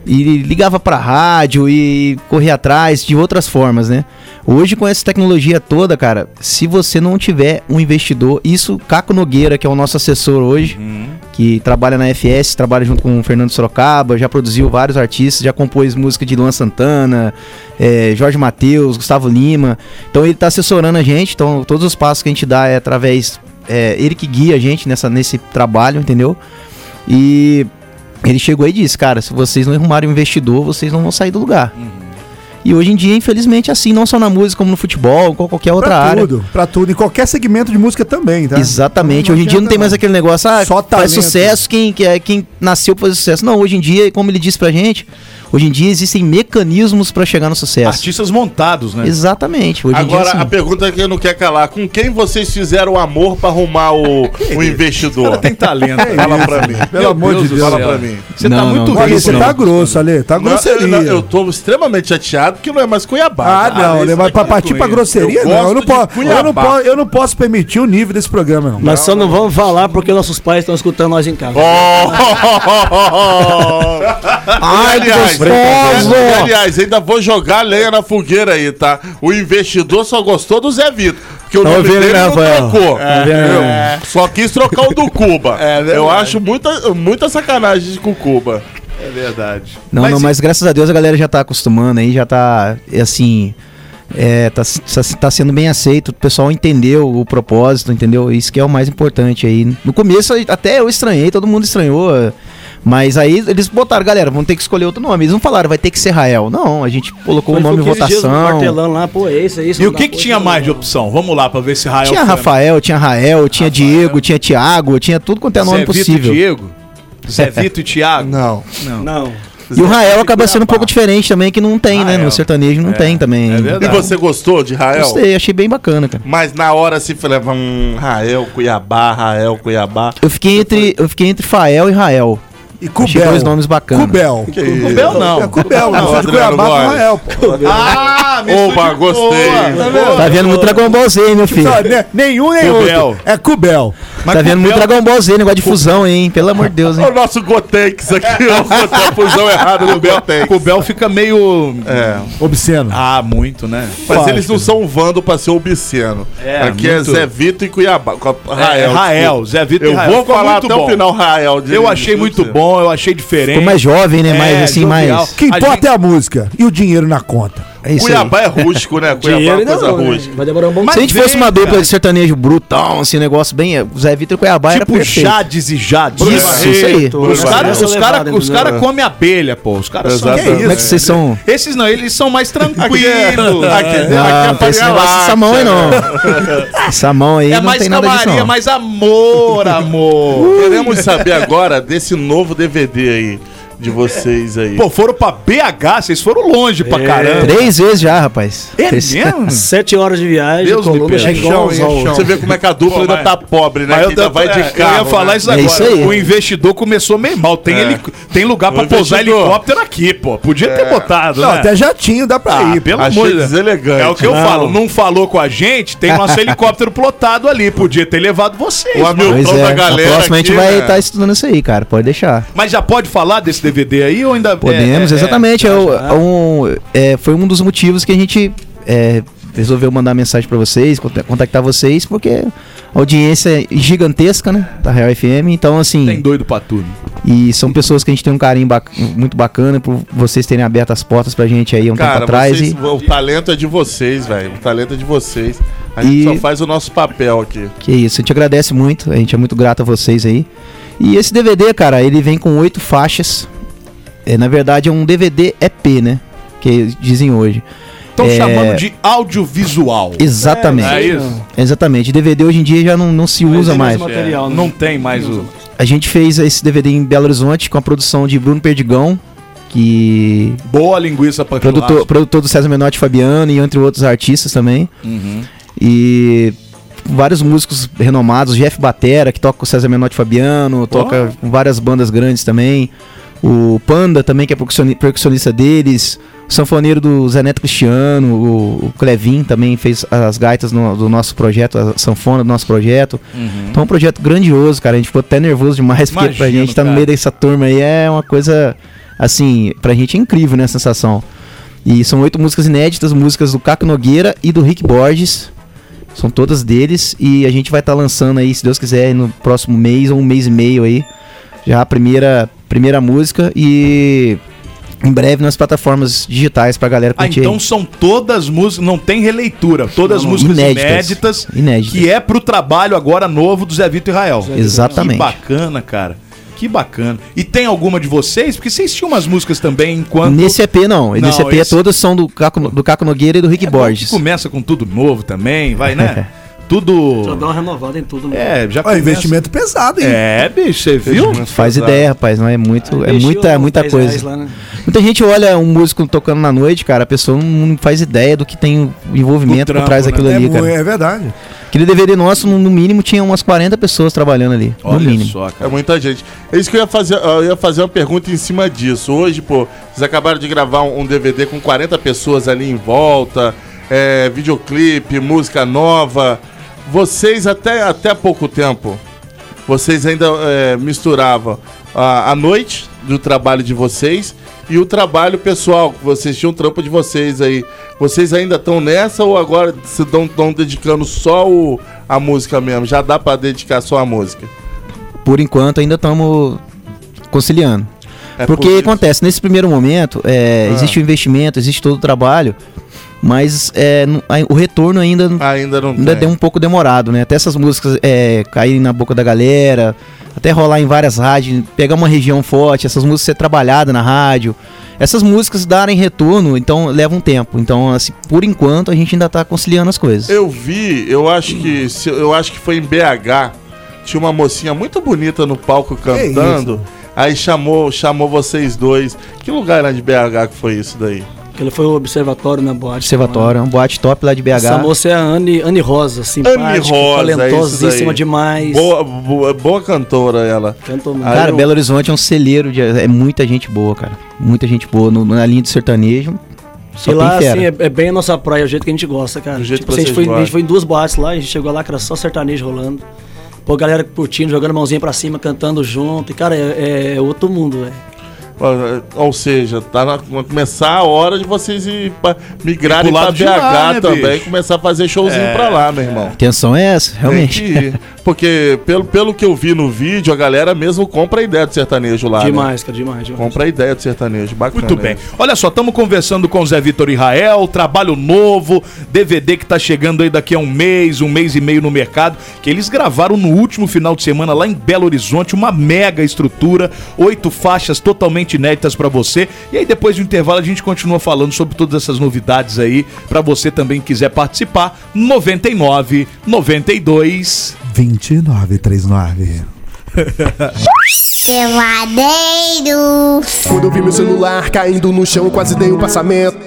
Speaker 10: e ligava pra rádio e corria atrás de outras formas, né? Hoje, com essa tecnologia toda, cara, se você não tiver um investidor, isso, Caco Nogueira, que é o nosso assessor hoje, que trabalha na FS, trabalha junto com o Fernando Sorocaba, já produziu vários artistas, já compôs música de Luan Santana, eh, Jorge Matheus, Gustavo Lima. Então ele tá assessorando a gente, então todos os passos que a gente dá é através. eh, ele que guia a gente nessa, nesse trabalho, entendeu? E ele chegou aí e disse, cara, se vocês não arrumarem um investidor, vocês não vão sair do lugar.
Speaker 2: Uhum.
Speaker 10: E hoje em dia, infelizmente, é assim, não só na música, como no futebol, como qualquer outra
Speaker 2: pra
Speaker 10: área.
Speaker 2: tudo, pra tudo. Em qualquer segmento de música também, tá?
Speaker 10: Exatamente. hoje em dia não tem mais aquele negócio, ah,
Speaker 2: Só
Speaker 10: faz
Speaker 2: talento.
Speaker 10: sucesso quem, que é- quem nasceu pra fazer sucesso. Não, hoje em dia, como ele disse pra gente, hoje em dia existem mecanismos pra chegar no sucesso.
Speaker 5: né? Artistas montados, né?
Speaker 10: Exatamente. Hoje
Speaker 4: Agora,
Speaker 10: em dia,
Speaker 4: a
Speaker 10: assim.
Speaker 4: pergunta que eu não quero calar: com quem vocês fizeram amor pra arrumar o, o investidor?
Speaker 5: Tem talento.
Speaker 4: Fala pra mim.
Speaker 2: Pelo
Speaker 4: Meu
Speaker 2: amor de
Speaker 4: do
Speaker 2: Deus.
Speaker 4: céu. Fala pra mim. Você tá muito
Speaker 2: Olha, você
Speaker 5: né?
Speaker 2: tá grosso, Ale. Tá
Speaker 4: Não, eu,
Speaker 2: grosseria.
Speaker 4: não, eu tô extremamente chateado que não é mais Cuiabá.
Speaker 2: Ah, não, né?
Speaker 4: é
Speaker 2: mas pra partir pra grosseria, não. Eu não, posso, eu, não posso, eu não posso permitir o nível desse programa, não.
Speaker 11: Nós só não vamos falar porque nossos pais estão escutando nós em casa.
Speaker 4: Oh! Ai, aliás,
Speaker 11: gostoso!
Speaker 4: e aliás, ainda vou jogar lenha na fogueira aí, tá? O investidor só gostou do Zé Vitor. Porque o
Speaker 12: Tá
Speaker 4: nome
Speaker 12: ouvindo,
Speaker 4: dele
Speaker 12: né,
Speaker 4: não
Speaker 12: Rafael?
Speaker 4: trocou.
Speaker 12: Tá ouvindo, né?
Speaker 4: Eu Só quis trocar o do Cuba. Eu acho muita, muita sacanagem com o Cuba. É verdade.
Speaker 10: Não, não, mas graças a Deus a galera já tá acostumando aí, já tá, é assim, é, tá, s- tá, s- tá sendo bem aceito, o pessoal entendeu o propósito, entendeu? Isso que é o mais importante aí. No começo até eu estranhei, todo mundo estranhou, mas aí eles botaram, galera, vamos ter que escolher outro nome. Eles não falaram, vai ter que ser Rael. Não, a gente colocou o nome em votação.
Speaker 11: Martelando lá, pô, é isso, é isso.
Speaker 5: E o que, que tinha mais de opção? Vamos lá pra ver se Rael
Speaker 10: Tinha
Speaker 5: foi-
Speaker 10: Rafael, tinha Rael, tinha Diego, tinha Tiago, tinha tudo quanto é nome
Speaker 5: Zé Vito e
Speaker 10: possível. É.
Speaker 5: Diego? Zé Vito e Thiago?
Speaker 2: Não.
Speaker 5: Não.
Speaker 10: E o Rael acaba sendo um pouco diferente também, que não tem, né? No sertanejo não
Speaker 4: É,
Speaker 10: tem também.
Speaker 4: E você gostou de Rael?
Speaker 10: Gostei, achei bem bacana, cara.
Speaker 4: Mas na hora se falei, hum, Rael, Cuiabá, Rael, Cuiabá.
Speaker 10: Eu fiquei entre, eu fiquei entre Fael e Rael. E Achei
Speaker 4: Cubel.
Speaker 10: dois nomes bacanas.
Speaker 2: Cubel.
Speaker 4: Que isso?
Speaker 10: Cubel não.
Speaker 2: É Cubel, não. Sou de
Speaker 4: Adriano
Speaker 2: Cuiabá com
Speaker 4: Góes.
Speaker 2: Rael, pô.
Speaker 4: Ah, Opa, gostei.
Speaker 10: Tá vendo muito Dragon Ball Z, hein, meu filho?
Speaker 2: Só, né? Nenhum nem
Speaker 10: Cubel.
Speaker 2: outro. É Cubel.
Speaker 10: tá vendo muito Dragon Ball Z, negócio de fusão, hein? Pelo amor de Deus, hein?
Speaker 4: O nosso Gotex aqui, ó, botou a fusão errada do Beltex.
Speaker 5: O Bel fica meio.
Speaker 2: Obsceno.
Speaker 5: Ah, muito, né?
Speaker 4: É. Mas eles não são um vando pra ser obsceno.
Speaker 5: É,
Speaker 4: Aqui
Speaker 5: muito.
Speaker 4: é Zé Vito e Cuiabá.
Speaker 5: É,
Speaker 4: Rael.
Speaker 5: Rael,
Speaker 4: desculpa.
Speaker 5: Zé Vito
Speaker 4: Eu
Speaker 5: e Rael.
Speaker 4: vou
Speaker 5: Ficou
Speaker 4: falar
Speaker 5: muito
Speaker 4: até o
Speaker 5: bom.
Speaker 4: final, Rael. de-
Speaker 5: Eu achei
Speaker 4: de-
Speaker 5: muito bom, eu achei diferente.
Speaker 10: Ficou mais jovem, né? Mais
Speaker 5: É,
Speaker 10: assim,
Speaker 5: jovial.
Speaker 10: mais.
Speaker 2: Que importa é a música e o dinheiro na conta.
Speaker 10: É isso aí.
Speaker 4: Cuiabá é rústico, né? Cuiabá é
Speaker 10: Dinheiro
Speaker 4: uma
Speaker 10: ainda
Speaker 4: coisa
Speaker 10: não, né?
Speaker 4: rústica.
Speaker 11: Vai demorar um bom
Speaker 10: Se a gente fosse uma dupla de sertanejo brutão, assim, negócio bem. o Zé Vitor e Cuiabá era
Speaker 5: Tipo
Speaker 10: perfeito.
Speaker 5: Jades e Jades. Tipo assim,
Speaker 10: Isso, isso aí.
Speaker 5: Os caras os cara,
Speaker 10: Levada,
Speaker 5: os cara
Speaker 10: né?
Speaker 5: comem abelha, pô. Os caras são.
Speaker 10: Exatamente. Como é que vocês são?
Speaker 5: Esses não, eles são mais tranquilos.
Speaker 4: é-
Speaker 5: é
Speaker 10: Não, não tem Ah, esse negócio de Samão aí não. Essa mão aí
Speaker 5: É
Speaker 10: não
Speaker 5: mais
Speaker 10: tem nada disso
Speaker 5: calmaria,
Speaker 10: não.
Speaker 5: mais amor, amor.
Speaker 4: Queremos saber agora desse novo DVD aí de vocês aí.
Speaker 5: Pô, foram pra BH, vocês foram longe pra
Speaker 4: É.
Speaker 5: caramba.
Speaker 10: Três vezes já, rapaz.
Speaker 5: É
Speaker 10: Três-
Speaker 5: mesmo?
Speaker 11: Sete horas de viagem,
Speaker 5: Deus me
Speaker 11: Colômbia
Speaker 5: perdoe.
Speaker 11: chega igual
Speaker 5: Chão,
Speaker 11: ao
Speaker 5: hein, chão.
Speaker 11: sol.
Speaker 4: Você vê como é que a dupla
Speaker 5: Pô,
Speaker 4: ainda
Speaker 5: mas-
Speaker 4: tá pobre, né?
Speaker 5: Mas
Speaker 4: Que ainda
Speaker 5: tô-
Speaker 4: vai
Speaker 5: é,
Speaker 4: de carro.
Speaker 5: eu ia falar
Speaker 4: né?
Speaker 5: isso
Speaker 10: É
Speaker 5: agora.
Speaker 10: isso aí.
Speaker 5: O investidor começou meio mal. Tem,
Speaker 4: É.
Speaker 5: helic- tem lugar pra
Speaker 4: O
Speaker 5: pousar
Speaker 4: investidor.
Speaker 5: helicóptero aqui, pô. Podia ter
Speaker 4: É.
Speaker 5: botado,
Speaker 2: Não,
Speaker 5: né?
Speaker 2: até jatinho dá pra
Speaker 5: Ah,
Speaker 2: ir.
Speaker 5: pelo
Speaker 4: Achei
Speaker 5: amor de
Speaker 4: deselegante.
Speaker 5: É o que eu
Speaker 4: Não.
Speaker 5: falo. Não falou com a gente, tem nosso helicóptero plotado ali. Podia ter levado vocês.
Speaker 4: O
Speaker 5: mano.
Speaker 4: Hamilton da
Speaker 10: Pois é, na
Speaker 4: galera
Speaker 10: próxima a gente
Speaker 4: aqui,
Speaker 10: vai
Speaker 4: né?
Speaker 10: estar estudando isso aí, cara. Pode deixar.
Speaker 5: Mas já pode falar desse DVD aí ou ainda...
Speaker 10: Podemos,
Speaker 5: é, é,
Speaker 10: exatamente. É, o- é um, é, foi um dos motivos que a gente é, resolveu mandar mensagem pra vocês, conta- contactar vocês, porque a audiência é gigantesca, né? Da Real FM. Então, assim.
Speaker 5: Tem doido pra tudo.
Speaker 10: E são pessoas que a gente tem um carinho bac- muito bacana por vocês terem aberto as portas pra gente aí há um tempo
Speaker 4: Cara,
Speaker 10: atrás.
Speaker 4: vocês-
Speaker 10: e-
Speaker 4: o talento é de vocês, velho. O talento é de vocês. A gente
Speaker 10: E-
Speaker 4: só faz o nosso papel aqui.
Speaker 10: Que isso, a gente agradece muito, a gente é muito grato a vocês aí. E esse DVD, cara, ele vem com oito faixas. É, na verdade, é um DVD EP, né? Que dizem hoje.
Speaker 5: Estão
Speaker 10: É,
Speaker 5: chamando Então de audiovisual.
Speaker 10: Exatamente.
Speaker 5: É, isso.
Speaker 10: Exatamente. DVD hoje em dia já não, não se usa mais.
Speaker 5: material, Não tem mais o.
Speaker 10: A gente fez esse DVD em Belo Horizonte com a produção de Bruno Perdigão, que.
Speaker 5: Boa linguiça pra
Speaker 10: Produtor,
Speaker 5: churrasco.
Speaker 10: produtor do César Menotti e Fabiano e entre outros artistas também.
Speaker 5: Uhum.
Speaker 10: E vários músicos renomados, Jeff Batera, que toca com o César Menotti e Fabiano, toca com várias bandas grandes também. O Panda também, que é percussioni- percussionista deles. O sanfoneiro do Zé Neto Cristiano, o, o Clevin também fez as gaitas no- do nosso projeto, a sanfona do nosso projeto.
Speaker 5: Uhum.
Speaker 10: Então é um projeto grandioso, cara. A gente ficou até nervoso demais, porque pra
Speaker 5: Imagino,
Speaker 10: gente estar no
Speaker 5: cara.
Speaker 10: meio dessa turma aí é uma coisa, assim, pra gente é incrível, né, a sensação. E são oito músicas inéditas, músicas do Caco Nogueira e do Rick Borges. São todas deles e a gente vai estar lançando aí, se Deus quiser, no próximo mês ou um mês e meio aí, já a primeira, primeira música e em breve nas plataformas digitais pra galera
Speaker 5: Ah,
Speaker 10: curtir.
Speaker 5: então
Speaker 10: aí.
Speaker 5: são todas músicas, não tem releitura, todas
Speaker 10: Não, não.
Speaker 5: músicas
Speaker 10: Inéditas.
Speaker 5: inéditas,
Speaker 10: Inéditas.
Speaker 5: que é pro trabalho agora novo do Zé Vito e Rael.
Speaker 10: Exatamente.
Speaker 5: Que bacana, cara. Que bacana. E tem alguma de vocês? Porque vocês tinham umas músicas também enquanto
Speaker 10: Nesse EP não, nesse é EP
Speaker 5: esse- É,
Speaker 10: todas são do Caco, do Caco Nogueira e do Rick Borges.
Speaker 5: começa com tudo novo também, vai, né? tudo
Speaker 11: Já dá uma renovada em tudo, né?
Speaker 5: É, já
Speaker 2: Ó, Ah, um investimento pesado, hein?
Speaker 5: É, bicho, você viu?
Speaker 10: Faz ideia, rapaz, não é muito,
Speaker 9: Ah,
Speaker 10: é
Speaker 11: mexeu
Speaker 10: muita,
Speaker 11: uns
Speaker 10: muita
Speaker 11: 10
Speaker 10: coisa.
Speaker 11: reais lá, né?
Speaker 10: Muita gente olha um músico tocando na noite, cara, a pessoa não faz ideia do que tem envolvimento por trás daquilo ali, cara.
Speaker 2: É verdade.
Speaker 10: Aquele DVD nosso, no no mínimo, tinha umas 40 pessoas trabalhando ali. no
Speaker 5: Olha
Speaker 10: mínimo.
Speaker 5: só, cara.
Speaker 4: É muita gente. É isso que eu ia fazer. Eu ia fazer uma pergunta em cima disso. Hoje, pô, vocês acabaram de gravar um, um DVD com 40 pessoas ali em volta, é, videoclipe, música nova. Vocês até até pouco tempo, vocês ainda é, misturavam a, a noite do trabalho de vocês e o trabalho pessoal. Vocês tinham um trampo de vocês aí. Vocês ainda estão nessa ou agora se estão dedicando só o- a música mesmo? Já dá pra dedicar só a música?
Speaker 10: Por enquanto, ainda estamos conciliando.
Speaker 4: É
Speaker 10: Porque
Speaker 4: possível.
Speaker 10: acontece, nesse primeiro momento, é,
Speaker 4: Ah.
Speaker 10: existe o investimento, existe todo o trabalho, mas é, não- aí o retorno ainda
Speaker 4: Ainda não
Speaker 10: ainda
Speaker 4: tem.
Speaker 10: deu um pouco demorado, né? Até essas músicas é, caírem na boca da galera, até rolar em várias rádios, pegar uma região forte, essas músicas ser trabalhadas na rádio. Essas músicas darem retorno, então leva um tempo. Então, assim, por enquanto, a gente ainda tá conciliando as coisas.
Speaker 4: Eu vi, eu acho que se- eu acho que foi em BH. Tinha uma mocinha muito bonita no palco cantando. Aí chamou, chamou vocês dois. Que lugar era de BH que foi isso daí?
Speaker 11: Aquele foi o observatório na boate.
Speaker 10: Observatório, é um boate top lá de BH.
Speaker 11: Essa moça é a Anne, Anne Rosa, simpática,
Speaker 4: Anne Rosa, é isso
Speaker 11: talentosíssima
Speaker 4: daí.
Speaker 11: demais.
Speaker 4: Boa, boa, boa cantora ela.
Speaker 11: Cantou muito.
Speaker 4: Aí
Speaker 10: Cara,
Speaker 4: eu-
Speaker 10: Belo Horizonte é um celeiro de. É muita gente boa, cara. Muita gente boa. No- na linha do sertanejo. Só
Speaker 11: E lá,
Speaker 10: tem
Speaker 11: assim,
Speaker 10: fera.
Speaker 11: é, é bem a nossa praia, o jeito que a gente gosta, cara.
Speaker 4: jeito
Speaker 11: Tipo,
Speaker 4: que
Speaker 11: assim, a, gente
Speaker 4: vocês
Speaker 11: foi, a gente
Speaker 4: gostam.
Speaker 11: foi em duas boates lá, a gente chegou lá, que era só sertanejo rolando. Pô, galera curtindo, jogando mãozinha pra cima, cantando junto. E, cara, é, é outro mundo, velho.
Speaker 4: Ou- Ou seja, tá na, vai começar a hora de vocês ir pra, migrarem
Speaker 5: E pro
Speaker 4: pra
Speaker 5: lado de
Speaker 4: BH
Speaker 5: lá, né,
Speaker 4: também
Speaker 5: bicho?
Speaker 4: e começar a fazer showzinho
Speaker 5: É.
Speaker 4: pra lá, meu irmão.
Speaker 10: Atenção é essa,
Speaker 4: Tem
Speaker 10: realmente.
Speaker 4: que ir. Porque, pelo, pelo que eu vi no vídeo, a galera mesmo compra a ideia do sertanejo lá. né?
Speaker 11: demais, cara, demais, demais.
Speaker 4: Compra a ideia do sertanejo, bacana. né?
Speaker 5: Muito bem. Olha só, estamos conversando com o Zé Vitor e Rael, trabalho novo, DVD que tá chegando aí daqui a um mês, um mês e meio no mercado, que eles gravaram no último final de semana lá em Belo Horizonte, uma mega estrutura, oito faixas totalmente inéditas pra você. E aí depois do intervalo a gente continua falando sobre todas essas novidades aí, pra você também que quiser participar. 99 92
Speaker 2: 2939.
Speaker 12: Peladeiros.
Speaker 13: Quando eu vi meu celular caindo no chão, quase dei um passamento.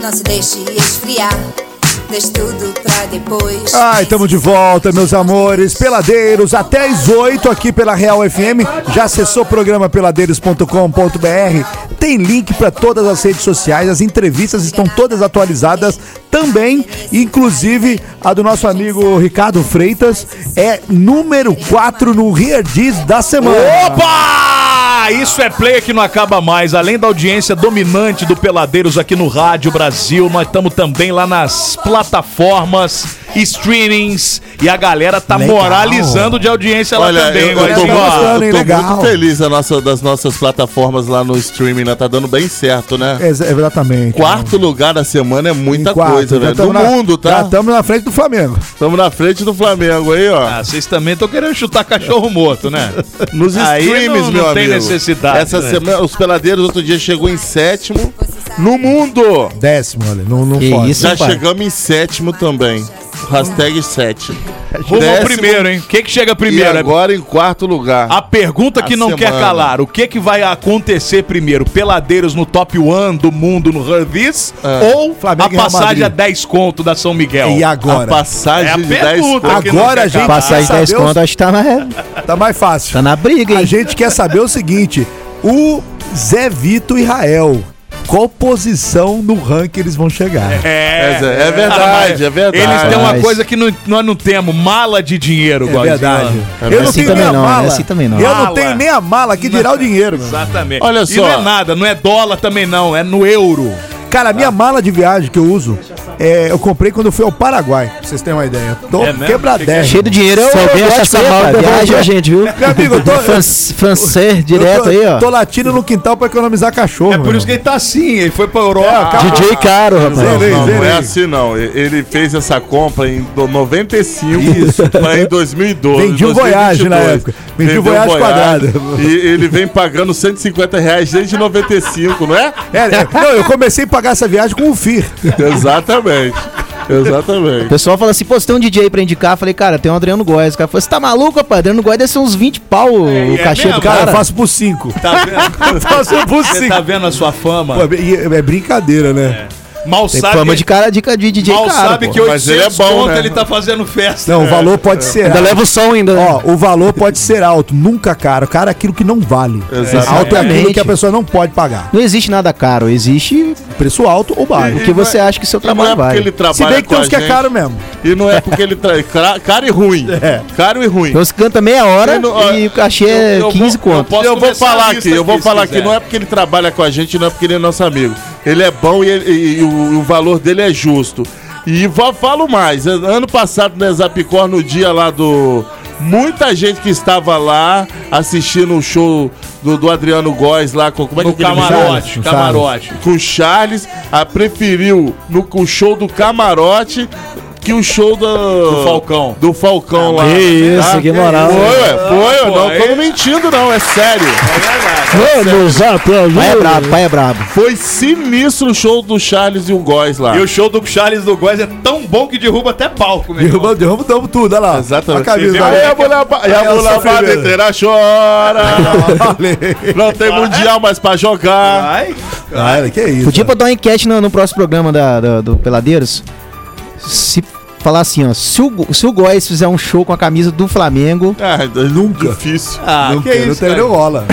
Speaker 2: Não se deixe esfriar. Deixe tudo pra depois. Ai, tamo de volta, meus amores. Peladeiros, até as 8 aqui pela Real FM. Já acessou o programa peladeiros.com.br. Tem link para todas as redes sociais. As entrevistas estão todas atualizadas também. Inclusive, a do nosso amigo Ricardo Freitas é número 4 no Rear Diz da semana.
Speaker 5: Opa! isso é play que não acaba mais. Além da audiência dominante do Peladeiros aqui no Rádio Brasil, nós estamos também lá nas plataformas, streamings e a galera tá legal. moralizando de audiência Olha, lá também.
Speaker 4: Eu, eu, eu tô,
Speaker 5: tá
Speaker 4: gostando, eu tô muito feliz da nossa, das nossas plataformas lá no streaming, né? Tá dando bem certo, né?
Speaker 2: exatamente.
Speaker 4: Quarto não. lugar da semana é muita quarto, coisa, velho. Do
Speaker 2: na,
Speaker 4: mundo, tá?
Speaker 2: estamos na frente do Flamengo.
Speaker 4: Estamos na frente do Flamengo aí, ó.
Speaker 5: Ah, vocês também estão querendo chutar cachorro morto, né?
Speaker 4: Nos streams,
Speaker 5: não,
Speaker 4: meu
Speaker 5: não
Speaker 4: amigo.
Speaker 5: necessidade.
Speaker 4: Essa né? semana, os peladeiros outro dia chegou em sétimo no mundo.
Speaker 2: Décimo, olha, não, não
Speaker 4: que pode. Isso, Já pai. chegamos em sétimo também. Hashtag 7.
Speaker 5: Rumo Décimo, primeiro, hein? O que, que chega primeiro?
Speaker 2: né?
Speaker 5: É
Speaker 4: agora em quarto lugar.
Speaker 5: A pergunta que a não semana. quer calar: o que, que vai acontecer primeiro? Peladeiros no top 1 do mundo no Hervis é. ou Flamengo a passagem a 10 conto da São Miguel?
Speaker 2: E agora? A
Speaker 4: passagem é a de 10 conto.
Speaker 2: Agora a gente.
Speaker 10: Passagem de 10 conto, acho que tá, na...
Speaker 2: tá mais fácil.
Speaker 10: Tá na briga, hein?
Speaker 2: A gente quer saber o seguinte: o Zé Vito e Rael qual posição no ranking eles vão chegar.
Speaker 4: É, é, é verdade, é verdade.
Speaker 5: Eles
Speaker 2: um
Speaker 5: têm uma coisa que não, nós não temos, mala de dinheiro,
Speaker 2: É verdade. É eu não
Speaker 10: assim
Speaker 2: tenho nem a
Speaker 10: não,
Speaker 2: mala.
Speaker 10: Assim também não.
Speaker 2: Eu não tenho nem a mala, que dirá o dinheiro.
Speaker 5: Exatamente.
Speaker 4: Olha só. E
Speaker 5: não é nada, não é dólar também não, é no euro.
Speaker 2: Cara, a minha mala de viagem que eu uso, é, eu comprei quando eu fui ao Paraguai, pra vocês terem uma ideia. Tô é quebradeira.
Speaker 10: Cheio de dinheiro, eu Soube achar essa mala de viagem, a gente, viu?
Speaker 2: Meu amigo, eu tô...
Speaker 10: Francês, francês direto
Speaker 2: tô,
Speaker 10: aí, ó.
Speaker 2: Tô latindo no quintal pra economizar cachorro. É
Speaker 5: por isso que ele tá assim, ele foi pra Europa.
Speaker 10: É, DJ caro, rapaz.
Speaker 4: Não, não, não, é assim, não. Ele fez essa compra em 95, isso. pra em 2012.
Speaker 2: Vendi o Voyage na época. Vendi o Voyage quadrado.
Speaker 4: E ele vem pagando 150 reais desde 95, não é?
Speaker 2: É, é não, eu comecei a pagar essa viagem com o FIR.
Speaker 4: Exatamente. Exatamente. O
Speaker 10: pessoal fala assim, pô, você tem um DJ pra indicar? Eu falei, cara, tem o um Adriano Góes. O cara falou, você tá maluco, rapaz? Adriano Góes deve ser uns 20 pau é, o cachê é mesmo, do cara. Cara,
Speaker 2: eu faço por 5.
Speaker 5: Tá vendo? faço por 5. Você tá vendo a sua fama?
Speaker 2: Pô, é, é brincadeira, né? É.
Speaker 5: Mal
Speaker 10: Tem
Speaker 5: sabe.
Speaker 10: Fama de cara de, de DJ
Speaker 5: mal
Speaker 10: cara,
Speaker 5: sabe
Speaker 10: pô.
Speaker 5: que 800 ele é bom, né? ele tá fazendo festa.
Speaker 2: Não, o valor pode é. ser.
Speaker 10: Ainda leva um. o som ainda.
Speaker 2: Ó, o valor pode ser alto, nunca caro. Cara, aquilo que não vale.
Speaker 4: Exatamente.
Speaker 2: Alto é aquilo que a pessoa não pode pagar.
Speaker 10: Não existe nada caro, existe
Speaker 2: preço alto ou baixo.
Speaker 10: O que você acha que
Speaker 2: Tá
Speaker 10: seu trabalho vale.
Speaker 4: É ele trabalha Se bem
Speaker 2: que tem uns que é caro mesmo.
Speaker 4: E não é porque ele traz caro e ruim. É. Caro e ruim.
Speaker 10: Então você canta meia hora não, e o cachê é 15 conto.
Speaker 4: Eu, vou falar aqui, eu vou falar aqui, não é porque ele trabalha com a gente, não é porque ele é nosso amigo. Ele é bom e, ele, e, e o, o, valor dele é justo. E vou, falo mais, ano passado na né, Zapicor, no dia lá do. Muita gente que estava lá assistindo o show do, do Adriano Góes lá com. Como é
Speaker 5: no
Speaker 4: que
Speaker 5: camarote, Charles, camarote.
Speaker 4: Com o Charles, a, preferiu no, o show do camarote que o show do,
Speaker 5: do Falcão.
Speaker 4: Do Falcão ah, lá.
Speaker 10: Que isso, tá? que moral.
Speaker 4: Foi, ué, foi, ah, não estamos mentindo, não, é sério.
Speaker 10: É verdade. Vamos aplaudir. Pai é brabo, pai é brabo.
Speaker 4: Foi sinistro o show do Charles e o Góes lá.
Speaker 5: E o show do Charles e do Góes é tão bom que derruba até palco,
Speaker 2: meu Derruba, derruba, derruba tudo, olha lá.
Speaker 4: Exatamente.
Speaker 2: A camisa.
Speaker 4: Aí a mulher, aí a mulher padetreira chora. não tem mundial mais pra jogar. Ai,
Speaker 2: cara, que isso.
Speaker 10: Podia botar uma enquete no, no próximo programa da, da, do Peladeiros? se falar assim, ó, se o, se o Góes fizer um show com a camisa do Flamengo.
Speaker 4: Ah, nunca. Difícil.
Speaker 2: Ah, nunca, que é isso, não, não rola.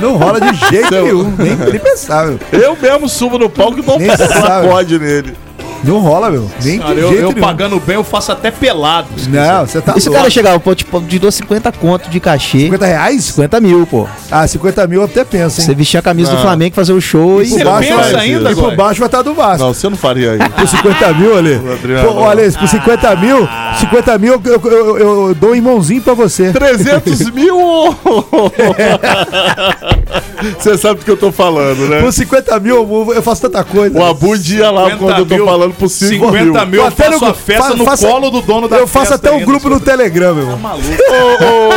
Speaker 2: Não rola de jeito nenhum, nem, nem pensar. Meu.
Speaker 4: Eu mesmo subo no palco e dou um sacode nele.
Speaker 2: Não rola, meu. Nem
Speaker 5: Cara,
Speaker 2: de
Speaker 5: eu,
Speaker 2: jeito
Speaker 5: eu
Speaker 2: nenhum.
Speaker 5: pagando bem, eu faço até pelado.
Speaker 2: Não, você
Speaker 4: Ah,
Speaker 2: tá
Speaker 10: E se o cara chegar, pô, tipo, te dou 50 conto de cachê.
Speaker 2: 50 reais?
Speaker 10: 50 mil, pô.
Speaker 2: Ah, 50 mil eu até penso, hein?
Speaker 10: Você vestir a camisa
Speaker 2: Ah.
Speaker 10: do Flamengo, fazer o show
Speaker 2: E
Speaker 10: e.
Speaker 2: por baixo vai- E por baixo vai estar do Vasco.
Speaker 4: Não, você não faria aí.
Speaker 2: Por 50 mil, Ale.
Speaker 4: Adriano.
Speaker 2: Pô, Ale, por 50 mil, 50 mil eu, eu- eu- eu dou um irmãozinho pra você.
Speaker 4: 300 mil! Você sabe do que eu tô falando, né?
Speaker 2: Por 50 mil eu- eu faço tanta coisa.
Speaker 4: O Abud ia lá quando eu tô falando pro 5
Speaker 5: 50 mil, eu
Speaker 2: Até
Speaker 5: faço
Speaker 2: no-
Speaker 5: a festa
Speaker 2: fa-
Speaker 5: no
Speaker 2: faça-
Speaker 5: colo do dono da
Speaker 2: Eu faço
Speaker 5: tá festa
Speaker 2: até um
Speaker 5: ainda,
Speaker 2: grupo
Speaker 5: seu
Speaker 2: no Telegram, meu irmão.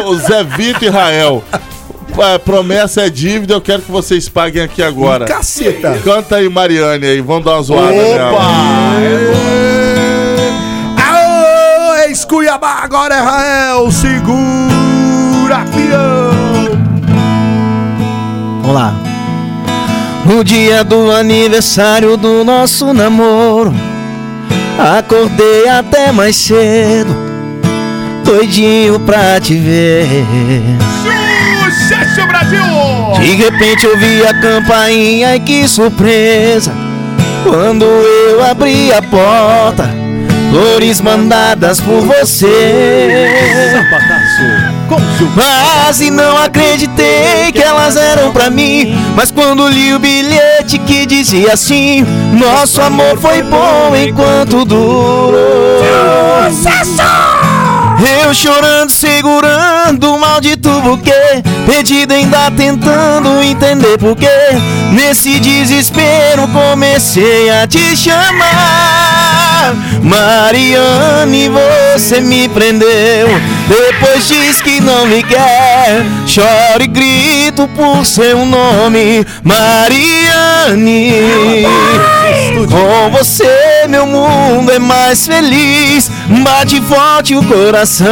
Speaker 4: ô, ô, Zé Vito e Rael. é, Promessa é dívida, eu quero que vocês paguem aqui agora.
Speaker 2: Caceta.
Speaker 4: Canta aí, Mariane, aí, vamos dar uma zoada nela.
Speaker 2: Aô, ex-Cuiabá, agora é Rael, segura, peão.
Speaker 10: Vamos lá. No dia do aniversário do nosso namoro, acordei até mais cedo, doidinho pra te ver.
Speaker 5: Sucesso, Brasil!
Speaker 10: De repente eu vi a campainha e que surpresa, quando eu abri a porta, flores mandadas por você. Quase não acreditei que elas eram pra mim. Mas quando li o bilhete que dizia assim: Nosso amor foi bom enquanto durou. Eu chorando, segurando o maldito buquê. Perdido ainda tentando entender porquê. Nesse desespero comecei a te chamar. Mariane, você me prendeu. Depois diz que não me quer. Choro e grito por seu nome, Mariane. Com você, meu mundo é mais feliz. Bate forte o coração.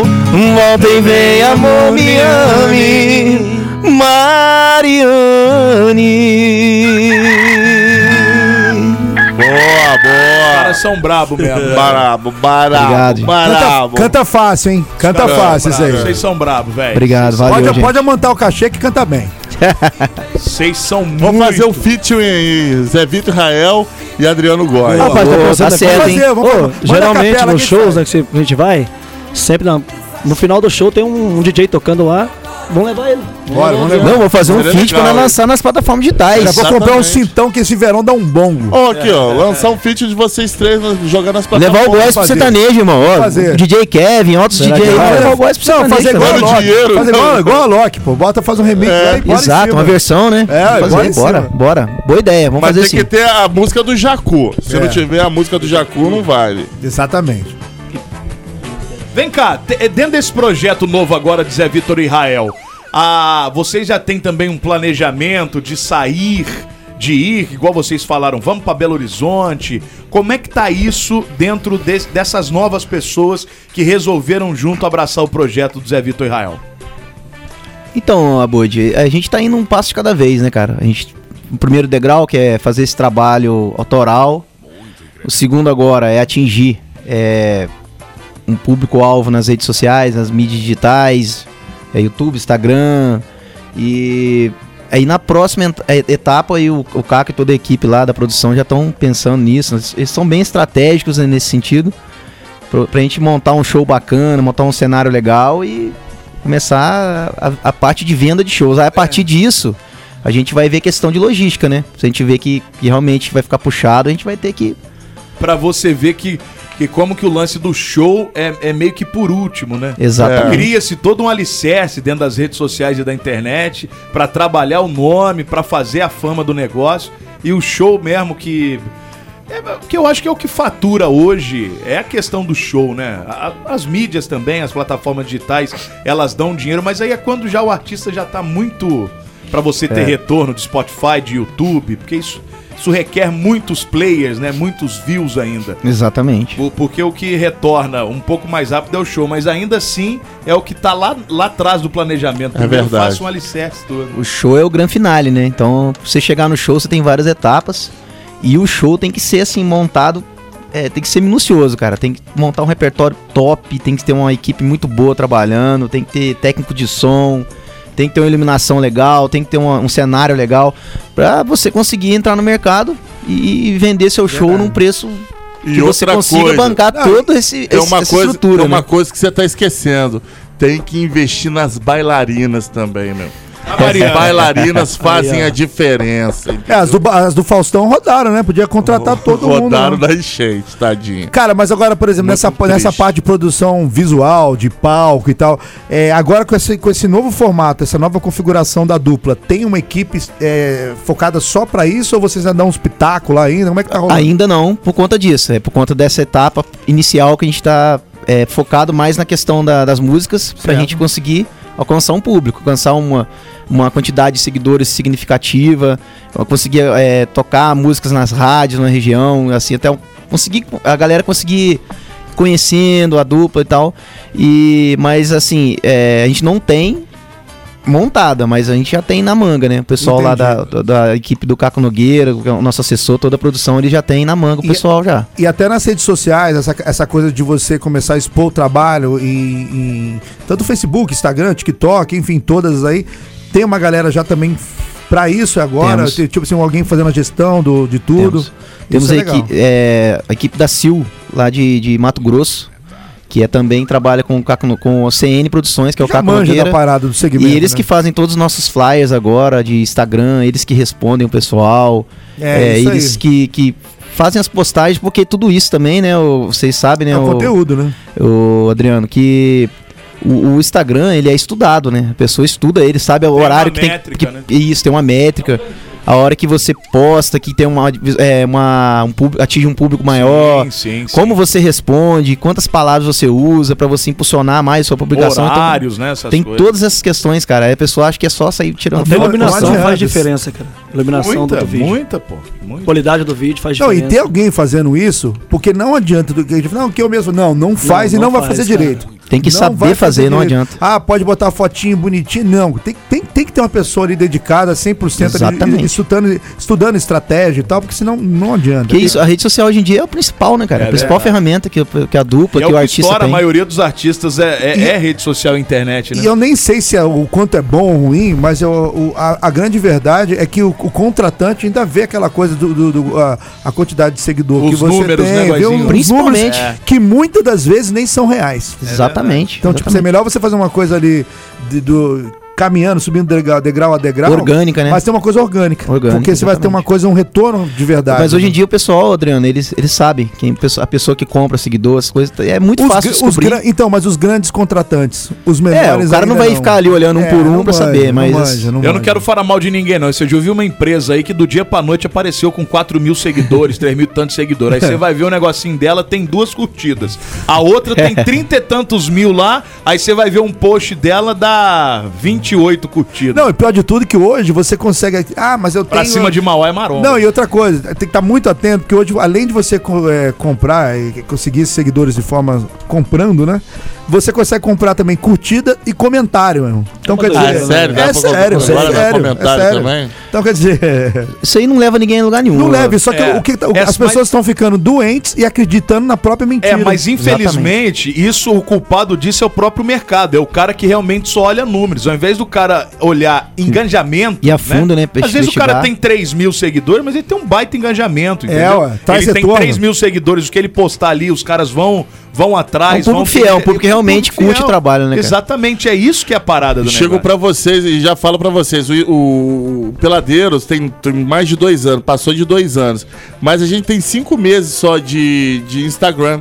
Speaker 10: Volta e vem, amor, me ame. Mariane.
Speaker 4: Boa, boa.
Speaker 5: caras são brabo mesmo.
Speaker 4: Barabo, barabo,
Speaker 10: Obrigado.
Speaker 4: barabo.
Speaker 2: Canta, canta fácil, hein? Canta
Speaker 5: Caramba,
Speaker 2: fácil isso aí.
Speaker 5: Vocês são brabo, velho.
Speaker 10: Obrigado, valeu,
Speaker 2: Pode,
Speaker 10: gente.
Speaker 2: pode aumentar o cachê que canta bem.
Speaker 5: Vocês são
Speaker 4: Vamos
Speaker 5: muito.
Speaker 4: fazer o featuring aí, Zé Vito e Rael e Adriano Góes.
Speaker 10: Ah,
Speaker 11: Ô,
Speaker 10: tá certo, hein?
Speaker 2: fazer, vamos fazer.
Speaker 11: Ô,
Speaker 2: Manda a
Speaker 11: geralmente
Speaker 2: capela,
Speaker 11: nos
Speaker 2: quem
Speaker 11: shows
Speaker 2: faz?
Speaker 11: né, que cê- que a gente vai, sempre na- no final do show tem um, um DJ tocando lá. Vamos levar ele.
Speaker 2: Bora, vamos levar.
Speaker 10: Não, vou fazer um
Speaker 4: Seria
Speaker 10: feat
Speaker 4: legal,
Speaker 10: pra
Speaker 4: hein?
Speaker 10: lançar nas plataformas
Speaker 2: Já
Speaker 10: digitais.
Speaker 2: vou comprar um
Speaker 4: Exatamente.
Speaker 2: cintão que esse verão dá um bongo.
Speaker 4: Ó, aqui, ó, lançar um feat de vocês três no- jogar nas
Speaker 10: Levar o
Speaker 4: plataformas.
Speaker 10: Góis pro sertanejo, irmão. Ó,
Speaker 2: Fazer.
Speaker 10: o DJ Kevin, outros DJ. aí,
Speaker 2: vai?
Speaker 10: Levar o Góis pro
Speaker 2: Não,
Speaker 10: sertanejo.
Speaker 2: fazer igual
Speaker 10: também.
Speaker 2: a
Speaker 4: Mano,
Speaker 2: Loki.
Speaker 4: dinheiro.
Speaker 2: Fazer igual, igual a Loki, pô. Bota, faz um remix lá e bora em
Speaker 10: Exato,
Speaker 2: cima.
Speaker 10: uma versão, né?
Speaker 2: É,
Speaker 10: Vamos
Speaker 2: bora
Speaker 10: fazer,
Speaker 2: em
Speaker 10: bora,
Speaker 2: cima.
Speaker 10: bora. Boa ideia, vamos
Speaker 4: Mas
Speaker 10: fazer
Speaker 4: tem
Speaker 10: assim.
Speaker 4: que ter a música do Jacu. Se
Speaker 2: É.
Speaker 4: não tiver a música do Jacu, não vale.
Speaker 2: Exatamente.
Speaker 5: Vem cá, te- é dentro desse projeto novo agora de Zé Vitor e Rael, ah, vocês já têm também um planejamento de sair, de ir, igual vocês falaram, vamos pra Belo Horizonte. Como é que tá isso dentro des- dessas novas pessoas que resolveram junto abraçar o projeto do Zé Vitor e Rael?
Speaker 10: Então, Abud, a gente tá indo um passo de cada vez, né, cara? A gente. O primeiro degrau que é fazer esse trabalho autoral. O segundo agora é atingir é, um público-alvo nas redes sociais, nas mídias digitais, é, YouTube, Instagram. E aí na próxima ent- é, etapa aí o, o Caco e toda a equipe lá da produção já estão pensando nisso. Eles- Eles são bem estratégicos né, nesse sentido. Pro- Pra gente montar um show bacana, montar um cenário legal e começar a, a parte de venda de shows. Aí a partir disso, a gente vai ver questão de logística, né? Se a gente ver que, que realmente vai ficar puxado, a gente vai ter que.
Speaker 5: Pra você ver que, que como que o lance do show é, é meio que por último, né?
Speaker 10: Exatamente.
Speaker 5: Cria-se todo um alicerce dentro das redes sociais e da internet pra trabalhar o nome, pra fazer a fama do negócio e o show mesmo que é, que eu acho que é o que fatura hoje é a questão do show, né? A- As mídias também, as plataformas digitais, elas dão dinheiro, mas aí é quando já o artista já tá muito pra você ter retorno de Spotify, de YouTube, porque isso isso requer muitos players, né? Muitos views ainda.
Speaker 10: Exatamente.
Speaker 5: Por- Porque o que retorna um pouco mais rápido é o show, mas ainda assim é o que tá lá, lá atrás do planejamento.
Speaker 4: É verdade.
Speaker 5: Faça um alicerce todo.
Speaker 10: O show é o grande finale, né? Então, pra você chegar no show, você tem várias etapas. E o show tem que ser assim, montado. é, tem que ser minucioso, cara. Tem que montar um repertório top, tem que ter uma equipe muito boa trabalhando, tem que ter técnico de som, tem que ter uma iluminação legal, tem que ter uma- um cenário legal pra você conseguir entrar no mercado e vender seu show num preço
Speaker 4: E
Speaker 10: que você
Speaker 4: outra
Speaker 10: consiga
Speaker 4: coisa.
Speaker 10: bancar
Speaker 4: Não,
Speaker 10: todo esse,
Speaker 4: é
Speaker 10: esse-
Speaker 4: uma
Speaker 10: essa
Speaker 4: coisa,
Speaker 10: estrutura.
Speaker 4: É uma
Speaker 10: né?
Speaker 4: coisa que você tá esquecendo. Tem que investir nas bailarinas também, meu.
Speaker 2: Mariana.
Speaker 4: As bailarinas fazem a
Speaker 2: Mariana.
Speaker 4: diferença.
Speaker 2: É, as do, as do Faustão rodaram, né? Podia contratar todo mundo.
Speaker 4: Oh, Rodaram
Speaker 2: né?
Speaker 4: da enchente, tadinho.
Speaker 2: Cara, mas agora, por exemplo, nessa, nessa parte de produção visual, de palco e tal, é, agora com esse, com esse novo formato, essa nova configuração da dupla, tem uma equipe é, focada só pra isso ou vocês ainda dão uns pitacos lá ainda? Como é que tá rolando?
Speaker 10: Ainda não, por conta disso. É por conta dessa etapa inicial que a gente está focado mais na questão da- das músicas para a gente conseguir alcançar um público, alcançar uma, uma quantidade de seguidores significativa, conseguir é, tocar músicas nas rádios, na região, assim, até um- conseguir a galera conseguir conhecendo a dupla e tal. E mas assim, é, a gente não tem montada, mas a gente já tem na manga, né? O pessoal lá da, da, da equipe do Caco Nogueira, que é o nosso assessor, toda a produção, ele já tem na manga o pessoal já.
Speaker 2: E até nas redes sociais, essa, essa coisa de você começar a expor o trabalho em, em tanto Facebook, Instagram, TikTok, enfim, todas aí. Tem uma galera já também pra isso agora,
Speaker 10: Temos.
Speaker 2: tipo assim, alguém fazendo a gestão do, de tudo. Isso
Speaker 10: Temos
Speaker 2: é
Speaker 10: a,
Speaker 2: legal.
Speaker 10: equi- é, a equipe da Sil, lá de, de Mato Grosso, que é também trabalha com, o Caco No- com o CN Produções, que é o
Speaker 2: Já
Speaker 10: Caco
Speaker 2: manja da
Speaker 10: Nogueira.
Speaker 2: parada do segmento,
Speaker 10: E eles
Speaker 2: né?
Speaker 10: que fazem todos os nossos flyers agora de Instagram, eles que respondem o pessoal.
Speaker 2: É,
Speaker 10: É,
Speaker 2: isso aí.
Speaker 10: eles que, que fazem as postagens, porque tudo isso também, né? o- vocês sabem, né?
Speaker 2: É o
Speaker 10: o-
Speaker 2: conteúdo, né?
Speaker 10: o Adriano, que o, o Instagram ele é estudado, né? A pessoa estuda ele, sabe o horário que tem.
Speaker 5: métrica,
Speaker 10: Que,
Speaker 5: né?
Speaker 10: Isso, tem uma métrica. A hora que você posta, que tem uma, é, uma um público, atinge um público maior.
Speaker 5: sim, sim.
Speaker 10: Como você responde, quantas palavras você usa pra você impulsionar mais sua publicação. Então,
Speaker 5: Horários, né, essas
Speaker 10: tem
Speaker 5: coisas.
Speaker 10: todas essas questões, cara. Aí a pessoa acha que é só sair tirando
Speaker 11: Até a
Speaker 10: foto.
Speaker 11: iluminação
Speaker 10: Não
Speaker 11: faz
Speaker 10: adianta.
Speaker 11: diferença, cara. A Iluminação
Speaker 10: Muita,
Speaker 11: do vídeo.
Speaker 10: muita,
Speaker 5: pô.
Speaker 11: Qualidade do vídeo faz
Speaker 2: Não,
Speaker 11: diferença.
Speaker 2: e ter alguém fazendo isso, porque não adianta do que a gente fala, não, que eu mesmo. Não, não faz e
Speaker 11: não
Speaker 2: não, vai
Speaker 11: faz,
Speaker 2: fazer
Speaker 11: cara.
Speaker 2: direito.
Speaker 10: Tem que
Speaker 2: Não
Speaker 10: saber
Speaker 2: vai
Speaker 10: fazer, não
Speaker 2: direito.
Speaker 10: adianta.
Speaker 2: Ah, pode botar fotinho bonitinho. Não, tem, tem, tem que ter uma pessoa ali dedicada 100%
Speaker 10: Exatamente.
Speaker 2: ali, estudando, estudando estratégia e tal, porque senão não adianta.
Speaker 10: Que isso, a rede social hoje em dia é o principal, né, cara?
Speaker 5: É
Speaker 10: a principal
Speaker 5: verdade.
Speaker 10: ferramenta que, que a dupla,
Speaker 5: E é
Speaker 10: que
Speaker 5: o
Speaker 10: o
Speaker 5: que
Speaker 10: artista
Speaker 5: estoura, a
Speaker 10: tem.
Speaker 5: maioria dos artistas é, é- é rede social e internet, né?
Speaker 2: E eu nem sei se é o quanto é bom ou ruim, mas eu- o- a, a grande verdade é que o, o contratante ainda vê aquela coisa do, do- do- a, a quantidade de seguidor
Speaker 5: Os
Speaker 2: que você
Speaker 5: números,
Speaker 2: tem,
Speaker 5: né,
Speaker 2: vê
Speaker 5: Guazinho?
Speaker 2: uns números
Speaker 5: Principalmente. É.
Speaker 2: que muitas das vezes nem são reais.
Speaker 5: né?
Speaker 10: Exatamente.
Speaker 2: Então, tipo, é melhor você fazer uma coisa ali de- do caminhando, subindo degrau, degrau a degrau.
Speaker 10: Orgânica, né?
Speaker 2: Mas tem uma coisa orgânica,
Speaker 10: Orgânica,
Speaker 2: porque você vai ter uma coisa um retorno de verdade.
Speaker 10: Mas hoje em
Speaker 2: né?
Speaker 10: dia o pessoal, Adriano, eles, eles sabem. Quem, a pessoa que compra seguidor, as coisas. É muito
Speaker 2: Os gra-
Speaker 10: fácil
Speaker 2: os
Speaker 10: descobrir.
Speaker 2: gran- então, mas os grandes contratantes, os
Speaker 10: É,
Speaker 2: menores
Speaker 10: o cara não
Speaker 2: ainda
Speaker 10: vai ficar ali olhando um
Speaker 2: É,
Speaker 10: por um
Speaker 2: não
Speaker 10: pra
Speaker 2: manja,
Speaker 10: saber,
Speaker 2: não
Speaker 10: mas.
Speaker 2: manja,
Speaker 5: eu não quero falar mal de ninguém, não. Você já ouviu uma empresa aí que do dia pra noite apareceu com 4 mil seguidores, 3 mil e tantos seguidores. Aí você vai ver o negocinho dela, tem duas curtidas. A outra tem
Speaker 2: É.
Speaker 5: 30 e tantos mil lá, aí você vai ver um post dela, dá 28 curtidas.
Speaker 2: Não, e pior de tudo que hoje você consegue. Ah, mas eu
Speaker 5: Pra
Speaker 2: tenho.
Speaker 5: cima de Mauá é maromba.
Speaker 2: Não, e outra coisa, tem que estar muito atento, porque hoje, além de você co- eh, comprar e conseguir esses seguidores de forma comprando, né? Você consegue comprar também curtida e comentário, meu irmão. Então quer dizer.
Speaker 4: Ah, é sério, dá
Speaker 2: é
Speaker 4: pra comprar-
Speaker 2: sério, é
Speaker 4: agora
Speaker 2: sério,
Speaker 4: dá
Speaker 2: é
Speaker 4: comentário
Speaker 2: sério.
Speaker 4: também?
Speaker 2: Então quer dizer.
Speaker 10: Isso aí não leva ninguém a lugar nenhum.
Speaker 2: Não leve, só que
Speaker 5: É.
Speaker 2: o que tá- o-
Speaker 5: É,
Speaker 2: as
Speaker 5: mas-
Speaker 2: pessoas estão ficando doentes e acreditando na própria mentira.
Speaker 5: É, mas infelizmente, isso o culpado disso é o próprio mercado. É o cara que realmente só olha números. Ao invés do cara olhar engajamento.
Speaker 10: E a fundo, né, pra
Speaker 5: Às vezes o
Speaker 10: investigar.
Speaker 5: cara tem 3 mil seguidores, mas ele tem um baita engajamento.
Speaker 2: É,
Speaker 5: Entendeu?
Speaker 2: ué,
Speaker 10: tá
Speaker 2: traz
Speaker 5: ele tem
Speaker 2: retorno.
Speaker 5: 3 mil seguidores, o que ele postar ali, os caras vão, vão atrás.
Speaker 10: É um público
Speaker 5: vão
Speaker 10: fiel, um público que
Speaker 5: É um
Speaker 10: realmente curte o trabalho, né, cara?
Speaker 5: Exatamente, é isso que é a parada do
Speaker 4: Chego
Speaker 5: negócio.
Speaker 4: pra vocês e já falo pra vocês, o, o Peladeiros tem, tem mais de dois anos, passou de dois anos, mas a gente tem cinco meses só de, de Instagram.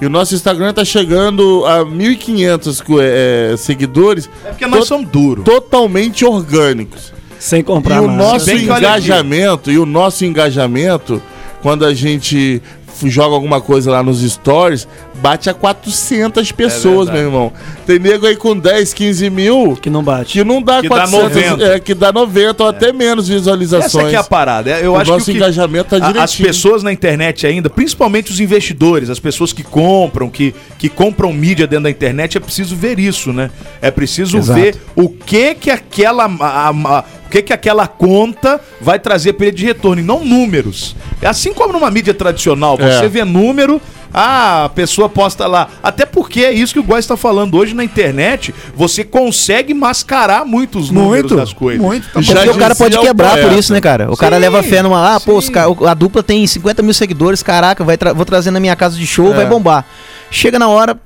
Speaker 4: E o nosso Instagram tá chegando a 1.500 co- é, é, seguidores. É
Speaker 5: porque nós somos duros.
Speaker 4: Totalmente orgânicos.
Speaker 11: Sem comprar
Speaker 4: E o
Speaker 11: nada.
Speaker 4: nosso
Speaker 11: Bem que olha aqui.
Speaker 4: engajamento, e o nosso engajamento, quando a gente f- joga alguma coisa lá nos stories, bate a 400 pessoas,
Speaker 5: verdade.
Speaker 4: meu irmão. Tem nego aí com 10, 15 mil...
Speaker 11: Que não bate.
Speaker 4: Que não dá
Speaker 5: Que dá
Speaker 4: 400,
Speaker 5: 90.
Speaker 4: é, que dá 90 ou até menos
Speaker 5: Essa
Speaker 4: visualizações.
Speaker 5: que é a parada. Eu
Speaker 4: o
Speaker 5: acho
Speaker 4: nosso
Speaker 5: que o que
Speaker 4: engajamento tá
Speaker 5: a-
Speaker 4: direitinho.
Speaker 5: As pessoas na internet ainda, principalmente os investidores, as pessoas que compram, que, que compram mídia dentro da internet, é preciso ver isso, né? É preciso
Speaker 10: Exato.
Speaker 5: ver o que que aquela a- a- o que que aquela conta vai trazer para ele de retorno, e não números. É assim como numa mídia tradicional, você
Speaker 4: É.
Speaker 5: vê número Ah, a pessoa posta lá. Até porque é isso que o Góis está falando hoje na internet. Você consegue mascarar muito os números
Speaker 2: Muito,
Speaker 5: das coisas.
Speaker 2: muito. Então,
Speaker 5: Já
Speaker 10: Porque o cara
Speaker 5: dizia
Speaker 10: pode
Speaker 5: o
Speaker 10: quebrar por
Speaker 5: poeta.
Speaker 10: isso, né, cara? O cara
Speaker 5: Sim,
Speaker 10: leva fé numa. Ah, pô, os ca- a dupla tem 50 mil seguidores, caraca, vai tra- vou trazer na minha casa de show,
Speaker 5: É.
Speaker 10: vai bombar. Chega na hora,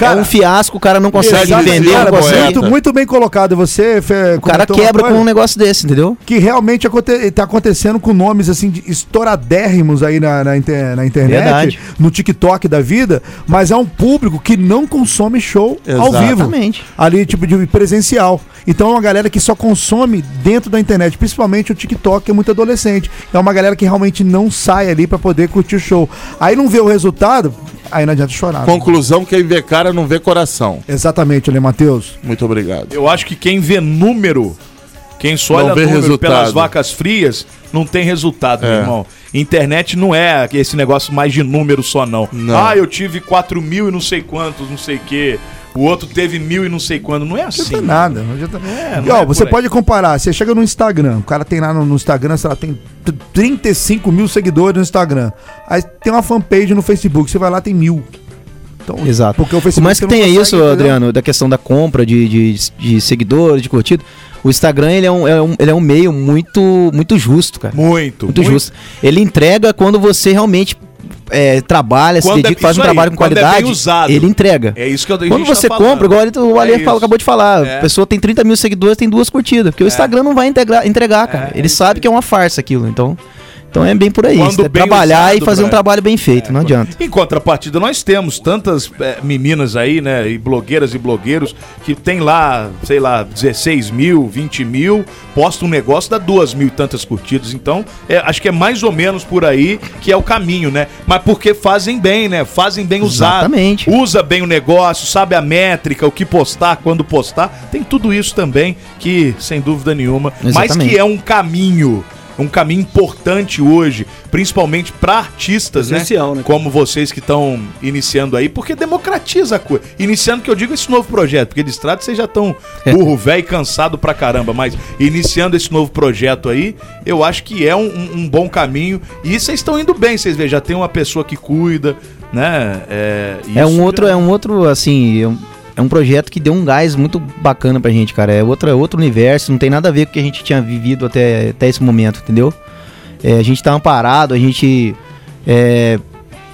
Speaker 10: é um fiasco, o cara não consegue
Speaker 2: Exato,
Speaker 10: entender,
Speaker 2: cara,
Speaker 10: não consegue.
Speaker 5: é.
Speaker 2: muito, Então, muito bem colocado. Você Fê,
Speaker 10: O cara
Speaker 2: comentou uma
Speaker 10: quebra com
Speaker 2: coisa
Speaker 10: um negócio desse, entendeu?
Speaker 2: que realmente aconte tá acontecendo com nomes assim de estouradérrimos aí na, na inter- na internet,
Speaker 10: Verdade.
Speaker 2: no TikTok da vida, mas é um público que não consome show ao vivo.
Speaker 10: Exatamente.
Speaker 2: Ali, tipo, de presencial. Então é uma galera que só consome dentro da internet, principalmente o TikTok, que é muito adolescente. É uma galera que realmente não sai ali pra poder curtir o show. Aí não vê o resultado, aí não adianta chorar. né?
Speaker 4: Conclusão: quem vê cara não vê coração.
Speaker 2: Exatamente, Lê Matheus.
Speaker 4: Muito obrigado.
Speaker 5: Eu acho que quem vê número, quem só
Speaker 4: Não
Speaker 5: olha
Speaker 4: vê
Speaker 5: número pelas
Speaker 4: resultado.
Speaker 5: vacas frias, não tem resultado, meu
Speaker 4: É.
Speaker 5: irmão. Internet não é esse negócio mais de número só, não. Ah, eu tive 4 mil e não sei quantos, não sei o quê. O outro teve mil e não sei quanto. Não é assim.
Speaker 2: Não nada. Não adianta...
Speaker 5: não
Speaker 2: E, ó,
Speaker 5: é por
Speaker 2: você
Speaker 5: aí.
Speaker 2: pode comparar. Você chega no Instagram. O cara tem lá no, no Instagram, sei lá, tem t- 35 mil seguidores no Instagram. Aí tem uma fanpage no Facebook. Você vai lá, tem mil. Então,
Speaker 10: Exato.
Speaker 2: Porque o
Speaker 10: Por
Speaker 2: Facebook
Speaker 10: mais que
Speaker 2: não
Speaker 10: tenha
Speaker 2: consegue,
Speaker 10: isso,
Speaker 2: entendeu?
Speaker 10: Adriano, da questão da compra de, de, de seguidores, de curtido, o Instagram ele é um, é um- ele é um meio muito, muito justo, cara.
Speaker 5: Muito.
Speaker 10: Muito justo. Ele entrega quando você realmente é, trabalha,
Speaker 5: Quando é-
Speaker 10: se dedica, faz um
Speaker 5: isso aí,
Speaker 10: trabalho com
Speaker 5: quando é bem
Speaker 10: qualidade,
Speaker 5: usado.
Speaker 10: ele entrega.
Speaker 5: É isso que eu a
Speaker 10: Quando
Speaker 5: gente tá
Speaker 10: você
Speaker 5: falando.
Speaker 10: compra, igual ele- o Ale
Speaker 5: isso.
Speaker 10: fala- acabou de falar,
Speaker 5: É.
Speaker 10: a pessoa tem 30 mil seguidores, tem duas curtidas, porque o Instagram não vai integrar, entregar, cara. ele sabe que é uma farsa aquilo, então... Então é bem por aí,
Speaker 5: Quando
Speaker 10: você tem que
Speaker 5: bem
Speaker 10: trabalhar
Speaker 5: usado, é.
Speaker 10: e fazer um
Speaker 5: Brian.
Speaker 10: trabalho bem feito, não adianta.
Speaker 5: Em contrapartida, nós temos tantas eh, meninas aí, né? E blogueiras e blogueiros que tem lá, sei lá, 16 mil, 20 mil, posta um negócio, dá duas mil e tantas curtidas. Então, é, acho que é mais ou menos por aí que é o caminho, né? Mas porque fazem bem, né? Fazem bem usado.
Speaker 10: Exatamente.
Speaker 5: Usa bem o negócio, sabe a métrica, o que postar, quando postar. Tem tudo isso também que, sem dúvida nenhuma, mas
Speaker 10: Exatamente.
Speaker 5: que é um caminho. Um caminho importante hoje, principalmente para artistas, né?
Speaker 11: Essencial, né?
Speaker 5: Como vocês que estão iniciando aí, porque democratiza a coisa. Iniciando que eu digo esse novo projeto, porque de estrada vocês já estão burro, velho e cansado pra caramba, mas iniciando esse novo projeto aí, eu acho que é um, um- um bom caminho. E vocês estão indo bem, vocês veem, já tem uma pessoa que cuida, né? É,
Speaker 10: É
Speaker 5: isso
Speaker 10: um outro, é um outro, assim, é um, é um projeto que deu um gás muito bacana pra gente, cara. É outra, outro universo, não tem nada a ver com o que a gente tinha vivido até, até esse momento, entendeu? É, a gente tá amparado, a gente. é,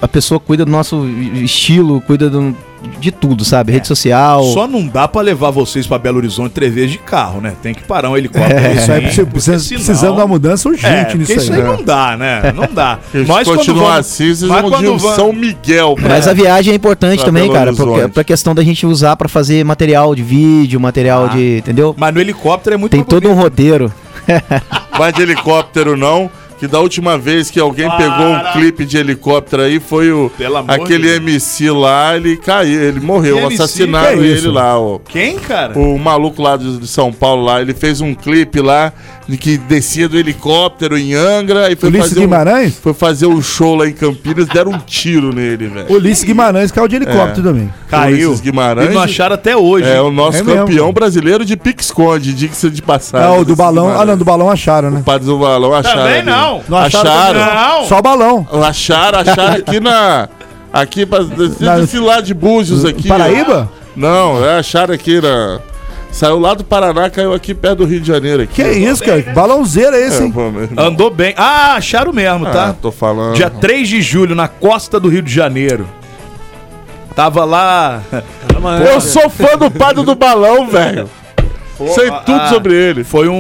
Speaker 10: a pessoa cuida do nosso estilo, cuida do- de tudo, sabe? Rede social.
Speaker 5: Só não dá pra levar vocês pra Belo Horizonte três vezes de carro, né? Tem que parar um helicóptero.
Speaker 2: É, isso aí precisa-
Speaker 5: porque
Speaker 2: precisa-
Speaker 5: senão-
Speaker 2: precisando da mudança urgente
Speaker 5: É, porque
Speaker 2: nisso aí.
Speaker 5: isso aí não dá, né? Não dá.
Speaker 4: Se continuar assim, vocês
Speaker 5: mas
Speaker 4: vão de
Speaker 5: quando
Speaker 4: um
Speaker 5: vamos-
Speaker 4: São Miguel. pra-
Speaker 10: Mas a viagem é importante
Speaker 4: pra
Speaker 10: também,
Speaker 4: Belo
Speaker 10: cara, pra,
Speaker 4: Horizonte.
Speaker 10: pra questão da gente usar pra fazer material de vídeo, material
Speaker 5: Ah.
Speaker 10: de. Entendeu?
Speaker 5: Mas no helicóptero é muito
Speaker 10: Tem todo um roteiro.
Speaker 4: Vai de helicóptero não, que da última vez que alguém pegou um clipe de helicóptero aí foi o
Speaker 5: Pelo amor
Speaker 4: aquele
Speaker 5: de
Speaker 4: MC lá, ele caiu, ele morreu,
Speaker 5: Que MC?
Speaker 4: assassinaram
Speaker 5: Que
Speaker 4: ele
Speaker 5: isso?
Speaker 4: lá, ó.
Speaker 5: Quem, cara?
Speaker 4: um O maluco lá de de São Paulo lá, ele fez um clipe lá de que descia do helicóptero em Angra e foi
Speaker 2: Ulisses
Speaker 4: fazer um-
Speaker 2: Guimarães?
Speaker 4: foi fazer um show lá em Campinas, deram um tiro nele, velho.
Speaker 2: Ulisses Guimarães caiu de helicóptero
Speaker 4: É.
Speaker 2: também.
Speaker 5: Caiu.
Speaker 4: Ulisses Guimarães.
Speaker 5: E não acharam até hoje.
Speaker 4: É o nosso
Speaker 2: É mesmo.
Speaker 4: campeão brasileiro de pique-esconde, diga-se de passagem.
Speaker 2: Não, o do
Speaker 4: Ulisses
Speaker 2: balão. Ah,
Speaker 4: Guimarães.
Speaker 2: não, do balão acharam, né?
Speaker 4: Padres do balão acharam.
Speaker 5: Também
Speaker 4: ali.
Speaker 5: não.
Speaker 2: Não acharam
Speaker 4: acharam.
Speaker 2: também,
Speaker 5: Não.
Speaker 2: Só balão.
Speaker 4: Acharam, acharam aqui na. Aqui pra. desse-
Speaker 2: Na-
Speaker 4: desse lado de Búzios aqui.
Speaker 2: Paraíba?
Speaker 4: ó. Não, é, acharam aqui na. Saiu lá do Paraná, caiu aqui perto do Rio de Janeiro. Aqui.
Speaker 2: Que é isso, cara? Balãozeiro é esse,
Speaker 4: É,
Speaker 2: hein?
Speaker 4: pô, meu irmão.
Speaker 5: Andou bem. Ah, acharam mesmo,
Speaker 4: Ah,
Speaker 5: tá?
Speaker 4: tô falando.
Speaker 5: Dia 3 de julho, na costa do Rio de Janeiro. Tava lá.
Speaker 4: Eu sou fã do Padre do Balão, velho. Sei tudo
Speaker 5: ah.
Speaker 4: sobre ele.
Speaker 5: Foi um,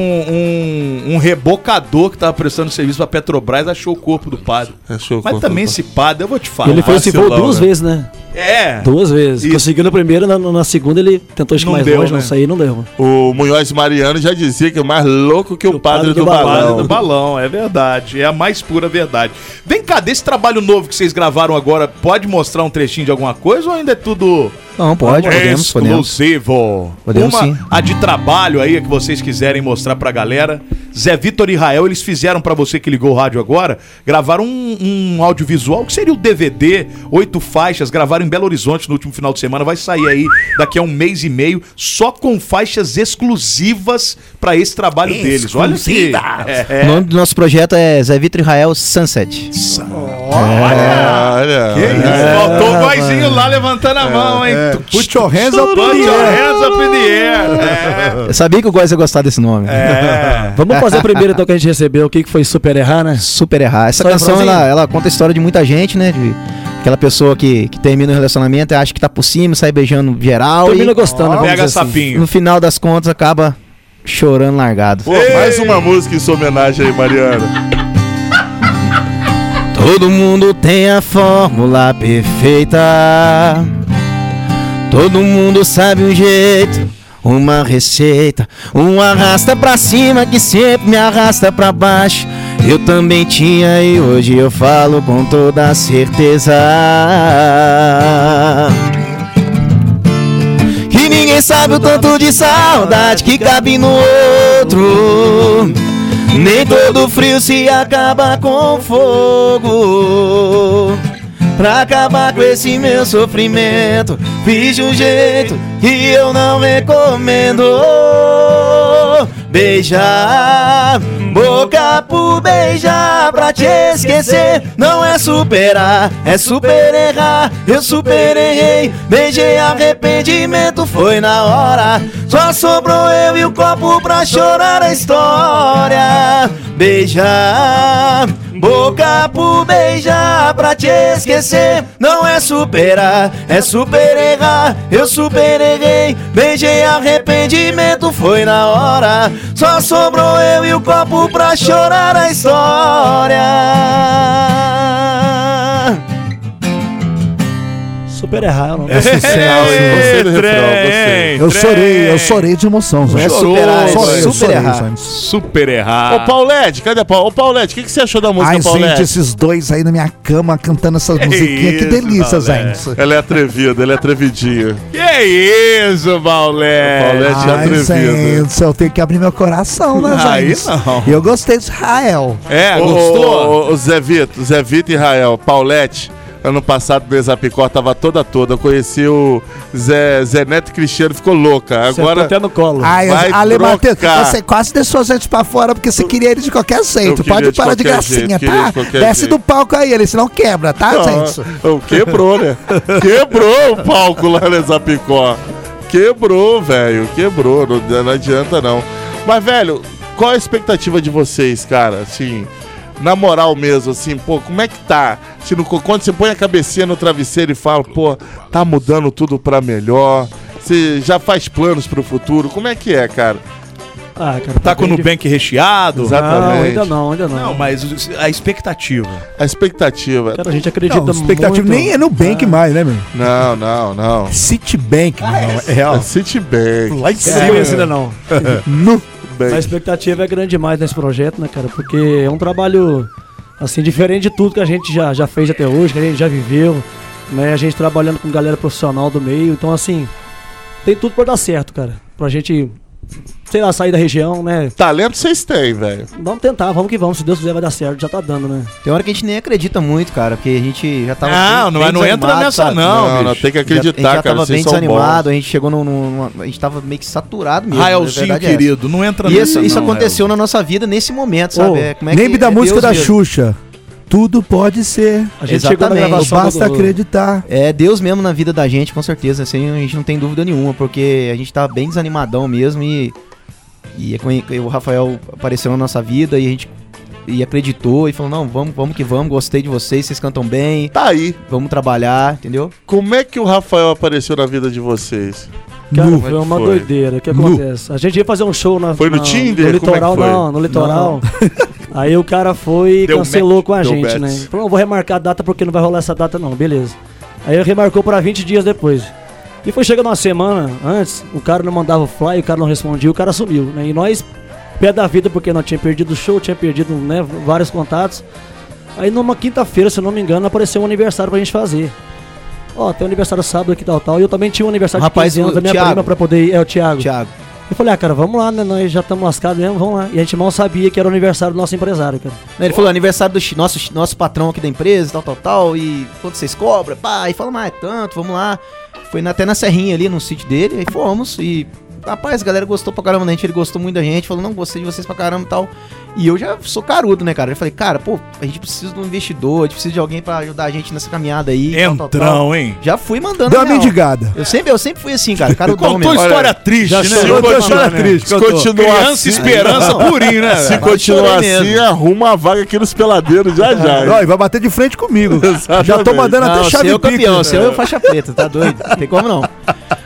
Speaker 5: um, um rebocador que tava prestando serviço pra Petrobras, achou o corpo do padre.
Speaker 4: Achou o
Speaker 5: Mas
Speaker 4: corpo
Speaker 5: também
Speaker 4: do
Speaker 5: esse padre, eu vou te falar.
Speaker 11: Ele foi esse voo
Speaker 4: vacilão,
Speaker 11: duas
Speaker 4: né?
Speaker 11: vezes, né?
Speaker 5: É.
Speaker 11: Duas vezes.
Speaker 5: Isso.
Speaker 11: Conseguiu na primeira, na, na segunda ele tentou ir
Speaker 5: Não
Speaker 11: mais
Speaker 5: deu,
Speaker 11: longe,
Speaker 5: né?
Speaker 11: não saiu, não deu.
Speaker 4: O Munhoz Mariano já dizia que é mais louco que o, padre, do,
Speaker 5: Padre
Speaker 4: balão.
Speaker 5: do balão, é verdade. É a mais pura verdade. Vem cá, desse trabalho novo que vocês gravaram agora, pode mostrar um trechinho de alguma coisa ou ainda é tudo
Speaker 10: Não,
Speaker 5: É
Speaker 10: pode, podemos, podemos.
Speaker 5: exclusivo?
Speaker 10: Podemos
Speaker 5: Uma,
Speaker 10: sim.
Speaker 5: a de trabalho aí que vocês quiserem mostrar pra galera. Zé Vitor e Rael, eles fizeram pra você que ligou o rádio agora, gravaram um, um audiovisual que seria o DVD, oito faixas, gravaram em Belo Horizonte no último final de semana, vai sair aí daqui a um mês e meio, só com faixas exclusivas pra esse trabalho deles. Olha que é,
Speaker 10: O nome do nosso projeto é Zé Vitor Israel Sunset.
Speaker 4: É,
Speaker 5: Olha! Ah, Que isso?
Speaker 10: É,
Speaker 5: Faltou o boizinho lá levantando a mão, hein?
Speaker 2: Put your hands up in the
Speaker 5: Put your
Speaker 2: air.
Speaker 5: hands up in the air.
Speaker 10: Eu sabia que o Góis ia gostar desse nome.
Speaker 5: É.
Speaker 11: Vamos fazer primeiro então que a gente recebeu, o que que foi Super Errar, né?
Speaker 10: Super Errar. Essa
Speaker 11: Só
Speaker 10: canção
Speaker 11: refrãozinho?
Speaker 10: ela, ela conta a história de muita gente, né? De aquela pessoa que, que termina o relacionamento, acha que tá por cima, sai beijando geral.
Speaker 11: Termina
Speaker 10: e,
Speaker 11: gostando, vamos
Speaker 5: Pega dizer assim. sapinho.
Speaker 10: No final das contas acaba chorando largado.
Speaker 4: Pô, mais uma música em sua homenagem aí, Mariana.
Speaker 10: Todo mundo tem a fórmula perfeita. Todo mundo sabe um jeito, uma receita. Um arrasta pra cima que sempre me arrasta pra baixo. Eu também tinha e hoje eu falo com toda certeza. E ninguém sabe o tanto de saudade que cabe no outro. Nem todo frio se acaba com fogo. Pra acabar com esse meu sofrimento, fiz de um jeito que eu não recomendo. Beijar, boca por beijar, pra te esquecer. Não é superar, é super errar. Eu super errei, beijei arrependimento, foi na hora. Só sobrou eu e o copo pra chorar a história. Beijar, boca por beijar, pra te esquecer. Não é superar, é super errar. Eu super errei, beijei arrependimento, foi na hora. Só sobrou eu e o copo pra chorar a história.
Speaker 11: Super Errar é o nome.
Speaker 2: É sucesso.
Speaker 4: Gostei do refrão, gostei.
Speaker 2: Eu chorei, eu chorei de emoção, Zé.
Speaker 10: é superar, é
Speaker 2: Chorei, eu
Speaker 10: super
Speaker 2: chorei,
Speaker 10: errar.
Speaker 2: Zé.
Speaker 5: Super errado.
Speaker 4: Ô, Paulette, cadê a Paul? Ô, Paulette, o que, que você achou da música,
Speaker 2: Ai, gente,
Speaker 4: Paulette?
Speaker 2: esses dois aí na minha cama cantando essas musiquinhas, que
Speaker 5: isso,
Speaker 2: delícia, Zé.
Speaker 4: Ela é atrevida, ela é atrevidinha.
Speaker 5: Que isso, Baulé?
Speaker 4: Paulette é
Speaker 2: Ai,
Speaker 4: atrevida.
Speaker 2: gente, eu tenho que abrir meu coração, né, Zé?
Speaker 5: Aí não.
Speaker 2: E eu gostei de Israel.
Speaker 5: É,
Speaker 4: Ô,
Speaker 5: gostou?
Speaker 4: ô, ô, Zé Vito, Zé Vito e Rael, Paulette. Ano passado no Zapicó tava toda toda. Eu conheci o Zé, Zé Neto Cristiano, ficou louca.
Speaker 11: Agora...
Speaker 4: Agora.
Speaker 11: até no colo.
Speaker 2: Ai,
Speaker 4: Vai
Speaker 2: Ale Matheus,
Speaker 4: trocar.
Speaker 2: você quase deixou a gente pra fora porque você queria ele de qualquer jeito.
Speaker 4: queria
Speaker 2: Pode
Speaker 4: de
Speaker 2: parar de
Speaker 4: qualquer
Speaker 2: gracinha,
Speaker 4: jeito, queria
Speaker 2: tá?
Speaker 4: de qualquer
Speaker 2: Desce
Speaker 4: jeito.
Speaker 2: do palco aí, ele senão quebra, tá, gente?
Speaker 4: Não, quebrou, né? Quebrou o palco lá no Zapicó. Quebrou, velho. Quebrou. Não, não adianta, não. Mas, velho, qual a expectativa de vocês, cara? Assim, na moral mesmo, assim, pô, como é que tá? Se no- quando você põe a cabecinha no travesseiro e fala, pô, tá mudando tudo pra melhor. Você já faz planos pro futuro? Como é que é, cara?
Speaker 11: Ah, cara,
Speaker 5: Tá com o
Speaker 11: bem
Speaker 5: Nubank recheado?
Speaker 4: Exato.
Speaker 11: Não,
Speaker 4: Exatamente.
Speaker 11: ainda não, ainda não.
Speaker 5: Não, mas a expectativa.
Speaker 4: A expectativa.
Speaker 11: Cara, a gente acredita
Speaker 2: Não, expectativa
Speaker 11: muito.
Speaker 2: nem é no Bank mais, né, meu?
Speaker 4: Não, não, não.
Speaker 2: Citibank, meu, é real.
Speaker 4: Citibank.
Speaker 2: Lá em
Speaker 11: É,
Speaker 2: cima.
Speaker 11: ainda não.
Speaker 2: Nu.
Speaker 4: Bank.
Speaker 11: A expectativa é grande demais nesse projeto, né, cara? Porque é um trabalho, assim, diferente de tudo que a gente já, já fez até hoje, que a gente já viveu, né? A gente trabalhando com galera profissional do meio. Então, assim, tem tudo pra dar certo, cara. Pra gente, sei lá, sair da região, né?
Speaker 4: Talento vocês têm, velho.
Speaker 11: Vamos tentar, vamos que vamos. Se Deus quiser, vai dar certo. Já tá dando, né?
Speaker 10: Tem hora que a gente nem acredita muito, cara, porque a gente já tava.
Speaker 5: Não,
Speaker 4: Ah,
Speaker 10: bem-
Speaker 5: não,
Speaker 10: bem
Speaker 5: é- não entra
Speaker 10: desanimado,
Speaker 5: nessa
Speaker 10: sabe?
Speaker 5: não,
Speaker 4: Não, não,
Speaker 5: bicho.
Speaker 4: tem que
Speaker 10: a gente já
Speaker 4: acreditar, cara.
Speaker 10: tava
Speaker 4: vocês
Speaker 10: bem
Speaker 4: são
Speaker 10: desanimado,
Speaker 4: bons.
Speaker 10: a gente chegou num, numa- A gente tava meio que saturado mesmo. a
Speaker 5: Raelzinho,
Speaker 10: verdade é essa.
Speaker 5: querido, não entra
Speaker 10: E isso,
Speaker 5: nessa,
Speaker 10: isso
Speaker 5: não,
Speaker 11: é
Speaker 10: aconteceu na nossa vida nesse momento, sabe?
Speaker 11: Oh,
Speaker 10: É, como é que-
Speaker 2: Lembre da
Speaker 10: é
Speaker 2: música
Speaker 10: Deus
Speaker 2: da
Speaker 10: mesmo.
Speaker 2: Xuxa. Tudo pode ser.
Speaker 11: A gente
Speaker 10: Exatamente.
Speaker 2: Basta
Speaker 11: do-
Speaker 2: acreditar.
Speaker 10: É Deus mesmo na vida da gente, com certeza. Assim, a gente não tem dúvida nenhuma, porque a gente tava bem desanimadão mesmo e. E é com- o Rafael apareceu na nossa vida e a gente e acreditou e falou: não, vamos, vamos que vamos, gostei de vocês, vocês cantam bem,
Speaker 4: Tá aí.
Speaker 10: vamos trabalhar, entendeu?
Speaker 4: Como é que o Rafael apareceu na vida de vocês?
Speaker 11: Cara,
Speaker 2: Nu.
Speaker 11: foi uma
Speaker 4: é Foi.
Speaker 11: doideira. O que
Speaker 2: Nu.
Speaker 11: acontece? A gente ia fazer um show na.
Speaker 4: Foi no
Speaker 11: na-
Speaker 4: Tinder?
Speaker 11: No
Speaker 4: Como é que
Speaker 11: litoral,
Speaker 4: foi?
Speaker 11: não, no litoral. Aí o cara foi e
Speaker 4: Deu
Speaker 11: cancelou
Speaker 4: match,
Speaker 11: com a
Speaker 4: deu
Speaker 11: gente,
Speaker 4: match.
Speaker 11: né? Falou, "Não, vou remarcar a data porque não vai rolar essa data, não, beleza. Aí ele remarcou pra 20 dias depois. E foi chegando uma semana antes, o cara não mandava o fly, o cara não respondia, o cara sumiu, né? E nós, pé da vida, porque nós tinha perdido o show, tinha perdido né, vários contatos. Aí numa quinta-feira, se eu não me engano, apareceu um aniversário pra gente fazer. Ó, tem um aniversário sábado aqui, tal, tal. E eu também tinha um aniversário
Speaker 10: Rapaz,
Speaker 11: de 15 anos
Speaker 10: o
Speaker 11: da minha
Speaker 10: Thiago.
Speaker 11: prima pra poder ir. É, o Thiago.
Speaker 10: Thiago.
Speaker 11: Eu falei, ah, cara, vamos lá, né? Nós já estamos lascados mesmo, vamos lá. E a gente mal sabia que era o aniversário do nosso empresário, cara.
Speaker 10: Né, Ele falou, aniversário do chi- nosso, chi- nosso patrão aqui da empresa, tal, tal, tal, e quanto vocês cobram, pá, e fala, mas é tanto, vamos lá. Foi na- até na Serrinha ali, no sítio dele, aí fomos, e rapaz, a galera gostou pra caramba da gente, ele gostou muito da gente, falou, não, gostei de vocês pra caramba e tal. E eu já sou carudo, né, cara? Eu falei, cara, pô, a gente precisa de um investidor, a gente precisa de alguém pra ajudar a gente nessa caminhada aí. tal, tal,
Speaker 14: Entrão,
Speaker 10: tal.
Speaker 14: hein?
Speaker 10: Já fui mandando.
Speaker 2: Deu uma
Speaker 10: real.
Speaker 2: mendigada.
Speaker 10: Eu sempre, eu sempre fui assim, cara, carudão
Speaker 14: Contou
Speaker 10: mesmo.
Speaker 14: história
Speaker 10: Olha,
Speaker 14: triste,
Speaker 10: já
Speaker 14: né?
Speaker 10: chorou,
Speaker 14: Se
Speaker 10: contou
Speaker 14: continuar-
Speaker 10: história triste.
Speaker 4: Se continuar
Speaker 14: Criança,
Speaker 4: assim,
Speaker 14: esperança, purinho, né,
Speaker 4: Se
Speaker 14: velho?
Speaker 4: continuar
Speaker 10: Chorou
Speaker 4: assim,
Speaker 10: mesmo.
Speaker 4: arruma a vaga aqui nos peladeiros já já.
Speaker 2: Ó, e vai bater de frente comigo. já tô
Speaker 4: Exatamente.
Speaker 2: mandando
Speaker 10: Não,
Speaker 2: Tá até chave
Speaker 10: seu
Speaker 2: pica. né?
Speaker 10: campeão, seu é faixa preta, tá doido? Não tem como não.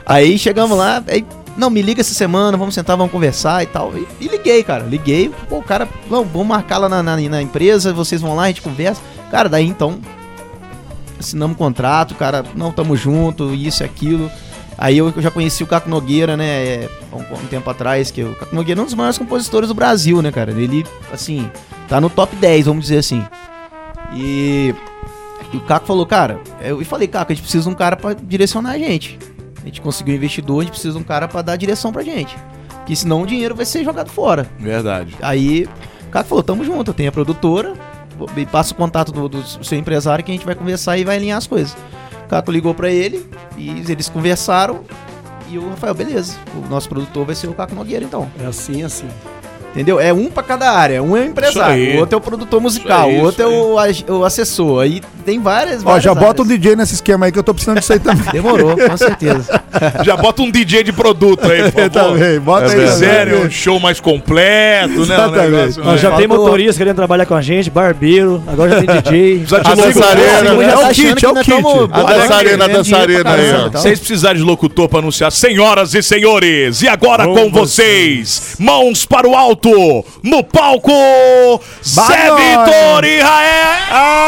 Speaker 10: Aí chegamos lá, aí, não, me liga essa semana, vamos sentar, vamos conversar e tal. E, e liguei, cara, liguei. Pô, o cara, não, vamos marcar lá na, na- na empresa, vocês vão lá, a gente conversa. Cara, daí então, assinamos o contrato, cara, não, tamo junto, isso e aquilo. Aí eu eu já conheci o Caco Nogueira, né, é, há um, um tempo atrás, que o Caco Nogueira é um dos maiores compositores do Brasil, né, cara? Ele, assim, tá no top 10, vamos dizer assim. E e o Caco falou, cara, eu falei, Caco, a gente precisa de um cara pra direcionar a gente. A gente conseguiu um investidor, a gente precisa de um cara pra dar direção pra gente. Porque senão o dinheiro vai ser jogado fora.
Speaker 5: Verdade.
Speaker 10: Aí o Caco falou, tamo junto, eu tenho a produtora, vou- me passa o contato do, do seu empresário que a gente vai conversar e vai alinhar as coisas. O Caco ligou pra ele e eles conversaram e o Rafael, beleza, o nosso produtor vai ser o Caco Nogueira então.
Speaker 11: É assim, assim.
Speaker 10: Entendeu? É um pra cada área. Um é o
Speaker 5: Isso
Speaker 10: empresário,
Speaker 5: aí.
Speaker 10: o outro é o produtor musical,
Speaker 5: Isso aí,
Speaker 10: o outro é o, ag- o assessor. Aí tem várias,
Speaker 2: Ó,
Speaker 10: várias
Speaker 2: já bota
Speaker 10: áreas.
Speaker 2: um DJ nesse esquema aí que eu tô precisando disso aí também.
Speaker 10: Demorou, com certeza.
Speaker 14: Já bota um DJ de produto aí, por favor.
Speaker 2: também,
Speaker 10: é
Speaker 2: bota
Speaker 14: Se
Speaker 2: aí.
Speaker 14: quiserem um show mais completo, né? Um
Speaker 2: É Exatamente.
Speaker 14: negócio,
Speaker 11: Nós
Speaker 14: né?
Speaker 11: já tem
Speaker 10: Faltou-
Speaker 11: motorista querendo trabalhar com a gente, barbeiro, agora já tem Tá DJ.
Speaker 14: Precisa de
Speaker 4: A
Speaker 14: locutor. Vocês
Speaker 4: dançarina, né?
Speaker 10: já
Speaker 2: É
Speaker 10: tá
Speaker 2: o
Speaker 10: achando
Speaker 2: kit,
Speaker 10: que
Speaker 2: é o
Speaker 10: nós tamo-
Speaker 2: kit.
Speaker 4: A dançarina, a
Speaker 5: Tá
Speaker 4: dançarina aí, ó.
Speaker 10: então.
Speaker 5: então.
Speaker 14: Vocês precisarem de locutor pra anunciar. Senhoras e senhores, e agora com vocês, mãos para o alto, no palco, Zé
Speaker 2: Barões.
Speaker 14: Vitor e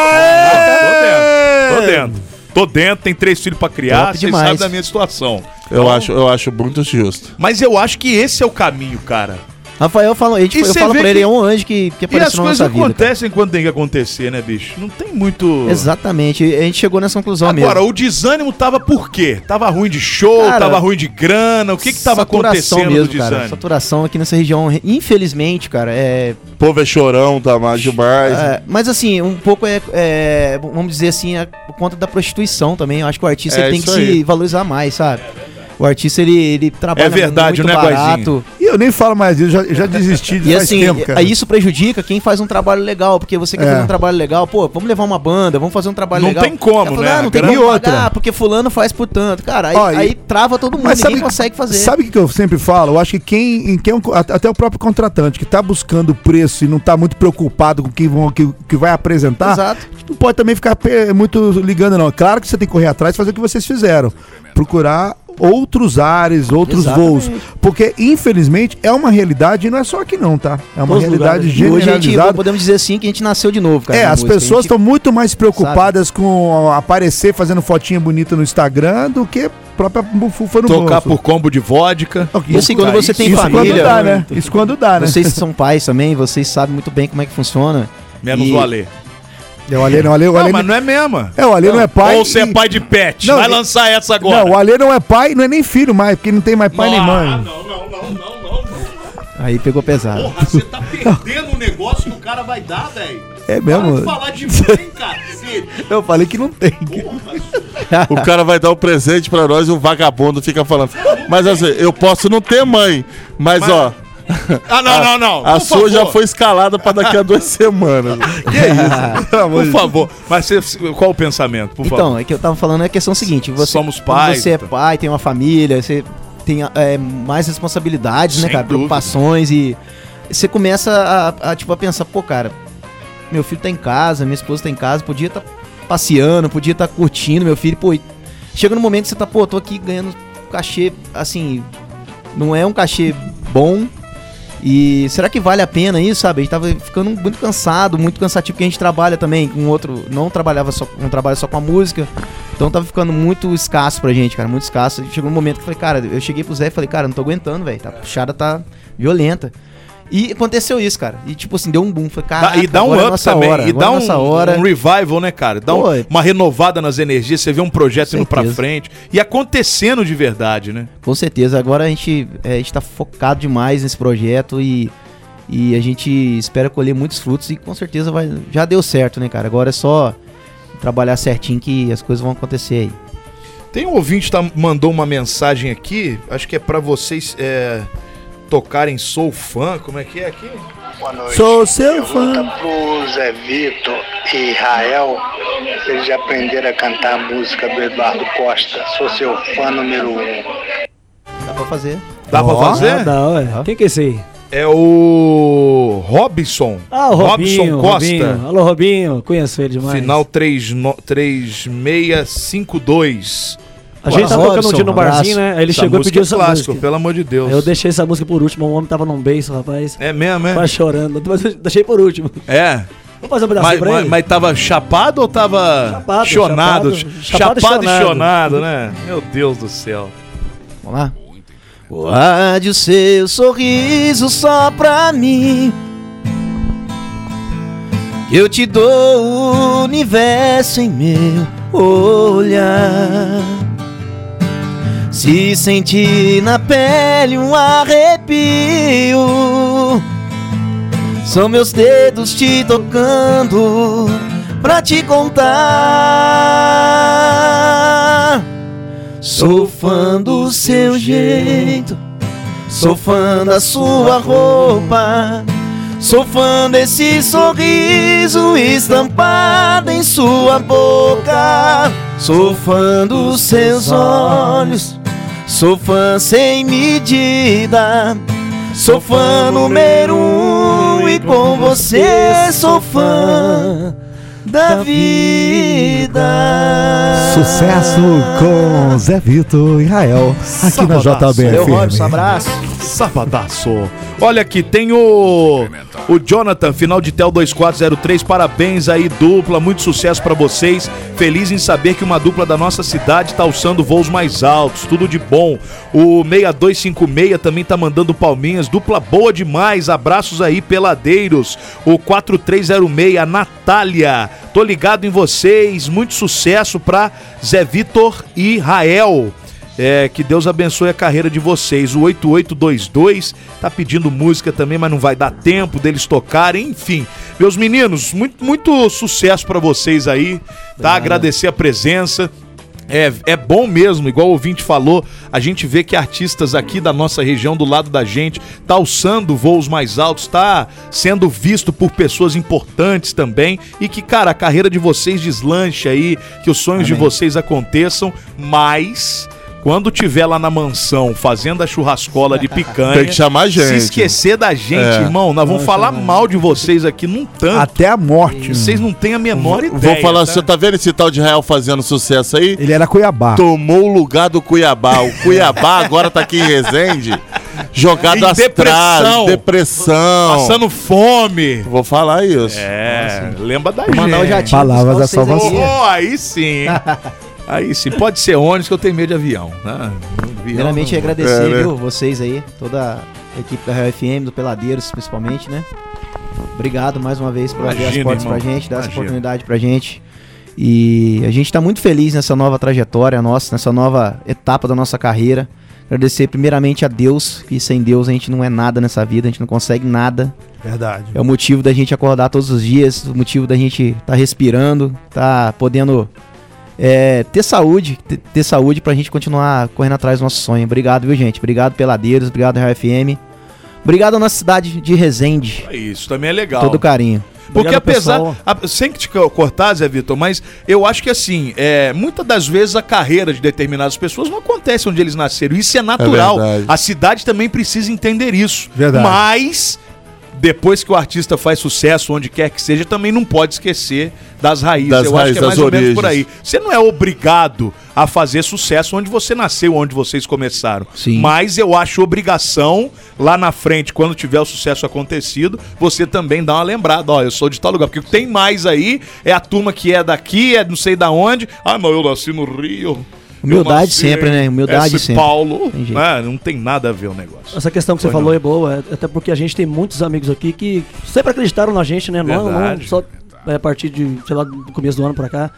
Speaker 14: Raé. Tô dentro, tô dentro. Tô dentro, tem três filhos pra criar,
Speaker 10: Top
Speaker 14: vocês
Speaker 10: demais.
Speaker 14: sabem da minha situação.
Speaker 4: Eu acho, eu acho muito justo.
Speaker 5: Mas eu acho que esse é o caminho, cara.
Speaker 10: Rafael falou, a gente,
Speaker 5: E
Speaker 10: eu
Speaker 5: cê
Speaker 10: falo
Speaker 5: vê
Speaker 10: pra ele,
Speaker 5: que-
Speaker 10: é um anjo que,
Speaker 5: E
Speaker 10: que
Speaker 5: as
Speaker 10: apareceu na
Speaker 5: coisas
Speaker 10: nossa vida. cara.
Speaker 5: acontecem quando tem que acontecer, né, bicho? Não tem muito.
Speaker 10: Exatamente, a gente chegou nessa conclusão
Speaker 5: Agora,
Speaker 10: mesmo.
Speaker 5: o desânimo tava por quê? Tava ruim de show,
Speaker 10: Cara,
Speaker 5: tava ruim de grana, o que que tava
Speaker 10: Saturação
Speaker 5: acontecendo do
Speaker 10: mesmo,
Speaker 5: desânimo?
Speaker 10: cara. Saturação aqui nessa região, re- infelizmente, cara, é...
Speaker 4: O povo é chorão, tá mais demais.
Speaker 10: é, mas assim, um pouco é, é, vamos dizer assim, é por conta da prostituição também. Eu acho que o artista
Speaker 4: É
Speaker 10: ele tem que
Speaker 4: isso aí.
Speaker 10: se valorizar mais, sabe? O artista, ele, ele trabalha
Speaker 5: É verdade,
Speaker 10: muito
Speaker 5: né,
Speaker 10: barato.
Speaker 2: E eu nem falo mais disso, já, já desisti disso
Speaker 10: E
Speaker 2: faz
Speaker 10: assim,
Speaker 2: tempo, cara.
Speaker 10: aí isso prejudica quem faz um trabalho legal, porque você quer
Speaker 2: É.
Speaker 10: fazer um trabalho legal, pô, vamos levar uma banda, vamos fazer um trabalho
Speaker 14: Não
Speaker 10: legal.
Speaker 14: tem como,
Speaker 10: Aí fala,
Speaker 14: né?
Speaker 10: Ah, não tem
Speaker 14: Cara,
Speaker 10: como
Speaker 2: e outra?
Speaker 10: pagar, porque fulano faz por tanto. Cara, aí,
Speaker 2: Ó, e-
Speaker 10: aí trava todo mundo,
Speaker 2: Mas
Speaker 10: ninguém
Speaker 2: sabe,
Speaker 10: consegue fazer.
Speaker 2: sabe o que que eu sempre falo? Eu acho que quem, em quem é um co- at- até o próprio contratante que tá buscando preço e não tá muito preocupado com quem vão, que, que vai apresentar,
Speaker 10: Exato.
Speaker 2: não pode também ficar pe- muito ligando não. Claro que você tem que correr atrás e fazer o que vocês fizeram, procurar outros ares, outros
Speaker 10: Exatamente.
Speaker 2: voos, porque infelizmente é uma realidade e não é só aqui não, tá? É uma
Speaker 11: Todos os
Speaker 2: realidade
Speaker 11: lugares.
Speaker 10: E hoje a gente,
Speaker 2: generalizada.
Speaker 10: podemos dizer sim que a gente nasceu de novo, cara.
Speaker 2: É,
Speaker 10: na
Speaker 2: as
Speaker 10: música.
Speaker 2: pessoas
Speaker 10: A gente-
Speaker 2: estão muito mais preocupadas com aparecer fazendo fotinha bonita no Instagram do que própria bufufa no
Speaker 14: Tocar
Speaker 2: bolso.
Speaker 14: por combo de vodka.
Speaker 10: E assim, quando você tem
Speaker 2: Isso quando
Speaker 10: família,
Speaker 2: dá, né? Isso quando dá, né?
Speaker 10: vocês que são pais também, vocês sabem muito bem como é que funciona.
Speaker 14: Menos
Speaker 10: E-
Speaker 14: o Alê.
Speaker 2: O Alê não, o Alê, o
Speaker 5: Não,
Speaker 2: Alê
Speaker 5: mas
Speaker 2: não,
Speaker 5: não é mesmo.
Speaker 2: é, o Alê não é pai.
Speaker 14: Ou você é
Speaker 2: e-
Speaker 14: pai de pet.
Speaker 2: Não,
Speaker 14: Vai
Speaker 2: e-
Speaker 14: lançar essa agora.
Speaker 2: Não, o Alê não é pai, não é nem filho mais, porque não tem mais pai nem mãe.
Speaker 10: Aí pegou pesado.
Speaker 5: Porra, você tá perdendo o negócio que o cara vai dar, velho.
Speaker 2: É mesmo?
Speaker 5: falar de mim, cacete.
Speaker 2: Eu falei que não tem.
Speaker 4: O cara vai dar um presente pra nós e o vagabundo fica falando. Mas assim, eu posso não ter mãe, mas, ó,
Speaker 5: Ah, não, não, não.
Speaker 4: a
Speaker 5: Por
Speaker 4: sua já
Speaker 5: favor.
Speaker 4: foi escalada pra daqui a duas semanas.
Speaker 14: Por favor. Mas você- qual o pensamento, por favor?
Speaker 10: Então, é que eu tava falando é a questão seguinte: você,
Speaker 14: Somos
Speaker 10: quando
Speaker 14: pais,
Speaker 10: Você é
Speaker 14: então.
Speaker 10: pai, tem uma família, você tem é, mais responsabilidades, né,
Speaker 14: Sem
Speaker 10: cara?
Speaker 14: dúvida.
Speaker 10: Preocupações e. Você começa a, a, tipo, a pensar, pô, cara, meu filho tá em casa, minha esposa tá em casa, podia estar passeando, podia estar curtindo meu filho, pô. e Chega no momento que você tá, pô, tô aqui ganhando cachê, assim, não é um cachê bom. E será que vale a pena isso, sabe? A gente tava ficando muito cansado, muito cansativo, porque a gente trabalha também com outro. Não trabalhava só, não trabalha só com a música. Então tava ficando muito escasso pra gente, cara, muito escasso. Chegou um momento que eu falei, cara, eu cheguei pro Zé e falei, cara, não tô aguentando, velho. Tá, a puxada tá violenta. E aconteceu isso, cara. E tipo assim, deu um boom. Falei, caraca,
Speaker 5: e dá um
Speaker 10: agora é
Speaker 5: up
Speaker 10: nossa
Speaker 5: também.
Speaker 10: hora,
Speaker 5: e
Speaker 10: agora
Speaker 5: dá
Speaker 10: é nossa
Speaker 5: um,
Speaker 10: hora.
Speaker 5: um revival, né, cara? Dá um-
Speaker 10: Pô,
Speaker 5: uma renovada nas energias, você vê um projeto indo pra
Speaker 10: certeza.
Speaker 5: frente. E acontecendo de verdade, né?
Speaker 10: Com certeza. Agora a gente, é, a gente tá focado demais nesse projeto e, e a gente espera colher muitos frutos e com certeza vai, já deu certo, né, cara? Agora é só trabalhar certinho que as coisas vão acontecer aí.
Speaker 5: Tem um ouvinte que tá- mandou uma mensagem aqui, acho que é pra vocês é, tocarem Sou Fã, como é que é aqui?
Speaker 15: Boa noite.
Speaker 5: Sou seu
Speaker 15: Pergunta pro Zé Vitor e Rael se eles já aprenderam a cantar a música do Eduardo Costa. Sou seu fã número um.
Speaker 10: Dá pra fazer.
Speaker 5: Dá pra
Speaker 16: Ó,
Speaker 5: fazer?
Speaker 16: Dá, ué. Quem que é esse aí?
Speaker 5: É o Robson.
Speaker 16: Ah, o Robinho.
Speaker 5: Robson Costa.
Speaker 16: Robinho. Alô, Robinho. Conheço ele demais.
Speaker 5: Final 3 no- 3652.
Speaker 16: A gente tá tocando um dia no barzinho, né? Aí ele chegou e
Speaker 5: música
Speaker 16: pediu
Speaker 5: é
Speaker 16: essa
Speaker 5: clássico,
Speaker 16: música.
Speaker 5: pelo amor de Deus.
Speaker 16: Eu deixei essa música por último. O homem tava num beijo, rapaz.
Speaker 5: É mesmo, é?
Speaker 16: Tava chorando. Mas eu deixei por último.
Speaker 5: É.
Speaker 16: Vamos fazer um pedacinho
Speaker 5: Mas,
Speaker 16: pra
Speaker 5: mas,
Speaker 16: ele?
Speaker 5: mas tava chapado ou tava
Speaker 16: Chapado,
Speaker 5: chonado?
Speaker 16: chapado,
Speaker 5: Chapado,
Speaker 16: chapado e
Speaker 5: e chonado,
Speaker 16: chonado,
Speaker 5: né? Meu Deus do céu.
Speaker 10: Vamos lá? Guarde o seu sorriso só pra mim. Eu te dou o universo em meu olhar. Se sentir na pele um arrepio, são meus dedos te tocando pra te contar. Sou fã do seu jeito, sou fã da sua roupa, sou fã desse sorriso estampado em sua boca. Sou fã dos seus olhos, sou fã sem medida, sou fã número um e com você sou fã da vida.
Speaker 2: Sucesso com Zé Vitor e Rael, aqui na
Speaker 5: Valeu, Robson,
Speaker 2: JBFM.
Speaker 10: abraço.
Speaker 5: Sabadaço. Olha aqui, tem o, o Jonathan, final de Tel 2403. Parabéns aí, dupla. Muito sucesso pra vocês. Feliz em saber que uma dupla da nossa cidade tá alçando voos mais altos. Tudo de bom. O 6256 também tá mandando palminhas. Dupla boa demais. Abraços aí, peladeiros. O 4306, a Natália. Tô ligado em vocês. Muito sucesso pra Zé Vitor e Rael. É, que Deus abençoe a carreira de vocês. O 8822 tá pedindo música também, mas não vai dar tempo deles tocarem. Enfim, meus meninos, muito, muito sucesso pra vocês aí, tá? Agradecer a presença. É, é bom mesmo, igual o ouvinte falou, a gente vê que artistas aqui da nossa região, do lado da gente, tá alçando voos mais altos, tá sendo visto por pessoas importantes também e que, cara, a carreira de vocês deslanche aí, que os sonhos de vocês aconteçam, mas quando tiver lá na mansão fazendo a churrascola de picanha,
Speaker 4: Tem que chamar a
Speaker 5: Se
Speaker 4: gente.
Speaker 5: esquecer da gente,
Speaker 4: É.
Speaker 5: irmão, nós vamos
Speaker 4: Vai
Speaker 5: falar mal de vocês aqui num tanto.
Speaker 2: Até a morte.
Speaker 5: Vocês não têm a menor
Speaker 4: Hum. Vou
Speaker 5: ideia.
Speaker 4: falar,
Speaker 5: tá?
Speaker 4: você tá vendo esse tal de Rael fazendo sucesso aí?
Speaker 2: Ele era Cuiabá.
Speaker 4: Tomou o lugar do Cuiabá. O Cuiabá agora tá aqui em Resende, jogado
Speaker 5: Em
Speaker 4: atrás,
Speaker 5: depressão.
Speaker 4: depressão.
Speaker 5: Passando fome.
Speaker 4: Vou falar isso.
Speaker 5: É, lembra da
Speaker 4: Ah, Manaus
Speaker 5: gente.
Speaker 4: já tinha Palavras da vocês aí. salvação.
Speaker 5: Oh, aí sim. aí sim. Pode ser ônibus que eu tenho medo de avião. né? Avião
Speaker 10: Primeiramente,
Speaker 5: não-
Speaker 10: agradecer,
Speaker 5: É, né?
Speaker 10: viu, vocês aí, toda a equipe da Real FM, do Peladeiros, principalmente, né? Obrigado mais uma vez por abrir as
Speaker 5: Imagina,
Speaker 10: portas pra
Speaker 5: irmão.
Speaker 10: gente, dar essa
Speaker 5: Imagina.
Speaker 10: oportunidade pra gente. E a gente tá muito feliz nessa nova trajetória nossa, nessa nova etapa da nossa carreira. Agradecer primeiramente a Deus, que sem Deus a gente não é nada nessa vida, a gente não consegue nada.
Speaker 2: Verdade.
Speaker 10: É o motivo da gente acordar todos os dias, o motivo da gente estar respirando, tá podendo é, ter saúde, ter, ter saúde pra gente continuar correndo atrás do nosso sonho. Obrigado, viu, gente? Obrigado, Peladeiros, obrigado, Real FM. Obrigado à nossa cidade de Resende.
Speaker 5: Isso também é legal.
Speaker 10: Todo carinho.
Speaker 5: Porque
Speaker 10: Obrigado,
Speaker 5: apesar.
Speaker 10: pessoal.
Speaker 5: a- sem que te co- cortar, Zé Vitor, mas eu acho que assim, é, muitas das vezes a carreira de determinadas pessoas não acontece onde eles nasceram. Isso é natural.
Speaker 4: verdade.
Speaker 5: a cidade também precisa entender isso.
Speaker 4: Verdade.
Speaker 5: Mas. Depois que o artista faz sucesso, onde quer que seja, também não pode esquecer das raízes.
Speaker 4: Das
Speaker 5: Eu acho
Speaker 4: raízes,
Speaker 5: que é mais
Speaker 4: das
Speaker 5: ou menos por aí.
Speaker 4: origens.
Speaker 5: Você não é obrigado a fazer sucesso onde você nasceu, onde vocês começaram.
Speaker 10: Sim.
Speaker 5: Mas eu acho obrigação, lá na frente, quando tiver o sucesso acontecido, você também dá uma lembrada. Ó, eu sou de tal lugar. Porque o que tem mais aí é a turma que é daqui, é não sei da onde. Ah, mas eu nasci no Rio.
Speaker 17: Humildade sempre, né? Humildade
Speaker 5: S.
Speaker 17: sempre.
Speaker 5: Paulo.
Speaker 17: Tem jeito.
Speaker 5: Ah, não tem nada a ver o negócio.
Speaker 10: Essa questão que você
Speaker 5: Foi
Speaker 10: falou é boa, é- até porque a gente tem muitos amigos aqui que sempre acreditaram na gente, né? Não, não
Speaker 5: Verdade,
Speaker 10: só é, a partir de, sei lá, do começo do ano pra cá.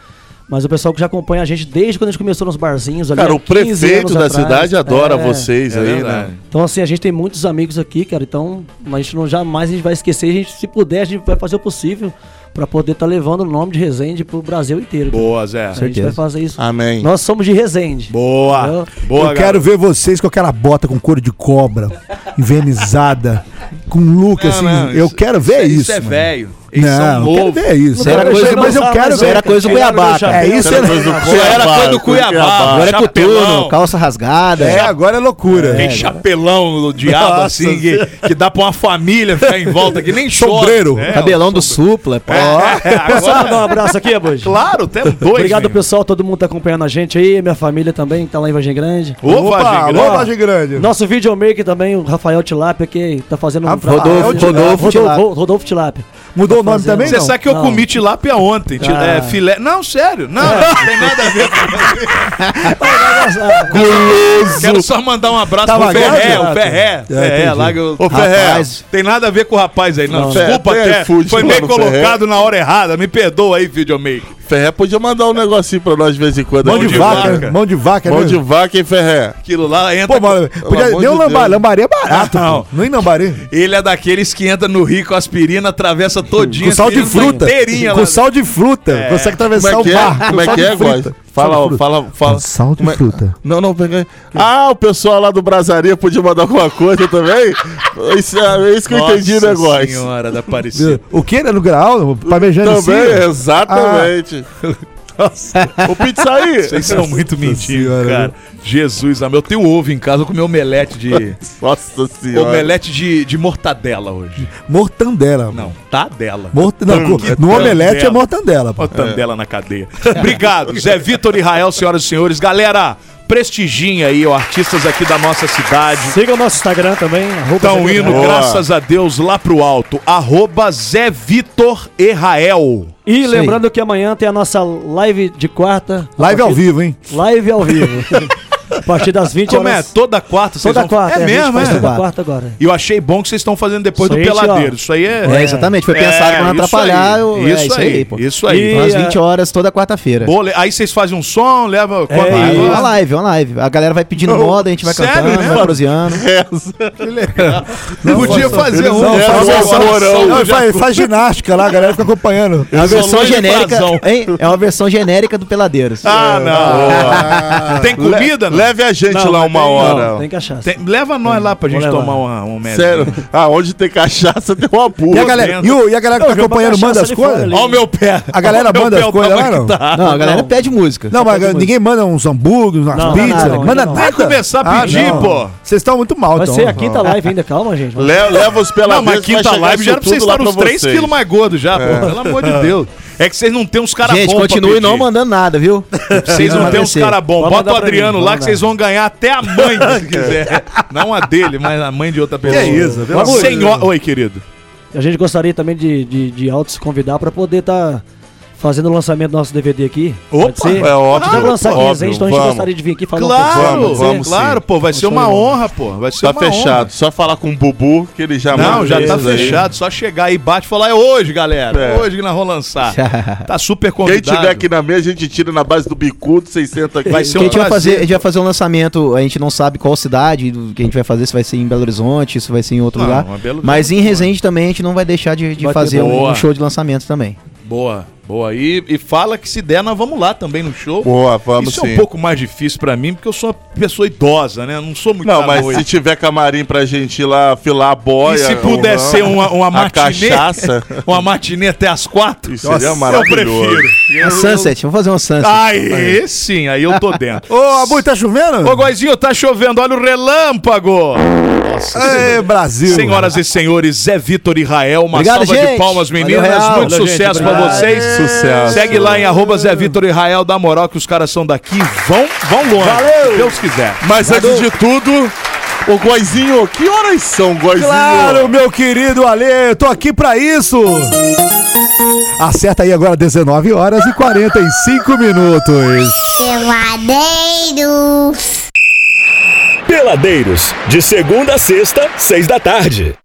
Speaker 10: Mas o pessoal que já acompanha a gente desde quando a gente começou nos barzinhos ali.
Speaker 4: Ah, Cara,
Speaker 10: há
Speaker 4: o
Speaker 10: 15
Speaker 4: prefeito
Speaker 10: anos
Speaker 4: da
Speaker 10: atrás.
Speaker 4: cidade adora
Speaker 10: É.
Speaker 4: vocês
Speaker 10: É
Speaker 4: aí,
Speaker 10: verdade.
Speaker 4: né?
Speaker 10: Então, assim, a gente tem muitos amigos aqui, cara. Então, a gente não jamais a gente vai esquecer. A gente, se puder, a gente vai fazer o possível pra poder estar levando o nome de Resende pro Brasil inteiro. cara.
Speaker 5: Boa, Zé.
Speaker 10: A gente vai fazer isso.
Speaker 4: Amém.
Speaker 10: Nós somos de Resende.
Speaker 5: Boa.
Speaker 2: eu quero ver vocês com aquela bota com couro de cobra, envenizada, com look assim.
Speaker 5: não,
Speaker 2: eu quero ver isso.
Speaker 5: Isso é
Speaker 2: mano.
Speaker 5: velho. Eles são
Speaker 2: Não, eu quero
Speaker 5: novos.
Speaker 2: ver isso.
Speaker 5: Não,
Speaker 2: Eu
Speaker 5: mas
Speaker 2: quero ver,
Speaker 5: não
Speaker 2: mas eu
Speaker 5: sabe,
Speaker 2: quero
Speaker 5: mas
Speaker 2: ver.
Speaker 5: era coisa do Cuiabá, cara.
Speaker 2: É isso,
Speaker 5: Era coisa do Cuiabá, Cuiabá.
Speaker 17: Agora é coturno,
Speaker 5: Chapelão.
Speaker 17: calça rasgada.
Speaker 2: É, agora é loucura.
Speaker 5: Tem chapelão do diabo,
Speaker 17: Nossa,
Speaker 5: assim, que, que dá pra uma família ficar em volta, que nem chora.
Speaker 17: Sombreiro.
Speaker 5: É,
Speaker 17: Cabelão do Supla. pô.
Speaker 10: Posso mandar um abraço aqui, Aboji?
Speaker 5: Claro, é tem dois.
Speaker 10: Obrigado, pessoal, todo mundo tá acompanhando a gente aí, minha família também, que tá lá em Vagem Grande.
Speaker 5: Ô, Vagem Grande.
Speaker 2: é
Speaker 10: ó,
Speaker 5: Ô, Vagem Grande.
Speaker 10: Nosso videomaker também, o Rafael Tilápia, que tá fazendo...
Speaker 5: Ah,
Speaker 10: um
Speaker 2: Rafael
Speaker 10: trabalho-
Speaker 2: Rodolfo Tilápia.
Speaker 10: Rodolfo, Rodolfo Tilápia.
Speaker 2: Mudou o nome
Speaker 10: fazendo-
Speaker 2: também?
Speaker 5: Você
Speaker 2: não?
Speaker 5: sabe que eu
Speaker 10: Não.
Speaker 5: comi tilápia ontem. Til-
Speaker 10: Ah.
Speaker 5: é, filé. Não, sério. Não, não tem nada a ver. um
Speaker 4: Guloso.
Speaker 5: Quero só mandar um abraço
Speaker 4: Tava
Speaker 5: pro Ferré,
Speaker 4: grávida?
Speaker 5: o Ferré.
Speaker 4: É,
Speaker 5: Ferré,
Speaker 4: entendi.
Speaker 5: lá que eu-
Speaker 4: Ô, Ferré.
Speaker 5: Rapaz, Tem nada a ver com o rapaz aí, não.
Speaker 4: Não,
Speaker 5: Desculpa,
Speaker 4: Ferré, tem
Speaker 5: até.
Speaker 4: iFood
Speaker 5: Foi
Speaker 4: lá
Speaker 5: bem
Speaker 4: no Ferré.
Speaker 5: colocado na hora errada. Me perdoa aí, videomaker.
Speaker 4: Ferré podia mandar um negocinho pra nós de vez em quando. né?
Speaker 2: Mão de vaca, mão de vaca,
Speaker 4: Mão
Speaker 2: né?
Speaker 4: de vaca, hein, Ferré?
Speaker 5: Aquilo lá entra.
Speaker 2: Pô, mano, podia,
Speaker 4: amor
Speaker 2: deu
Speaker 4: de
Speaker 2: lambaré.
Speaker 4: Deus.
Speaker 2: Lambaré é barato.
Speaker 5: Não.
Speaker 2: Não, não em lambaré.
Speaker 5: Ele é daqueles que entra no rio com aspirina, atravessa assim, todinha.
Speaker 2: Com sal de
Speaker 5: aspirina
Speaker 2: fruta.
Speaker 5: Inteirinha lá.
Speaker 2: Com sal de fruta.
Speaker 5: É.
Speaker 2: Consegue atravessar
Speaker 4: Como é que
Speaker 2: o
Speaker 4: é?
Speaker 2: mar.
Speaker 4: Como é
Speaker 2: Sal
Speaker 4: que
Speaker 2: de
Speaker 4: é,
Speaker 2: fruta.
Speaker 4: Góis? Fala,
Speaker 2: Sal
Speaker 4: ó,
Speaker 2: de fruta.
Speaker 4: fala, fala.
Speaker 2: Sal de
Speaker 4: Como é-
Speaker 2: fruta.
Speaker 4: Não, não, pega aí. Ah, o pessoal lá do Brasaria podia mandar alguma coisa também? Isso, é isso que eu entendi o
Speaker 5: Nossa
Speaker 4: negócio.
Speaker 5: Senhora da Aparecida.
Speaker 2: O que era no grau? assim, Parmejando em
Speaker 4: Também, é.
Speaker 2: cima?
Speaker 4: exatamente.
Speaker 2: Ah.
Speaker 4: O pizzaí.
Speaker 5: Vocês são muito mentindo,
Speaker 2: Senhora,
Speaker 5: cara. Jesus, amor. Eu tenho ovo em casa, eu comi omelete de.
Speaker 4: Nossa senhora.
Speaker 5: omelete de, de mortadela hoje.
Speaker 2: Ah, mortandela.
Speaker 5: Não, tadela.
Speaker 2: Morta, não,
Speaker 4: Hum,
Speaker 5: Tang-
Speaker 2: co- no omelete é
Speaker 5: tandela.
Speaker 2: mortandela. pô.
Speaker 5: Mortandela na cadeia. Obrigado, Zé Vitor e Rael, senhoras e senhores. Galera, prestigiem aí, ó, artistas aqui da nossa cidade.
Speaker 10: Siga o nosso Instagram também, arroba
Speaker 5: Estão
Speaker 10: Zé
Speaker 5: indo,
Speaker 10: Gabriel.
Speaker 5: graças a Deus, lá pro alto. Arroba Zé Vitor e Rael.
Speaker 10: E
Speaker 17: Isso
Speaker 10: lembrando que amanhã tem a nossa live de quarta.
Speaker 2: Live
Speaker 10: A
Speaker 2: ao
Speaker 10: partir-
Speaker 2: vivo, hein?
Speaker 10: Live ao vivo. a partir das 20
Speaker 5: Como é?
Speaker 10: horas.
Speaker 5: Toda quarta vocês
Speaker 10: Toda
Speaker 5: vão-
Speaker 10: quarta.
Speaker 5: É,
Speaker 10: a gente
Speaker 5: mesmo,
Speaker 10: faz
Speaker 5: é?
Speaker 10: Toda quarta agora.
Speaker 5: E eu achei bom que vocês estão fazendo depois
Speaker 10: Isso
Speaker 5: do
Speaker 10: aí, ó.
Speaker 5: Peladeiro. Isso aí é.
Speaker 17: É, exatamente. Foi
Speaker 5: É,
Speaker 17: pensado pra não
Speaker 5: isso
Speaker 17: atrapalhar.
Speaker 5: aí,
Speaker 17: eu- é
Speaker 5: isso aí, isso aí.
Speaker 17: Então, Às
Speaker 10: E, ah,
Speaker 17: 20 horas, toda quarta-feira.
Speaker 5: Bole- Aí vocês fazem um som, leva.
Speaker 17: É,
Speaker 5: Quanto-
Speaker 17: e uma live, uma live. A galera vai pedindo moda, a gente vai
Speaker 5: sério,
Speaker 17: cantando,
Speaker 5: né,
Speaker 17: vai
Speaker 5: mano?
Speaker 17: prosseando.
Speaker 5: Podia fazer um.
Speaker 2: Não,
Speaker 5: né?
Speaker 2: faz,
Speaker 5: Agora,
Speaker 2: versão-
Speaker 5: agora,
Speaker 2: não,
Speaker 5: eu já-
Speaker 2: faz- faz ginástica lá, a galera fica acompanhando.
Speaker 17: É uma versão
Speaker 5: Solone
Speaker 17: genérica.
Speaker 5: Brazão.
Speaker 17: hein? É uma versão genérica do Peladeiros.
Speaker 5: Ah, não. Tem comida? não?
Speaker 4: Leve a gente lá uma hora.
Speaker 10: Tem cachaça.
Speaker 5: Tem- Leva nós lá pra gente
Speaker 10: levar.
Speaker 5: tomar uma, um médico.
Speaker 4: Sério. Ah, onde tem cachaça tem uma
Speaker 2: E a
Speaker 4: burra.
Speaker 2: galera, e, o- e a galera que tá acompanhando manda as coisas?
Speaker 5: Olha o meu pé.
Speaker 2: A galera
Speaker 5: Olha o
Speaker 2: manda
Speaker 5: meu
Speaker 2: as
Speaker 5: pé, o
Speaker 2: coisas lá,
Speaker 5: tamanho
Speaker 2: não?
Speaker 5: que tá.
Speaker 17: Não, a galera pede música.
Speaker 2: Não, mas
Speaker 17: Pede música.
Speaker 2: ninguém manda uns hambúrgueres,
Speaker 10: Não,
Speaker 2: umas pizzas.
Speaker 10: não, não,
Speaker 2: Manda
Speaker 10: não.
Speaker 2: nada.
Speaker 5: Vai começar a
Speaker 2: Ah,
Speaker 5: pedir,
Speaker 2: não.
Speaker 5: pô.
Speaker 2: Vocês estão muito mal,
Speaker 10: Vai
Speaker 2: então.
Speaker 10: ser a quinta live ainda, calma, gente.
Speaker 4: Le- Leva os
Speaker 5: Não,
Speaker 4: peladeiros.
Speaker 5: mas quinta live já era pra vocês estar uns 3 quilos mais gordos já, pô. Pelo amor de Deus. É que vocês não tem uns caras bons
Speaker 17: Gente,
Speaker 5: pra
Speaker 17: continue
Speaker 5: pedir.
Speaker 17: não mandando nada, viu?
Speaker 5: Vocês não têm uns
Speaker 17: emagrecer.
Speaker 5: caras bons.
Speaker 10: assim, Vamos
Speaker 5: Bota o
Speaker 10: mandar pra
Speaker 5: Adriano
Speaker 10: mim,
Speaker 5: lá
Speaker 10: vamos
Speaker 5: que vocês vão ganhar até a mãe, se quiser. Não a dele, mas a mãe de outra pessoa.
Speaker 2: isso, pelo amor de
Speaker 5: Senhor... Oi, querido.
Speaker 10: A gente gostaria também de, de, de auto se convidar pra poder estar fazendo o lançamento do nosso DVD aqui.
Speaker 5: Opa,
Speaker 4: é óbvio,
Speaker 10: A gente vai lançar aqui em
Speaker 4: óbvio,
Speaker 10: Resende, então a gente
Speaker 4: vamos.
Speaker 10: gostaria de vir aqui falar
Speaker 5: Claro,
Speaker 4: Vamos, vamos
Speaker 5: claro,
Speaker 4: sim.
Speaker 5: pô, vai ser
Speaker 10: show
Speaker 5: uma
Speaker 10: de bola.
Speaker 5: honra, pô, vai ser
Speaker 4: Tá
Speaker 5: uma honra.
Speaker 4: fechado. Só falar com o Bubu, que ele já
Speaker 5: Não,
Speaker 4: manda
Speaker 5: já tá
Speaker 4: isso aí.
Speaker 5: fechado, só chegar aí, bate e falar, é hoje, galera,
Speaker 4: É.
Speaker 5: hoje que nós vamos lançar. Tá super
Speaker 4: Quem
Speaker 5: convidado.
Speaker 4: tiver aqui na mesa, a gente tira na base do bicudo, 600 aqui.
Speaker 5: Vai ser
Speaker 17: a,
Speaker 5: um
Speaker 17: gente vai
Speaker 5: prazer.
Speaker 17: fazer, a gente vai fazer um lançamento, a gente não sabe qual cidade do- que a gente vai fazer, se vai ser em Belo Horizonte, se vai ser em outro
Speaker 5: Não, né?
Speaker 17: lugar.
Speaker 5: mas Belo
Speaker 17: Mas em
Speaker 5: Horizonte,
Speaker 17: Resende também a gente não vai deixar de, de
Speaker 10: Vai ter
Speaker 17: fazer um,
Speaker 5: boa.
Speaker 17: um show de lançamento também.
Speaker 5: Boa, boa. E, e fala que se der, nós vamos lá também no show.
Speaker 4: Boa, vamos
Speaker 5: Isso é
Speaker 4: sim.
Speaker 5: um pouco mais difícil pra mim, porque eu sou uma pessoa idosa, né? Eu não sou muito
Speaker 4: Não, mas
Speaker 5: canoa.
Speaker 4: se tiver camarim pra gente ir lá afilar a boia.
Speaker 5: E se puder
Speaker 4: ou não,
Speaker 5: ser uma, uma
Speaker 4: a
Speaker 5: matinê,
Speaker 4: cachaça.
Speaker 5: uma matinê até as quatro,
Speaker 4: Isso seria
Speaker 5: eu
Speaker 4: maravilhoso.
Speaker 5: prefiro.
Speaker 17: A Sunset, vamos fazer uma Sunset.
Speaker 5: Aí sim, aí eu tô dentro.
Speaker 2: Ô, Abu, tá chovendo?
Speaker 5: Ô, Goizinho, tá chovendo, olha o relâmpago! Nossa,
Speaker 2: Ê, Brasil.
Speaker 5: Senhoras e senhores, Zé Vitor e Rael, uma
Speaker 17: Obrigado,
Speaker 5: salva de
Speaker 17: gente.
Speaker 5: palmas, meninas.
Speaker 17: Valeu, Rael.
Speaker 5: Muito
Speaker 17: Valeu, gente.
Speaker 5: sucesso pra
Speaker 17: Obrigado.
Speaker 5: vocês.
Speaker 4: Sucesso.
Speaker 5: Segue lá em arroba Zé Vitor e Rael, dá moral que os caras são daqui. Vão, vão longe. Valeu. Deus quiser.
Speaker 4: Mas antes de tudo, o Goizinho, que horas são, Goizinho?
Speaker 2: Claro, meu querido Ale, eu tô aqui pra isso. Acerta aí agora 19 horas e 45 minutos.
Speaker 18: Peladeiros.
Speaker 1: Peladeiros, de segunda a sexta, seis da tarde.